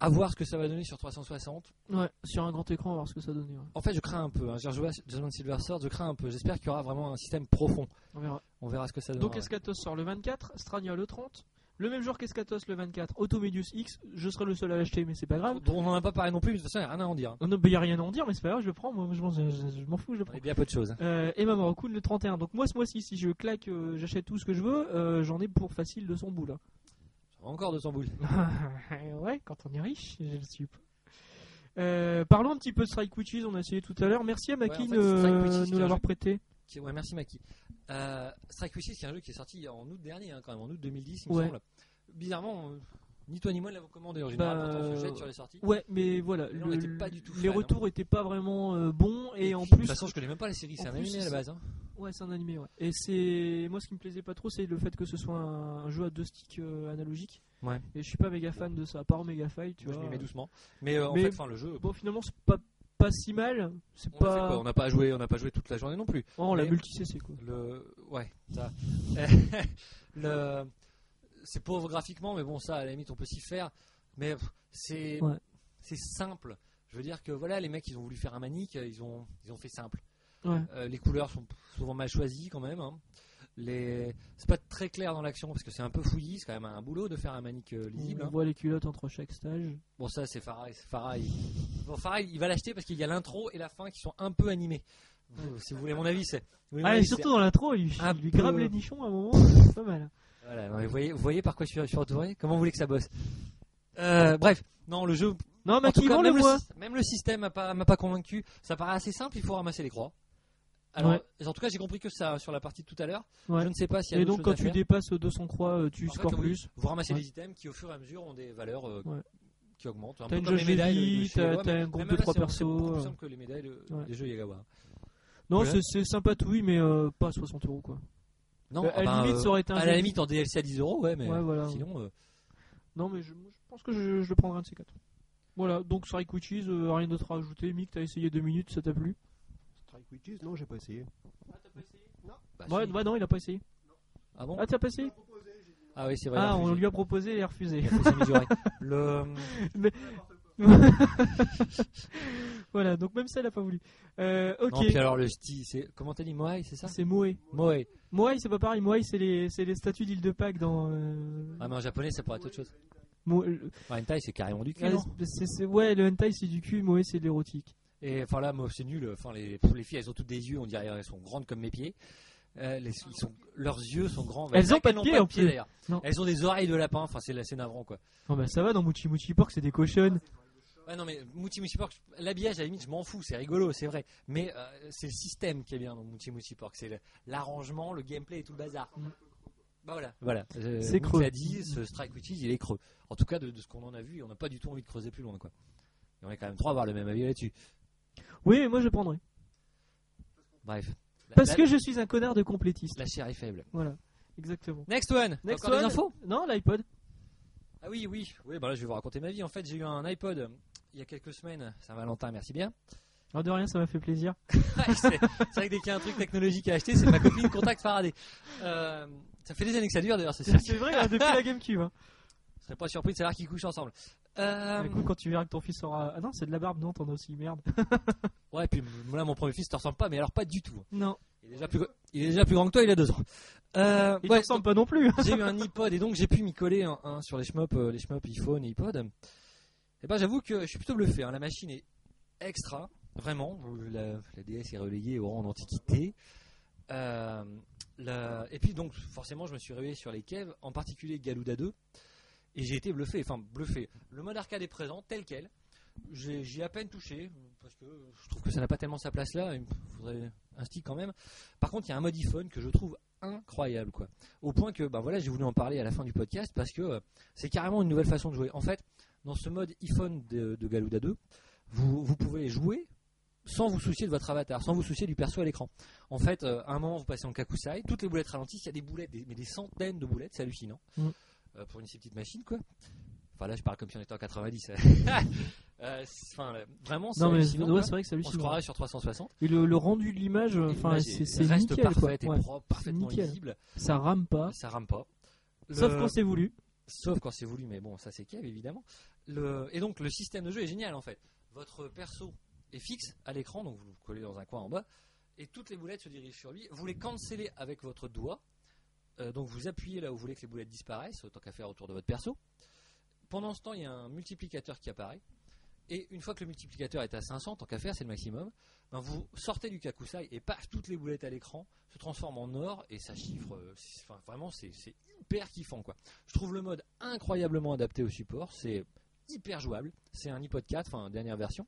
[SPEAKER 2] À voir ce que ça va donner sur 360.
[SPEAKER 1] Ouais, sur un grand écran, on va voir ce que ça donne. ouais.
[SPEAKER 2] En fait, je crains un peu. Hein. J'ai rejoué à Judgment Silver Sword, je crains un peu. J'espère qu'il y aura vraiment un système profond.
[SPEAKER 1] On verra.
[SPEAKER 2] On verra ce que ça donne.
[SPEAKER 1] Donc Escatos sort le 24, Strania le 30. Le même jour qu'Escatos le 24, Automedius X. Je serai le seul à l'acheter, mais c'est pas grave.
[SPEAKER 2] Ah, on n'en a pas parlé non plus, mais de toute façon, il n'y a rien à en dire. hein.
[SPEAKER 1] On ne y a rien à en dire, mais c'est pas grave, je le prends. Moi, je m'en, je- je m'en fous, je le
[SPEAKER 2] On
[SPEAKER 1] prends.
[SPEAKER 2] est bien peu de choses. hein.
[SPEAKER 1] Euh, et Maman Raccoon le 31. Donc moi, ce mois-ci, si je claque, euh, j'achète tout ce que je veux, euh, j'en ai pour facile de son bout là.
[SPEAKER 2] Encore de son boule.
[SPEAKER 1] ouais, quand on est riche, je le suis pas. Euh, parlons un petit peu de Strike Witches, on a essayé tout à l'heure. Merci à Maki
[SPEAKER 2] en fait,
[SPEAKER 1] de
[SPEAKER 2] Strike Witches,
[SPEAKER 1] nous
[SPEAKER 2] c'est un
[SPEAKER 1] l'avoir
[SPEAKER 2] jeu-
[SPEAKER 1] prêté.
[SPEAKER 2] Qui- Ouais, merci Maki. Euh, Strike Witches, c'est un jeu qui est sorti en août dernier, hein, quand même, en août 2010, il me
[SPEAKER 1] Ouais.
[SPEAKER 2] semble. Bizarrement, euh, ni toi ni moi ne l'avons commandé. En général,
[SPEAKER 1] Bah,
[SPEAKER 2] pourtant, on se jette sur les sorties.
[SPEAKER 1] Ouais, mais voilà,
[SPEAKER 2] Mais on
[SPEAKER 1] le-
[SPEAKER 2] était pas du tout
[SPEAKER 1] les
[SPEAKER 2] fan, hein.
[SPEAKER 1] retours étaient pas vraiment euh, bons et, en
[SPEAKER 2] puis,
[SPEAKER 1] plus,
[SPEAKER 2] De toute façon, je connais même pas la série,
[SPEAKER 1] en
[SPEAKER 2] c'est un
[SPEAKER 1] plus,
[SPEAKER 2] animé à la
[SPEAKER 1] c'est-
[SPEAKER 2] base. hein.
[SPEAKER 1] ouais, c'est un animé. Ouais. Et c'est moi ce qui me plaisait pas trop, c'est le fait que ce soit un, un jeu à deux sticks euh, analogiques.
[SPEAKER 2] Ouais.
[SPEAKER 1] Et je suis pas méga fan de ça, à part Omega Fight, tu
[SPEAKER 2] Moi, je
[SPEAKER 1] vois.
[SPEAKER 2] m'y mets doucement. Mais euh,
[SPEAKER 1] bah,
[SPEAKER 2] en
[SPEAKER 1] Mais-
[SPEAKER 2] fait, enfin, le jeu.
[SPEAKER 1] Bon, finalement, c'est pas pas si mal. C'est
[SPEAKER 2] On a fait quoi
[SPEAKER 1] pas.
[SPEAKER 2] On n'a pas joué, on n'a pas joué toute la journée non plus.
[SPEAKER 1] Oh, la
[SPEAKER 2] Mais-
[SPEAKER 1] multi c'est quoi.
[SPEAKER 2] Le... Ouais, ça. le... C'est pauvre graphiquement, mais bon, ça, à la limite, on peut s'y faire. Mais pff, c'est
[SPEAKER 1] Ouais.
[SPEAKER 2] c'est simple. Je veux dire que voilà, les mecs, ils ont voulu faire un manique, ils ont, ils ont fait simple.
[SPEAKER 1] Ouais.
[SPEAKER 2] Euh, les couleurs sont souvent mal choisies quand même. hein. Les... C'est pas très clair dans l'action parce que c'est un peu fouillis, c'est quand même un boulot de faire un manique euh, lisible.
[SPEAKER 1] On
[SPEAKER 2] hein.
[SPEAKER 1] voit les culottes entre chaque stage.
[SPEAKER 2] Bon, ça, c'est Farah. c'est Farah, il- Bon, Farah, il va l'acheter parce qu'il y a l'intro et la fin qui sont un peu animés. Vous- Si vous voulez mon avis, c'est. vous voulez mon
[SPEAKER 1] Ah, et
[SPEAKER 2] avis, c'est-
[SPEAKER 1] surtout dans l'intro, il,
[SPEAKER 2] un
[SPEAKER 1] il lui
[SPEAKER 2] peu- euh,
[SPEAKER 1] grabe les nichons à un moment, c'est pas mal.
[SPEAKER 2] Voilà, non, mais vous, voyez, vous voyez par quoi je suis, je suis entouré Comment vous voulez que ça bosse Euh, Bref, non, le jeu.
[SPEAKER 1] Non,
[SPEAKER 2] en tout
[SPEAKER 1] Maki,
[SPEAKER 2] cas,
[SPEAKER 1] vend le
[SPEAKER 2] même, le,
[SPEAKER 1] bois.
[SPEAKER 2] syst- même le système m'a pas, m'a pas convaincu. Ça paraît assez simple, il faut ramasser les croix. Alors, en tout cas, j'ai compris que ça sur la partie de tout à l'heure.
[SPEAKER 1] Ouais.
[SPEAKER 2] Je ne sais pas s'il y a
[SPEAKER 1] Et
[SPEAKER 2] d'autres
[SPEAKER 1] donc,
[SPEAKER 2] choses
[SPEAKER 1] quand
[SPEAKER 2] à
[SPEAKER 1] tu
[SPEAKER 2] faire.
[SPEAKER 1] dépasses 200 croix, euh, tu
[SPEAKER 2] En fait,
[SPEAKER 1] scores
[SPEAKER 2] oui,
[SPEAKER 1] plus.
[SPEAKER 2] Vous ramassez
[SPEAKER 1] Ouais.
[SPEAKER 2] les items qui, au fur et à mesure, ont des valeurs euh,
[SPEAKER 1] Ouais.
[SPEAKER 2] qui augmentent. Un
[SPEAKER 1] T'as
[SPEAKER 2] peu
[SPEAKER 1] une
[SPEAKER 2] comme les
[SPEAKER 1] jauge de
[SPEAKER 2] médailles. de- de
[SPEAKER 1] vie,
[SPEAKER 2] chez
[SPEAKER 1] t'as
[SPEAKER 2] Yagawa,
[SPEAKER 1] t'as
[SPEAKER 2] mais
[SPEAKER 1] un
[SPEAKER 2] hein. même
[SPEAKER 1] groupe de
[SPEAKER 2] là,
[SPEAKER 1] 3
[SPEAKER 2] c'est- C'est beaucoup plus
[SPEAKER 1] persos. euh.
[SPEAKER 2] simple que les médailles de-
[SPEAKER 1] Ouais.
[SPEAKER 2] des jeux Yagawa.
[SPEAKER 1] Non,
[SPEAKER 2] Ouais.
[SPEAKER 1] c'est- c'est sympa tout, oui, mais euh, pas à 60 euros quoi.
[SPEAKER 2] Non,
[SPEAKER 1] Euh,
[SPEAKER 2] ah
[SPEAKER 1] à la
[SPEAKER 2] ben,
[SPEAKER 1] limite,
[SPEAKER 2] euh,
[SPEAKER 1] ça aurait été un
[SPEAKER 2] à
[SPEAKER 1] jeu
[SPEAKER 2] la
[SPEAKER 1] de-
[SPEAKER 2] limite, en DLC à 10 euros, ouais, mais
[SPEAKER 1] Ouais, voilà.
[SPEAKER 2] sinon. euh,
[SPEAKER 1] Non, mais je, moi, je pense que je, je le prendrai un de ces quatre. Voilà, donc sur Witches, euh, rien d'autre à ajouter. Mick, t'as essayé deux minutes, ça t'a plu
[SPEAKER 3] Strike Witches Non, j'ai pas essayé.
[SPEAKER 2] bah,
[SPEAKER 1] ouais,
[SPEAKER 2] si.
[SPEAKER 1] ouais, non, il a pas essayé.
[SPEAKER 2] Ah bon
[SPEAKER 1] Ah, t'as pas essayé
[SPEAKER 2] Ah oui, c'est vrai.
[SPEAKER 1] Ah,
[SPEAKER 2] en plus,
[SPEAKER 1] on
[SPEAKER 2] j'ai-
[SPEAKER 1] lui a proposé et il a refusé.
[SPEAKER 2] Faut s'améliorer. Le. hum,
[SPEAKER 1] voilà, donc même ça, il a pas voulu. Euh, ok,
[SPEAKER 2] Non, puis alors le style, c'est comment t'as dit Moai, c'est ça
[SPEAKER 1] c'est Moe.
[SPEAKER 2] Moai.
[SPEAKER 1] Moai, c'est pas pareil. Moai, c'est les, c'est les statues d'île de Pâques dans. euh,
[SPEAKER 2] Ah mais en japonais ça pourrait être autre chose.
[SPEAKER 1] Mo- euh,
[SPEAKER 2] Enfin, hentai, c'est carrément du cul. hein.
[SPEAKER 1] ah,
[SPEAKER 2] non
[SPEAKER 1] c'est- c'est- ouais, le hentai c'est du cul, Moé c'est de l'érotique.
[SPEAKER 2] Et enfin là, moi, c'est nul. Enfin, les, les filles, elles ont toutes des yeux. On dirait elles sont grandes comme mes pieds. Euh, les- ils sont, leurs yeux sont grands.
[SPEAKER 1] Elles
[SPEAKER 2] Bah,
[SPEAKER 1] ont pas de
[SPEAKER 2] n'ont
[SPEAKER 1] pieds, en plus.
[SPEAKER 2] d'ailleurs.
[SPEAKER 1] Non.
[SPEAKER 2] Elles ont des oreilles de lapin. Enfin, c'est assez navrant quoi.
[SPEAKER 1] Non, bah ça va dans Mouchi Mouchi Pork, c'est des cochonnes.
[SPEAKER 2] Ouais, non mais Mouti Mouti Pork, l'habillage à la limite, je m'en fous. C'est rigolo, c'est vrai. Mais euh, c'est le système qui est bien dans Mouti Mouti Pork. C'est le- l'arrangement, le gameplay et tout le bazar.
[SPEAKER 1] Mm.
[SPEAKER 2] Bah voilà, voilà. Euh,
[SPEAKER 1] C'est
[SPEAKER 2] Nick
[SPEAKER 1] creux.
[SPEAKER 2] l'a dit, ce Strike Witches, il est creux. En tout cas, de, de ce qu'on en a vu, on n'a pas du tout envie de creuser plus loin quoi. Et on est quand même trois à avoir le même avis là-dessus.
[SPEAKER 1] Oui, mais moi je prendrais.
[SPEAKER 2] Bah, Bref. La-
[SPEAKER 1] Parce
[SPEAKER 2] la-
[SPEAKER 1] que je suis un connard de complétiste.
[SPEAKER 2] la chair est faible.
[SPEAKER 1] Voilà, exactement.
[SPEAKER 2] Next one. Bah. T'as
[SPEAKER 1] Next
[SPEAKER 2] encore des
[SPEAKER 1] one.
[SPEAKER 2] infos
[SPEAKER 1] Non, l'iPod.
[SPEAKER 2] Ah oui, oui, oui, bah là je vais vous raconter ma vie. En fait, j'ai eu un iPod euh, il y a quelques semaines, Saint-Valentin, merci bien.
[SPEAKER 1] Alors de rien, ça m'a fait plaisir.
[SPEAKER 2] Ouais, c'est c'est vrai que dès qu'il y a un truc technologique à acheter, c'est ma copine Contact Faraday. Euh, ça fait des années que ça dure d'ailleurs, c'est sûr.
[SPEAKER 1] C'est vrai, hein, depuis la GameCube. Hein.
[SPEAKER 2] Je serais pas surpris de savoir qu'ils couchent ensemble. Euh,
[SPEAKER 1] Écoute, quand tu verras que ton fils aura. Ah non, c'est de la barbe, non, t'en as aussi, merde.
[SPEAKER 2] ouais, puis m- là mon premier fils te ressemble pas, mais alors pas du tout.
[SPEAKER 1] Non,
[SPEAKER 2] Il est déjà plus, gr- il est déjà plus grand que toi, il a deux ans. Euh,
[SPEAKER 1] il te
[SPEAKER 2] ouais,
[SPEAKER 1] ressemble pas non plus.
[SPEAKER 2] j'ai eu un iPod et donc j'ai pu m'y coller un, un sur les shmups, euh, les shmups iPhone et iPod. Et ben j'avoue que je suis plutôt bluffé. hein. La machine est extra, vraiment. La, la DS est relayée au rang d'antiquité. Euh, la- et puis donc forcément je me suis réveillé sur les caves, en particulier Galuda 2, et j'ai été bluffé. Enfin bluffé. Le mode arcade est présent tel quel. J'ai- J'y ai à peine touché parce que je trouve que ça n'a pas tellement sa place là. Il me faudrait un stick quand même. Par contre, il y a un mode iPhone que je trouve incroyable quoi au point que bah voilà j'ai voulu en parler à la fin du podcast parce que euh, c'est carrément une nouvelle façon de jouer en fait dans ce mode iPhone de, de Galuda 2 vous, vous pouvez jouer sans vous soucier de votre avatar, sans vous soucier du perso à l'écran. En fait, euh, à un moment, vous passez en kakusai, toutes les boulettes ralentissent, il y a des boulettes, des- mais des centaines de boulettes, c'est hallucinant.
[SPEAKER 1] Mm.
[SPEAKER 2] Euh, pour une si petite machine, quoi. Enfin, là, je parle comme si on était en 90. Euh, c'est- Enfin, là, vraiment, c'est
[SPEAKER 1] Non, mais
[SPEAKER 2] hallucinant.
[SPEAKER 1] ouais,
[SPEAKER 2] quoi.
[SPEAKER 1] c'est vrai que ça lui
[SPEAKER 2] on se croirait sur 360.
[SPEAKER 1] Et le, le rendu de l'image,
[SPEAKER 2] Et
[SPEAKER 1] enfin,
[SPEAKER 2] l'image
[SPEAKER 1] c'est
[SPEAKER 2] est-
[SPEAKER 1] c'est
[SPEAKER 2] reste
[SPEAKER 1] nickel quoi.
[SPEAKER 2] parfaite et
[SPEAKER 1] Ouais.
[SPEAKER 2] propre, parfaitement
[SPEAKER 1] nickel.
[SPEAKER 2] lisible.
[SPEAKER 1] Ça rame pas,
[SPEAKER 2] Ça rame pas.
[SPEAKER 1] sauf
[SPEAKER 2] Le-
[SPEAKER 1] quand c'est voulu.
[SPEAKER 2] sauf quand c'est voulu, mais bon, ça c'est Kev évidemment. Le- Et donc le système de jeu est génial en fait. Votre perso est fixe à l'écran, donc vous le collez dans un coin en bas, et toutes les boulettes se dirigent sur lui. Vous les cancellez avec votre doigt, Euh, donc vous appuyez là où vous voulez que les boulettes disparaissent, autant qu'à faire autour de votre perso. Pendant ce temps, il y a un multiplicateur qui apparaît, et une fois que le multiplicateur est à 500, tant qu'à faire, c'est le maximum, ben, vous sortez du kakusai et paf, toutes les boulettes à l'écran se transforment en or et ça chiffre. euh, c'est- Enfin, vraiment, c'est c'est hyper kiffant quoi. Je trouve le mode incroyablement adapté au support. C'est hyper jouable. C'est un iPod 4, enfin dernière version.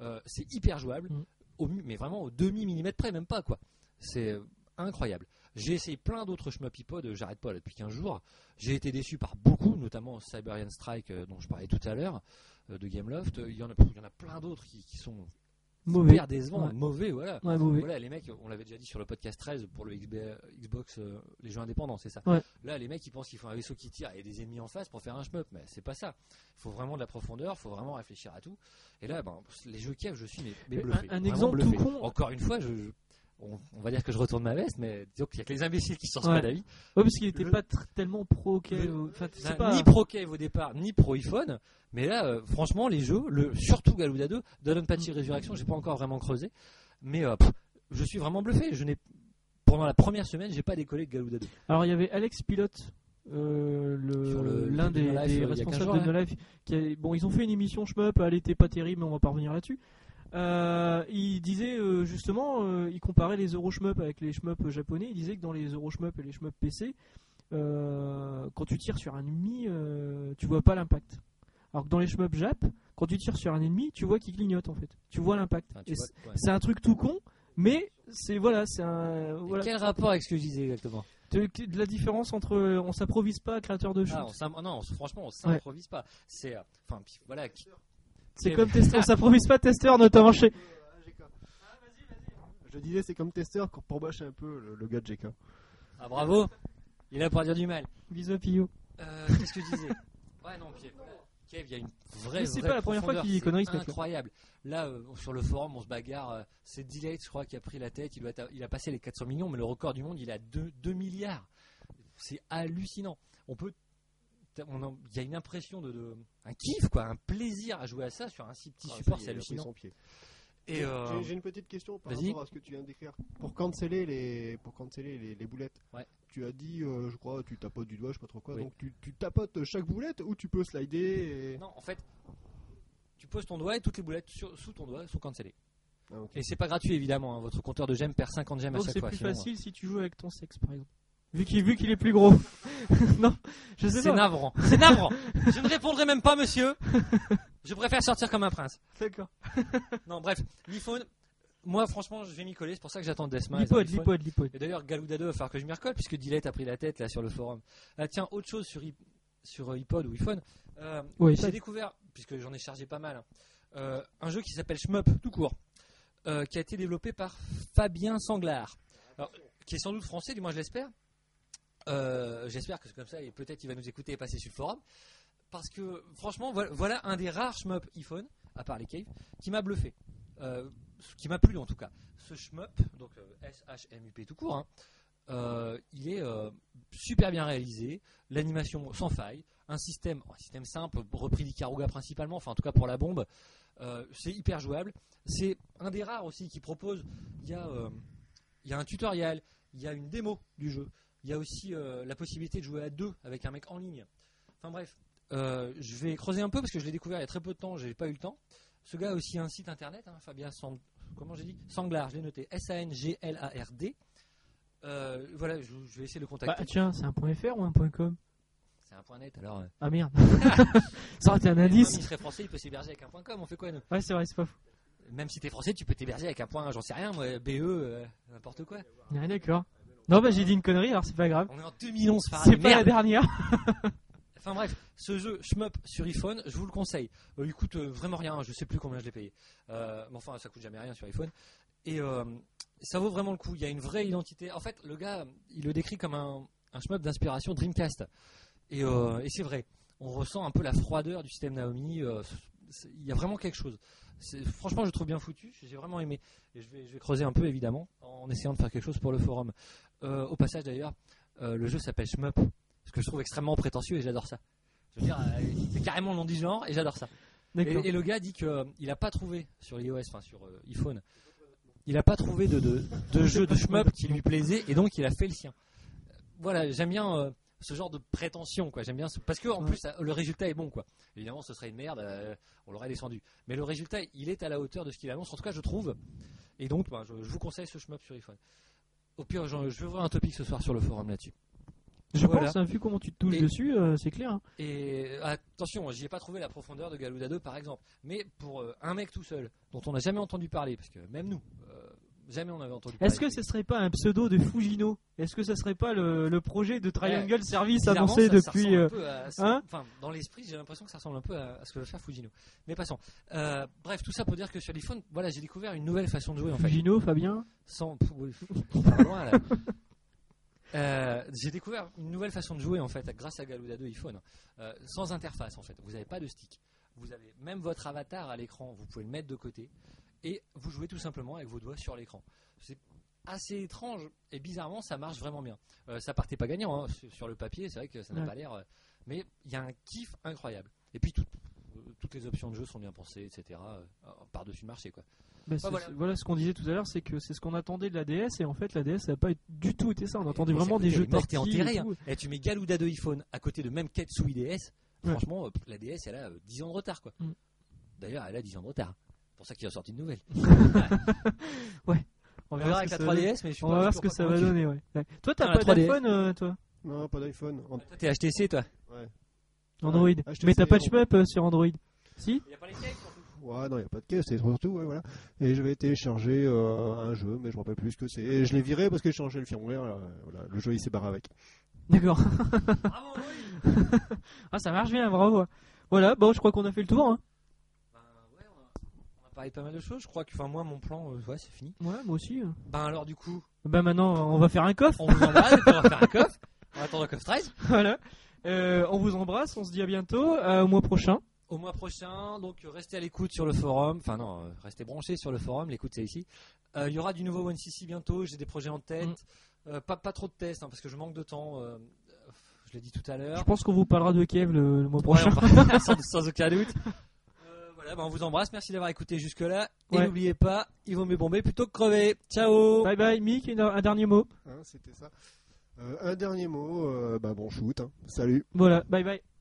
[SPEAKER 2] Euh, c'est hyper jouable,
[SPEAKER 1] Mhm.
[SPEAKER 2] au mi- mais vraiment au demi millimètre près, même pas quoi. C'est euh, incroyable. J'ai essayé plein d'autres shmup iPod, euh, j'arrête pas là depuis 15 jours. J'ai été déçu par beaucoup, notamment Siberian Strike euh, dont je parlais tout à l'heure, euh, de Gameloft. Euh, Il y en a, il y en a plein d'autres qui, qui sont
[SPEAKER 1] Mauvais.
[SPEAKER 2] hyper décevants,
[SPEAKER 1] Ouais.
[SPEAKER 2] mauvais, voilà.
[SPEAKER 1] Ouais, mauvais.
[SPEAKER 2] Voilà, les mecs, on l'avait déjà dit sur le podcast 13 pour le XB- Xbox, euh, les jeux indépendants, c'est ça.
[SPEAKER 1] Ouais.
[SPEAKER 2] Là, les mecs, ils pensent qu'il faut un vaisseau qui tire et des ennemis en face pour faire un shmup, mais c'est pas ça. Il faut vraiment de la profondeur, il faut vraiment réfléchir à tout. Et là, ben, les jeux Kev, je suis mais, mais
[SPEAKER 1] Un-
[SPEAKER 2] bluffé,
[SPEAKER 1] un
[SPEAKER 2] vraiment
[SPEAKER 1] exemple
[SPEAKER 2] bluffé.
[SPEAKER 1] tout con.
[SPEAKER 2] Encore une fois, je, je- on, on va dire que je retourne ma veste, mais disons qu'il y a que les imbéciles qui sortent
[SPEAKER 1] Ouais.
[SPEAKER 2] pas d'avis.
[SPEAKER 1] Ouais, parce qu'il était
[SPEAKER 2] Le-
[SPEAKER 1] pas tr- tellement pro ok.
[SPEAKER 2] Le-
[SPEAKER 1] euh, Enfin, tu sais
[SPEAKER 2] Enfin,
[SPEAKER 1] pas.
[SPEAKER 2] Ni pro Cave au départ, ni pro iPhone. Mais là, euh, franchement, les jeux, le, surtout Galuda 2, Don Patchy Résurrection, j'ai pas encore vraiment creusé. Mais euh, pff, je suis vraiment bluffé. Je n'ai pendant la première semaine, j'ai pas décollé de Galuda 2.
[SPEAKER 1] Alors il y avait Alex Pilote, euh, le-
[SPEAKER 2] Sur le-
[SPEAKER 1] l'un
[SPEAKER 2] le
[SPEAKER 1] des,
[SPEAKER 2] No
[SPEAKER 1] des
[SPEAKER 2] Life, euh, il y a quinze
[SPEAKER 1] responsables
[SPEAKER 2] jours,
[SPEAKER 1] de
[SPEAKER 2] là.
[SPEAKER 1] No Life, qui a- bon, ils ont fait une émission shmup, elle était pas terrible, mais on va pas revenir là-dessus. Euh, il disait euh, justement, euh, il comparait les euro shmup avec les shmup japonais. Il disait que dans les euro shmup et les shmup PC, euh, quand tu tires sur un ennemi, euh, tu vois pas l'impact. Alors que dans les shmup jap, quand tu tires sur un ennemi, tu vois qu'il clignote en fait. Tu vois l'impact.
[SPEAKER 2] Enfin, tu
[SPEAKER 1] Et
[SPEAKER 2] vois,
[SPEAKER 1] c'est
[SPEAKER 2] ouais.
[SPEAKER 1] c'est un truc tout con, mais c'est voilà, c'est un
[SPEAKER 2] Et
[SPEAKER 1] voilà.
[SPEAKER 2] Quel rapport avec ce que je disais exactement
[SPEAKER 1] De, de la différence entre euh, on s'improvise pas créateur de shoot.
[SPEAKER 2] Ah, on s'im- Non, on s- franchement, on s'improvise pas. C'est, euh, enfin, puis voilà, qui-
[SPEAKER 1] c'est
[SPEAKER 2] ok,
[SPEAKER 1] comme testeur, on s'improvise pas testeur notamment chez.
[SPEAKER 3] Euh, Ah, Je disais, c'est comme testeur pour- pour bâcher un peu le, le gars de GK.
[SPEAKER 2] ah, bravo, il a pour dire du mal.
[SPEAKER 1] Bisous à Pio.
[SPEAKER 2] Euh, Qu'est-ce que je disais Ouais, non, puis, Kev, il y a une vraie.
[SPEAKER 1] Mais c'est
[SPEAKER 2] vraie
[SPEAKER 1] pas la première fois
[SPEAKER 2] profondeur,
[SPEAKER 1] qu'il dit
[SPEAKER 2] c'est
[SPEAKER 1] conneries, ce mec-là.
[SPEAKER 2] Incroyable. Là, euh, sur le forum, on se bagarre. euh, c'est Delay, je crois, qui a pris la tête. Il, doit être à- il a passé les 400 millions, mais le record du monde, il est à 2, milliards. C'est hallucinant. On peut. on en- Il y a une impression de, de- Un kiff, quoi. Un plaisir à jouer à ça sur un si petit
[SPEAKER 3] Ah,
[SPEAKER 2] support,
[SPEAKER 3] ça y est,
[SPEAKER 2] c'est
[SPEAKER 3] il a pris
[SPEAKER 2] hallucinant.
[SPEAKER 3] son pied.
[SPEAKER 2] Et. euh,
[SPEAKER 3] J'ai- J'ai une petite question par
[SPEAKER 2] vas-y.
[SPEAKER 3] rapport à ce que tu viens de décrire. Pour canceller les, pour canceller les, les boulettes,
[SPEAKER 2] Ouais.
[SPEAKER 3] tu- tu as dit, euh, je crois, tu tapotes du doigt, je sais pas trop quoi.
[SPEAKER 2] Oui.
[SPEAKER 3] Donc tu, tu tapotes chaque boulette ou tu peux slider et...
[SPEAKER 2] Non, en fait, tu poses ton doigt et toutes les boulettes sur- sous ton doigt sont cancellées.
[SPEAKER 3] Ah, ok.
[SPEAKER 2] Et c'est pas gratuit évidemment, hein. votre compteur de gemmes perd 50 gemmes à
[SPEAKER 1] Donc
[SPEAKER 2] Ah, bah, chaque
[SPEAKER 1] c'est
[SPEAKER 2] fois.
[SPEAKER 1] plus
[SPEAKER 2] sinon, euh,
[SPEAKER 1] facile si tu joues avec ton sexe, par exemple. Vu qu'il vu qu'il est plus gros. non, je
[SPEAKER 2] euh,
[SPEAKER 1] sais
[SPEAKER 2] C'est
[SPEAKER 1] pas.
[SPEAKER 2] navrant, c'est navrant. Je ne répondrai même pas, monsieur. Je préfère sortir comme un prince.
[SPEAKER 1] D'accord.
[SPEAKER 2] Non, bref, l'iPhone, moi franchement, je vais m'y coller, c'est pour ça que j'attends Deathmatch.
[SPEAKER 1] L'iPod,
[SPEAKER 2] dans l'iPhone.
[SPEAKER 1] l'iPod, l'iPod.
[SPEAKER 2] Et d'ailleurs, Galouda 2 va falloir que je m'y recolle puisque Dilette a pris la tête là sur le forum. Ah, tiens, autre chose sur, i- sur euh, iPod ou iPhone. Euh,
[SPEAKER 1] Ouais,
[SPEAKER 2] J'ai
[SPEAKER 1] iPod.
[SPEAKER 2] découvert, puisque j'en ai chargé pas mal, hein, euh, un jeu qui s'appelle Shmup, tout court, euh, qui a été développé par Fabien Sanglard, Alors, qui est sans doute français, du moins je l'espère. Euh, J'espère que c'est comme ça, et peut-être il va nous écouter et passer sur le forum. Parce que franchement, voilà, voilà un des rares Shmup iPhone, à part les caves, qui m'a bluffé. Euh, qui m'a plu en tout cas. Ce Shmup, donc euh, S-H-M-U-P tout court, hein, euh, il est euh, super bien réalisé, l'animation sans faille, un système, un système simple, repris d'Ikaruga principalement, enfin en tout cas pour la bombe, Euh, c'est hyper jouable. C'est un des rares aussi qui propose, il y, a, euh, il y a un tutoriel, il y a une démo du jeu, il y a aussi euh, la possibilité de jouer à deux avec un mec en ligne. Enfin bref, euh, je vais creuser un peu parce que je l'ai découvert il y a très peu de temps, j'ai pas eu le temps. Ce gars a aussi un site internet, hein, Fabien Sang- comment j'ai dit Sanglard, je l'ai noté, S-A-N-G-L-A-R-D. Euh, voilà, je, je vais essayer de le contacter.
[SPEAKER 1] Bah tiens, c'est un point .fr ou un point .com
[SPEAKER 2] C'est un point net alors. euh,
[SPEAKER 1] Ah merde. Ça aurait été un
[SPEAKER 2] Même
[SPEAKER 1] indice.
[SPEAKER 2] s'il serait français, il peut s'héberger avec un point .com. On fait quoi nous
[SPEAKER 1] Ouais, c'est vrai, c'est pas fou.
[SPEAKER 2] Même si t'es français, tu peux t'héberger avec un point, j'en sais rien, moi, BE, euh, n'importe quoi.
[SPEAKER 1] Ouais, d'accord. Non, bah j'ai dit une connerie, alors c'est pas grave.
[SPEAKER 2] On est en 2011, Farah.
[SPEAKER 1] C'est pas la
[SPEAKER 2] Merde.
[SPEAKER 1] dernière.
[SPEAKER 2] Enfin bref, ce jeu Shmup sur iPhone, je vous le conseille. Euh, il coûte euh, vraiment rien, je sais plus combien je l'ai payé. Euh, mais enfin, ça coûte jamais rien sur iPhone. Et euh, ça vaut vraiment le coup. Il y a une vraie identité. En fait, le gars, il le décrit comme un, un Shmup d'inspiration Dreamcast. Et, euh, et c'est vrai. On ressent un peu la froideur du système Naomi. euh, c'est- il y a vraiment quelque chose. C'est- Franchement, je le trouve bien foutu. J'ai vraiment aimé. Et je vais, je vais creuser un peu, évidemment, en essayant de faire quelque chose pour le forum. Euh, au passage, d'ailleurs, euh, le jeu s'appelle Shmup ce que je trouve extrêmement prétentieux et j'adore ça. Je veux dire, euh, c'est carrément le nom du genre et j'adore ça. Et,
[SPEAKER 1] D'accord.
[SPEAKER 2] et le gars dit qu'il n'a pas trouvé sur iOS, enfin sur euh, iPhone, il n'a pas trouvé de, de, de jeu de shmup qui lui plaisait et donc il a fait le sien. Euh, Voilà, j'aime bien euh, ce genre de prétention, quoi. J'aime bien ce- parce que en
[SPEAKER 1] Ouais.
[SPEAKER 2] plus ça- le résultat est bon, quoi. Évidemment, ce serait une merde, euh, on l'aurait descendu. Mais le résultat, il est à la hauteur de ce qu'il annonce. En tout cas, je trouve. Et donc, ben, je, je vous conseille ce shmup sur iPhone. Au pire, je, je vais voir un topic ce soir sur le forum là-dessus.
[SPEAKER 1] Je
[SPEAKER 2] Voilà.
[SPEAKER 1] pense, hein, vu comment tu te touches
[SPEAKER 2] Et-
[SPEAKER 1] dessus, euh, c'est clair. hein.
[SPEAKER 2] Et euh, attention, j'y ai pas trouvé la profondeur de Galouda 2 par exemple. Mais pour euh, un mec tout seul, dont on n'a jamais entendu parler, parce que même nous, euh, jamais on avait entendu parler.
[SPEAKER 1] Est-ce que ce serait pas un pseudo de Fujino Est-ce que ce serait pas le, le projet de Triangle Service
[SPEAKER 2] Bizarrement,
[SPEAKER 1] annoncé
[SPEAKER 2] Eh, ça- ça
[SPEAKER 1] depuis
[SPEAKER 2] ressemble un
[SPEAKER 1] euh,
[SPEAKER 2] peu à ce-
[SPEAKER 1] hein
[SPEAKER 2] enfin, dans l'esprit, j'ai l'impression que ça ressemble un peu à, à ce que veut faire Fujino. Mais passons. Euh, bref, tout ça pour dire que sur l'iPhone, voilà, j'ai découvert une nouvelle façon de jouer en fait.
[SPEAKER 1] Fujino, Fabien
[SPEAKER 2] sans pff, oui, pff, pas loin, là. Euh, j'ai découvert une nouvelle façon de jouer en fait grâce à Galuda 2 iPhone Euh, sans interface en fait vous n'avez pas de stick vous avez même votre avatar à l'écran vous pouvez le mettre de côté et vous jouez tout simplement avec vos doigts sur l'écran c'est assez étrange et bizarrement ça marche vraiment bien Euh, ça partait pas gagnant hein, sur- sur le papier c'est vrai que ça n'a
[SPEAKER 1] Ouais.
[SPEAKER 2] pas l'air euh, mais il y a un kiff incroyable et puis tout- euh, toutes les options de jeu sont bien pensées etc euh, par dessus le marché quoi
[SPEAKER 1] Bah, c'est-
[SPEAKER 2] voilà.
[SPEAKER 1] voilà. ce qu'on disait tout à l'heure, c'est que c'est ce qu'on attendait de la DS et en fait la DS ça n'a pas du tout été ça. On attendait
[SPEAKER 2] Mais
[SPEAKER 1] vraiment
[SPEAKER 2] écoutez,
[SPEAKER 1] des jeux
[SPEAKER 2] elle est morte et
[SPEAKER 1] tortilles et
[SPEAKER 2] enterrée,
[SPEAKER 1] tout.
[SPEAKER 2] hein. Et tu mets Galouda de iPhone à côté de même Ketsui DS,
[SPEAKER 1] Ouais.
[SPEAKER 2] franchement, euh, la DS, elle a euh, 10 ans de retard, quoi.
[SPEAKER 1] Mm.
[SPEAKER 2] D'ailleurs, elle a 10 ans de retard. C'est pour ça qu'il a sorti une nouvelle.
[SPEAKER 1] On
[SPEAKER 2] On
[SPEAKER 1] verra ce
[SPEAKER 2] verra
[SPEAKER 1] que
[SPEAKER 2] avec la
[SPEAKER 1] ça va donner.
[SPEAKER 2] 3DS, mais je suis
[SPEAKER 1] On va
[SPEAKER 2] pas-
[SPEAKER 1] voir
[SPEAKER 2] je
[SPEAKER 1] ce
[SPEAKER 2] suis
[SPEAKER 1] que
[SPEAKER 2] pas
[SPEAKER 1] ça va
[SPEAKER 2] convaincu.
[SPEAKER 1] donner. Ouais. Ouais. Toi t'as
[SPEAKER 2] Ah, la
[SPEAKER 1] pas
[SPEAKER 2] 3DS.
[SPEAKER 1] d'iPhone, euh, toi
[SPEAKER 3] Non, pas d'iPhone. En-
[SPEAKER 2] Toi, t'es HTC, toi
[SPEAKER 1] Android.
[SPEAKER 3] Ah, je te
[SPEAKER 1] Mais t'as pas de
[SPEAKER 3] sais,
[SPEAKER 1] shmup euh, sur Android Si
[SPEAKER 2] Il a pas les caves, surtout.
[SPEAKER 3] Ouais, non, il n'y a pas de caisse, c'est surtout, ouais, voilà. Et je vais télécharger euh, un jeu, mais je ne me rappelle plus ce que c'est. Et je l'ai viré parce que j'ai changé le firmware. alors, euh, voilà, le jeu, il s'est barré avec.
[SPEAKER 1] D'accord.
[SPEAKER 2] Bravo, oui
[SPEAKER 1] Ah ça marche bien, bravo. Voilà, bon je crois qu'on a fait le tour. Hein.
[SPEAKER 2] Ben, ouais, on a- on a parlé de pas mal de choses. Je crois que, enfin, moi, mon plan, euh, ouais, c'est fini.
[SPEAKER 1] Ouais, moi aussi. euh.
[SPEAKER 2] Ben, alors, du coup,
[SPEAKER 1] Bah maintenant on va faire un coffre.
[SPEAKER 2] on vous embrasse, et puis on va faire un coffre. On attend le coffre 13.
[SPEAKER 1] Voilà. Euh, on vous embrasse, on se dit à bientôt, euh, au mois prochain.
[SPEAKER 2] Au mois prochain, donc euh, restez à l'écoute sur le forum. Enfin non, euh, restez branchés sur le forum. L'écoute c'est ici. Euh, Il y aura du nouveau OneCC bientôt. J'ai des projets en
[SPEAKER 1] Mm.
[SPEAKER 2] tête. Euh, pas pas trop de tests hein, parce que je manque de temps. euh, euh, je l'ai dit tout à l'heure.
[SPEAKER 1] Je pense qu'on vous parlera de Kiev le, le mois
[SPEAKER 2] Ouais,
[SPEAKER 1] prochain.
[SPEAKER 2] on va- sans, sans aucun doute. Euh, voilà, bah, on vous embrasse. Merci d'avoir écouté jusque là. Et
[SPEAKER 1] Ouais.
[SPEAKER 2] n'oubliez pas, il vaut mieux bomber plutôt que crever. Ciao.
[SPEAKER 1] Bye bye, Mick, une- un dernier mot.
[SPEAKER 3] Hein, C'était ça. Euh, un dernier mot, euh, bah bon shoot, hein. salut.
[SPEAKER 1] Voilà, bye bye.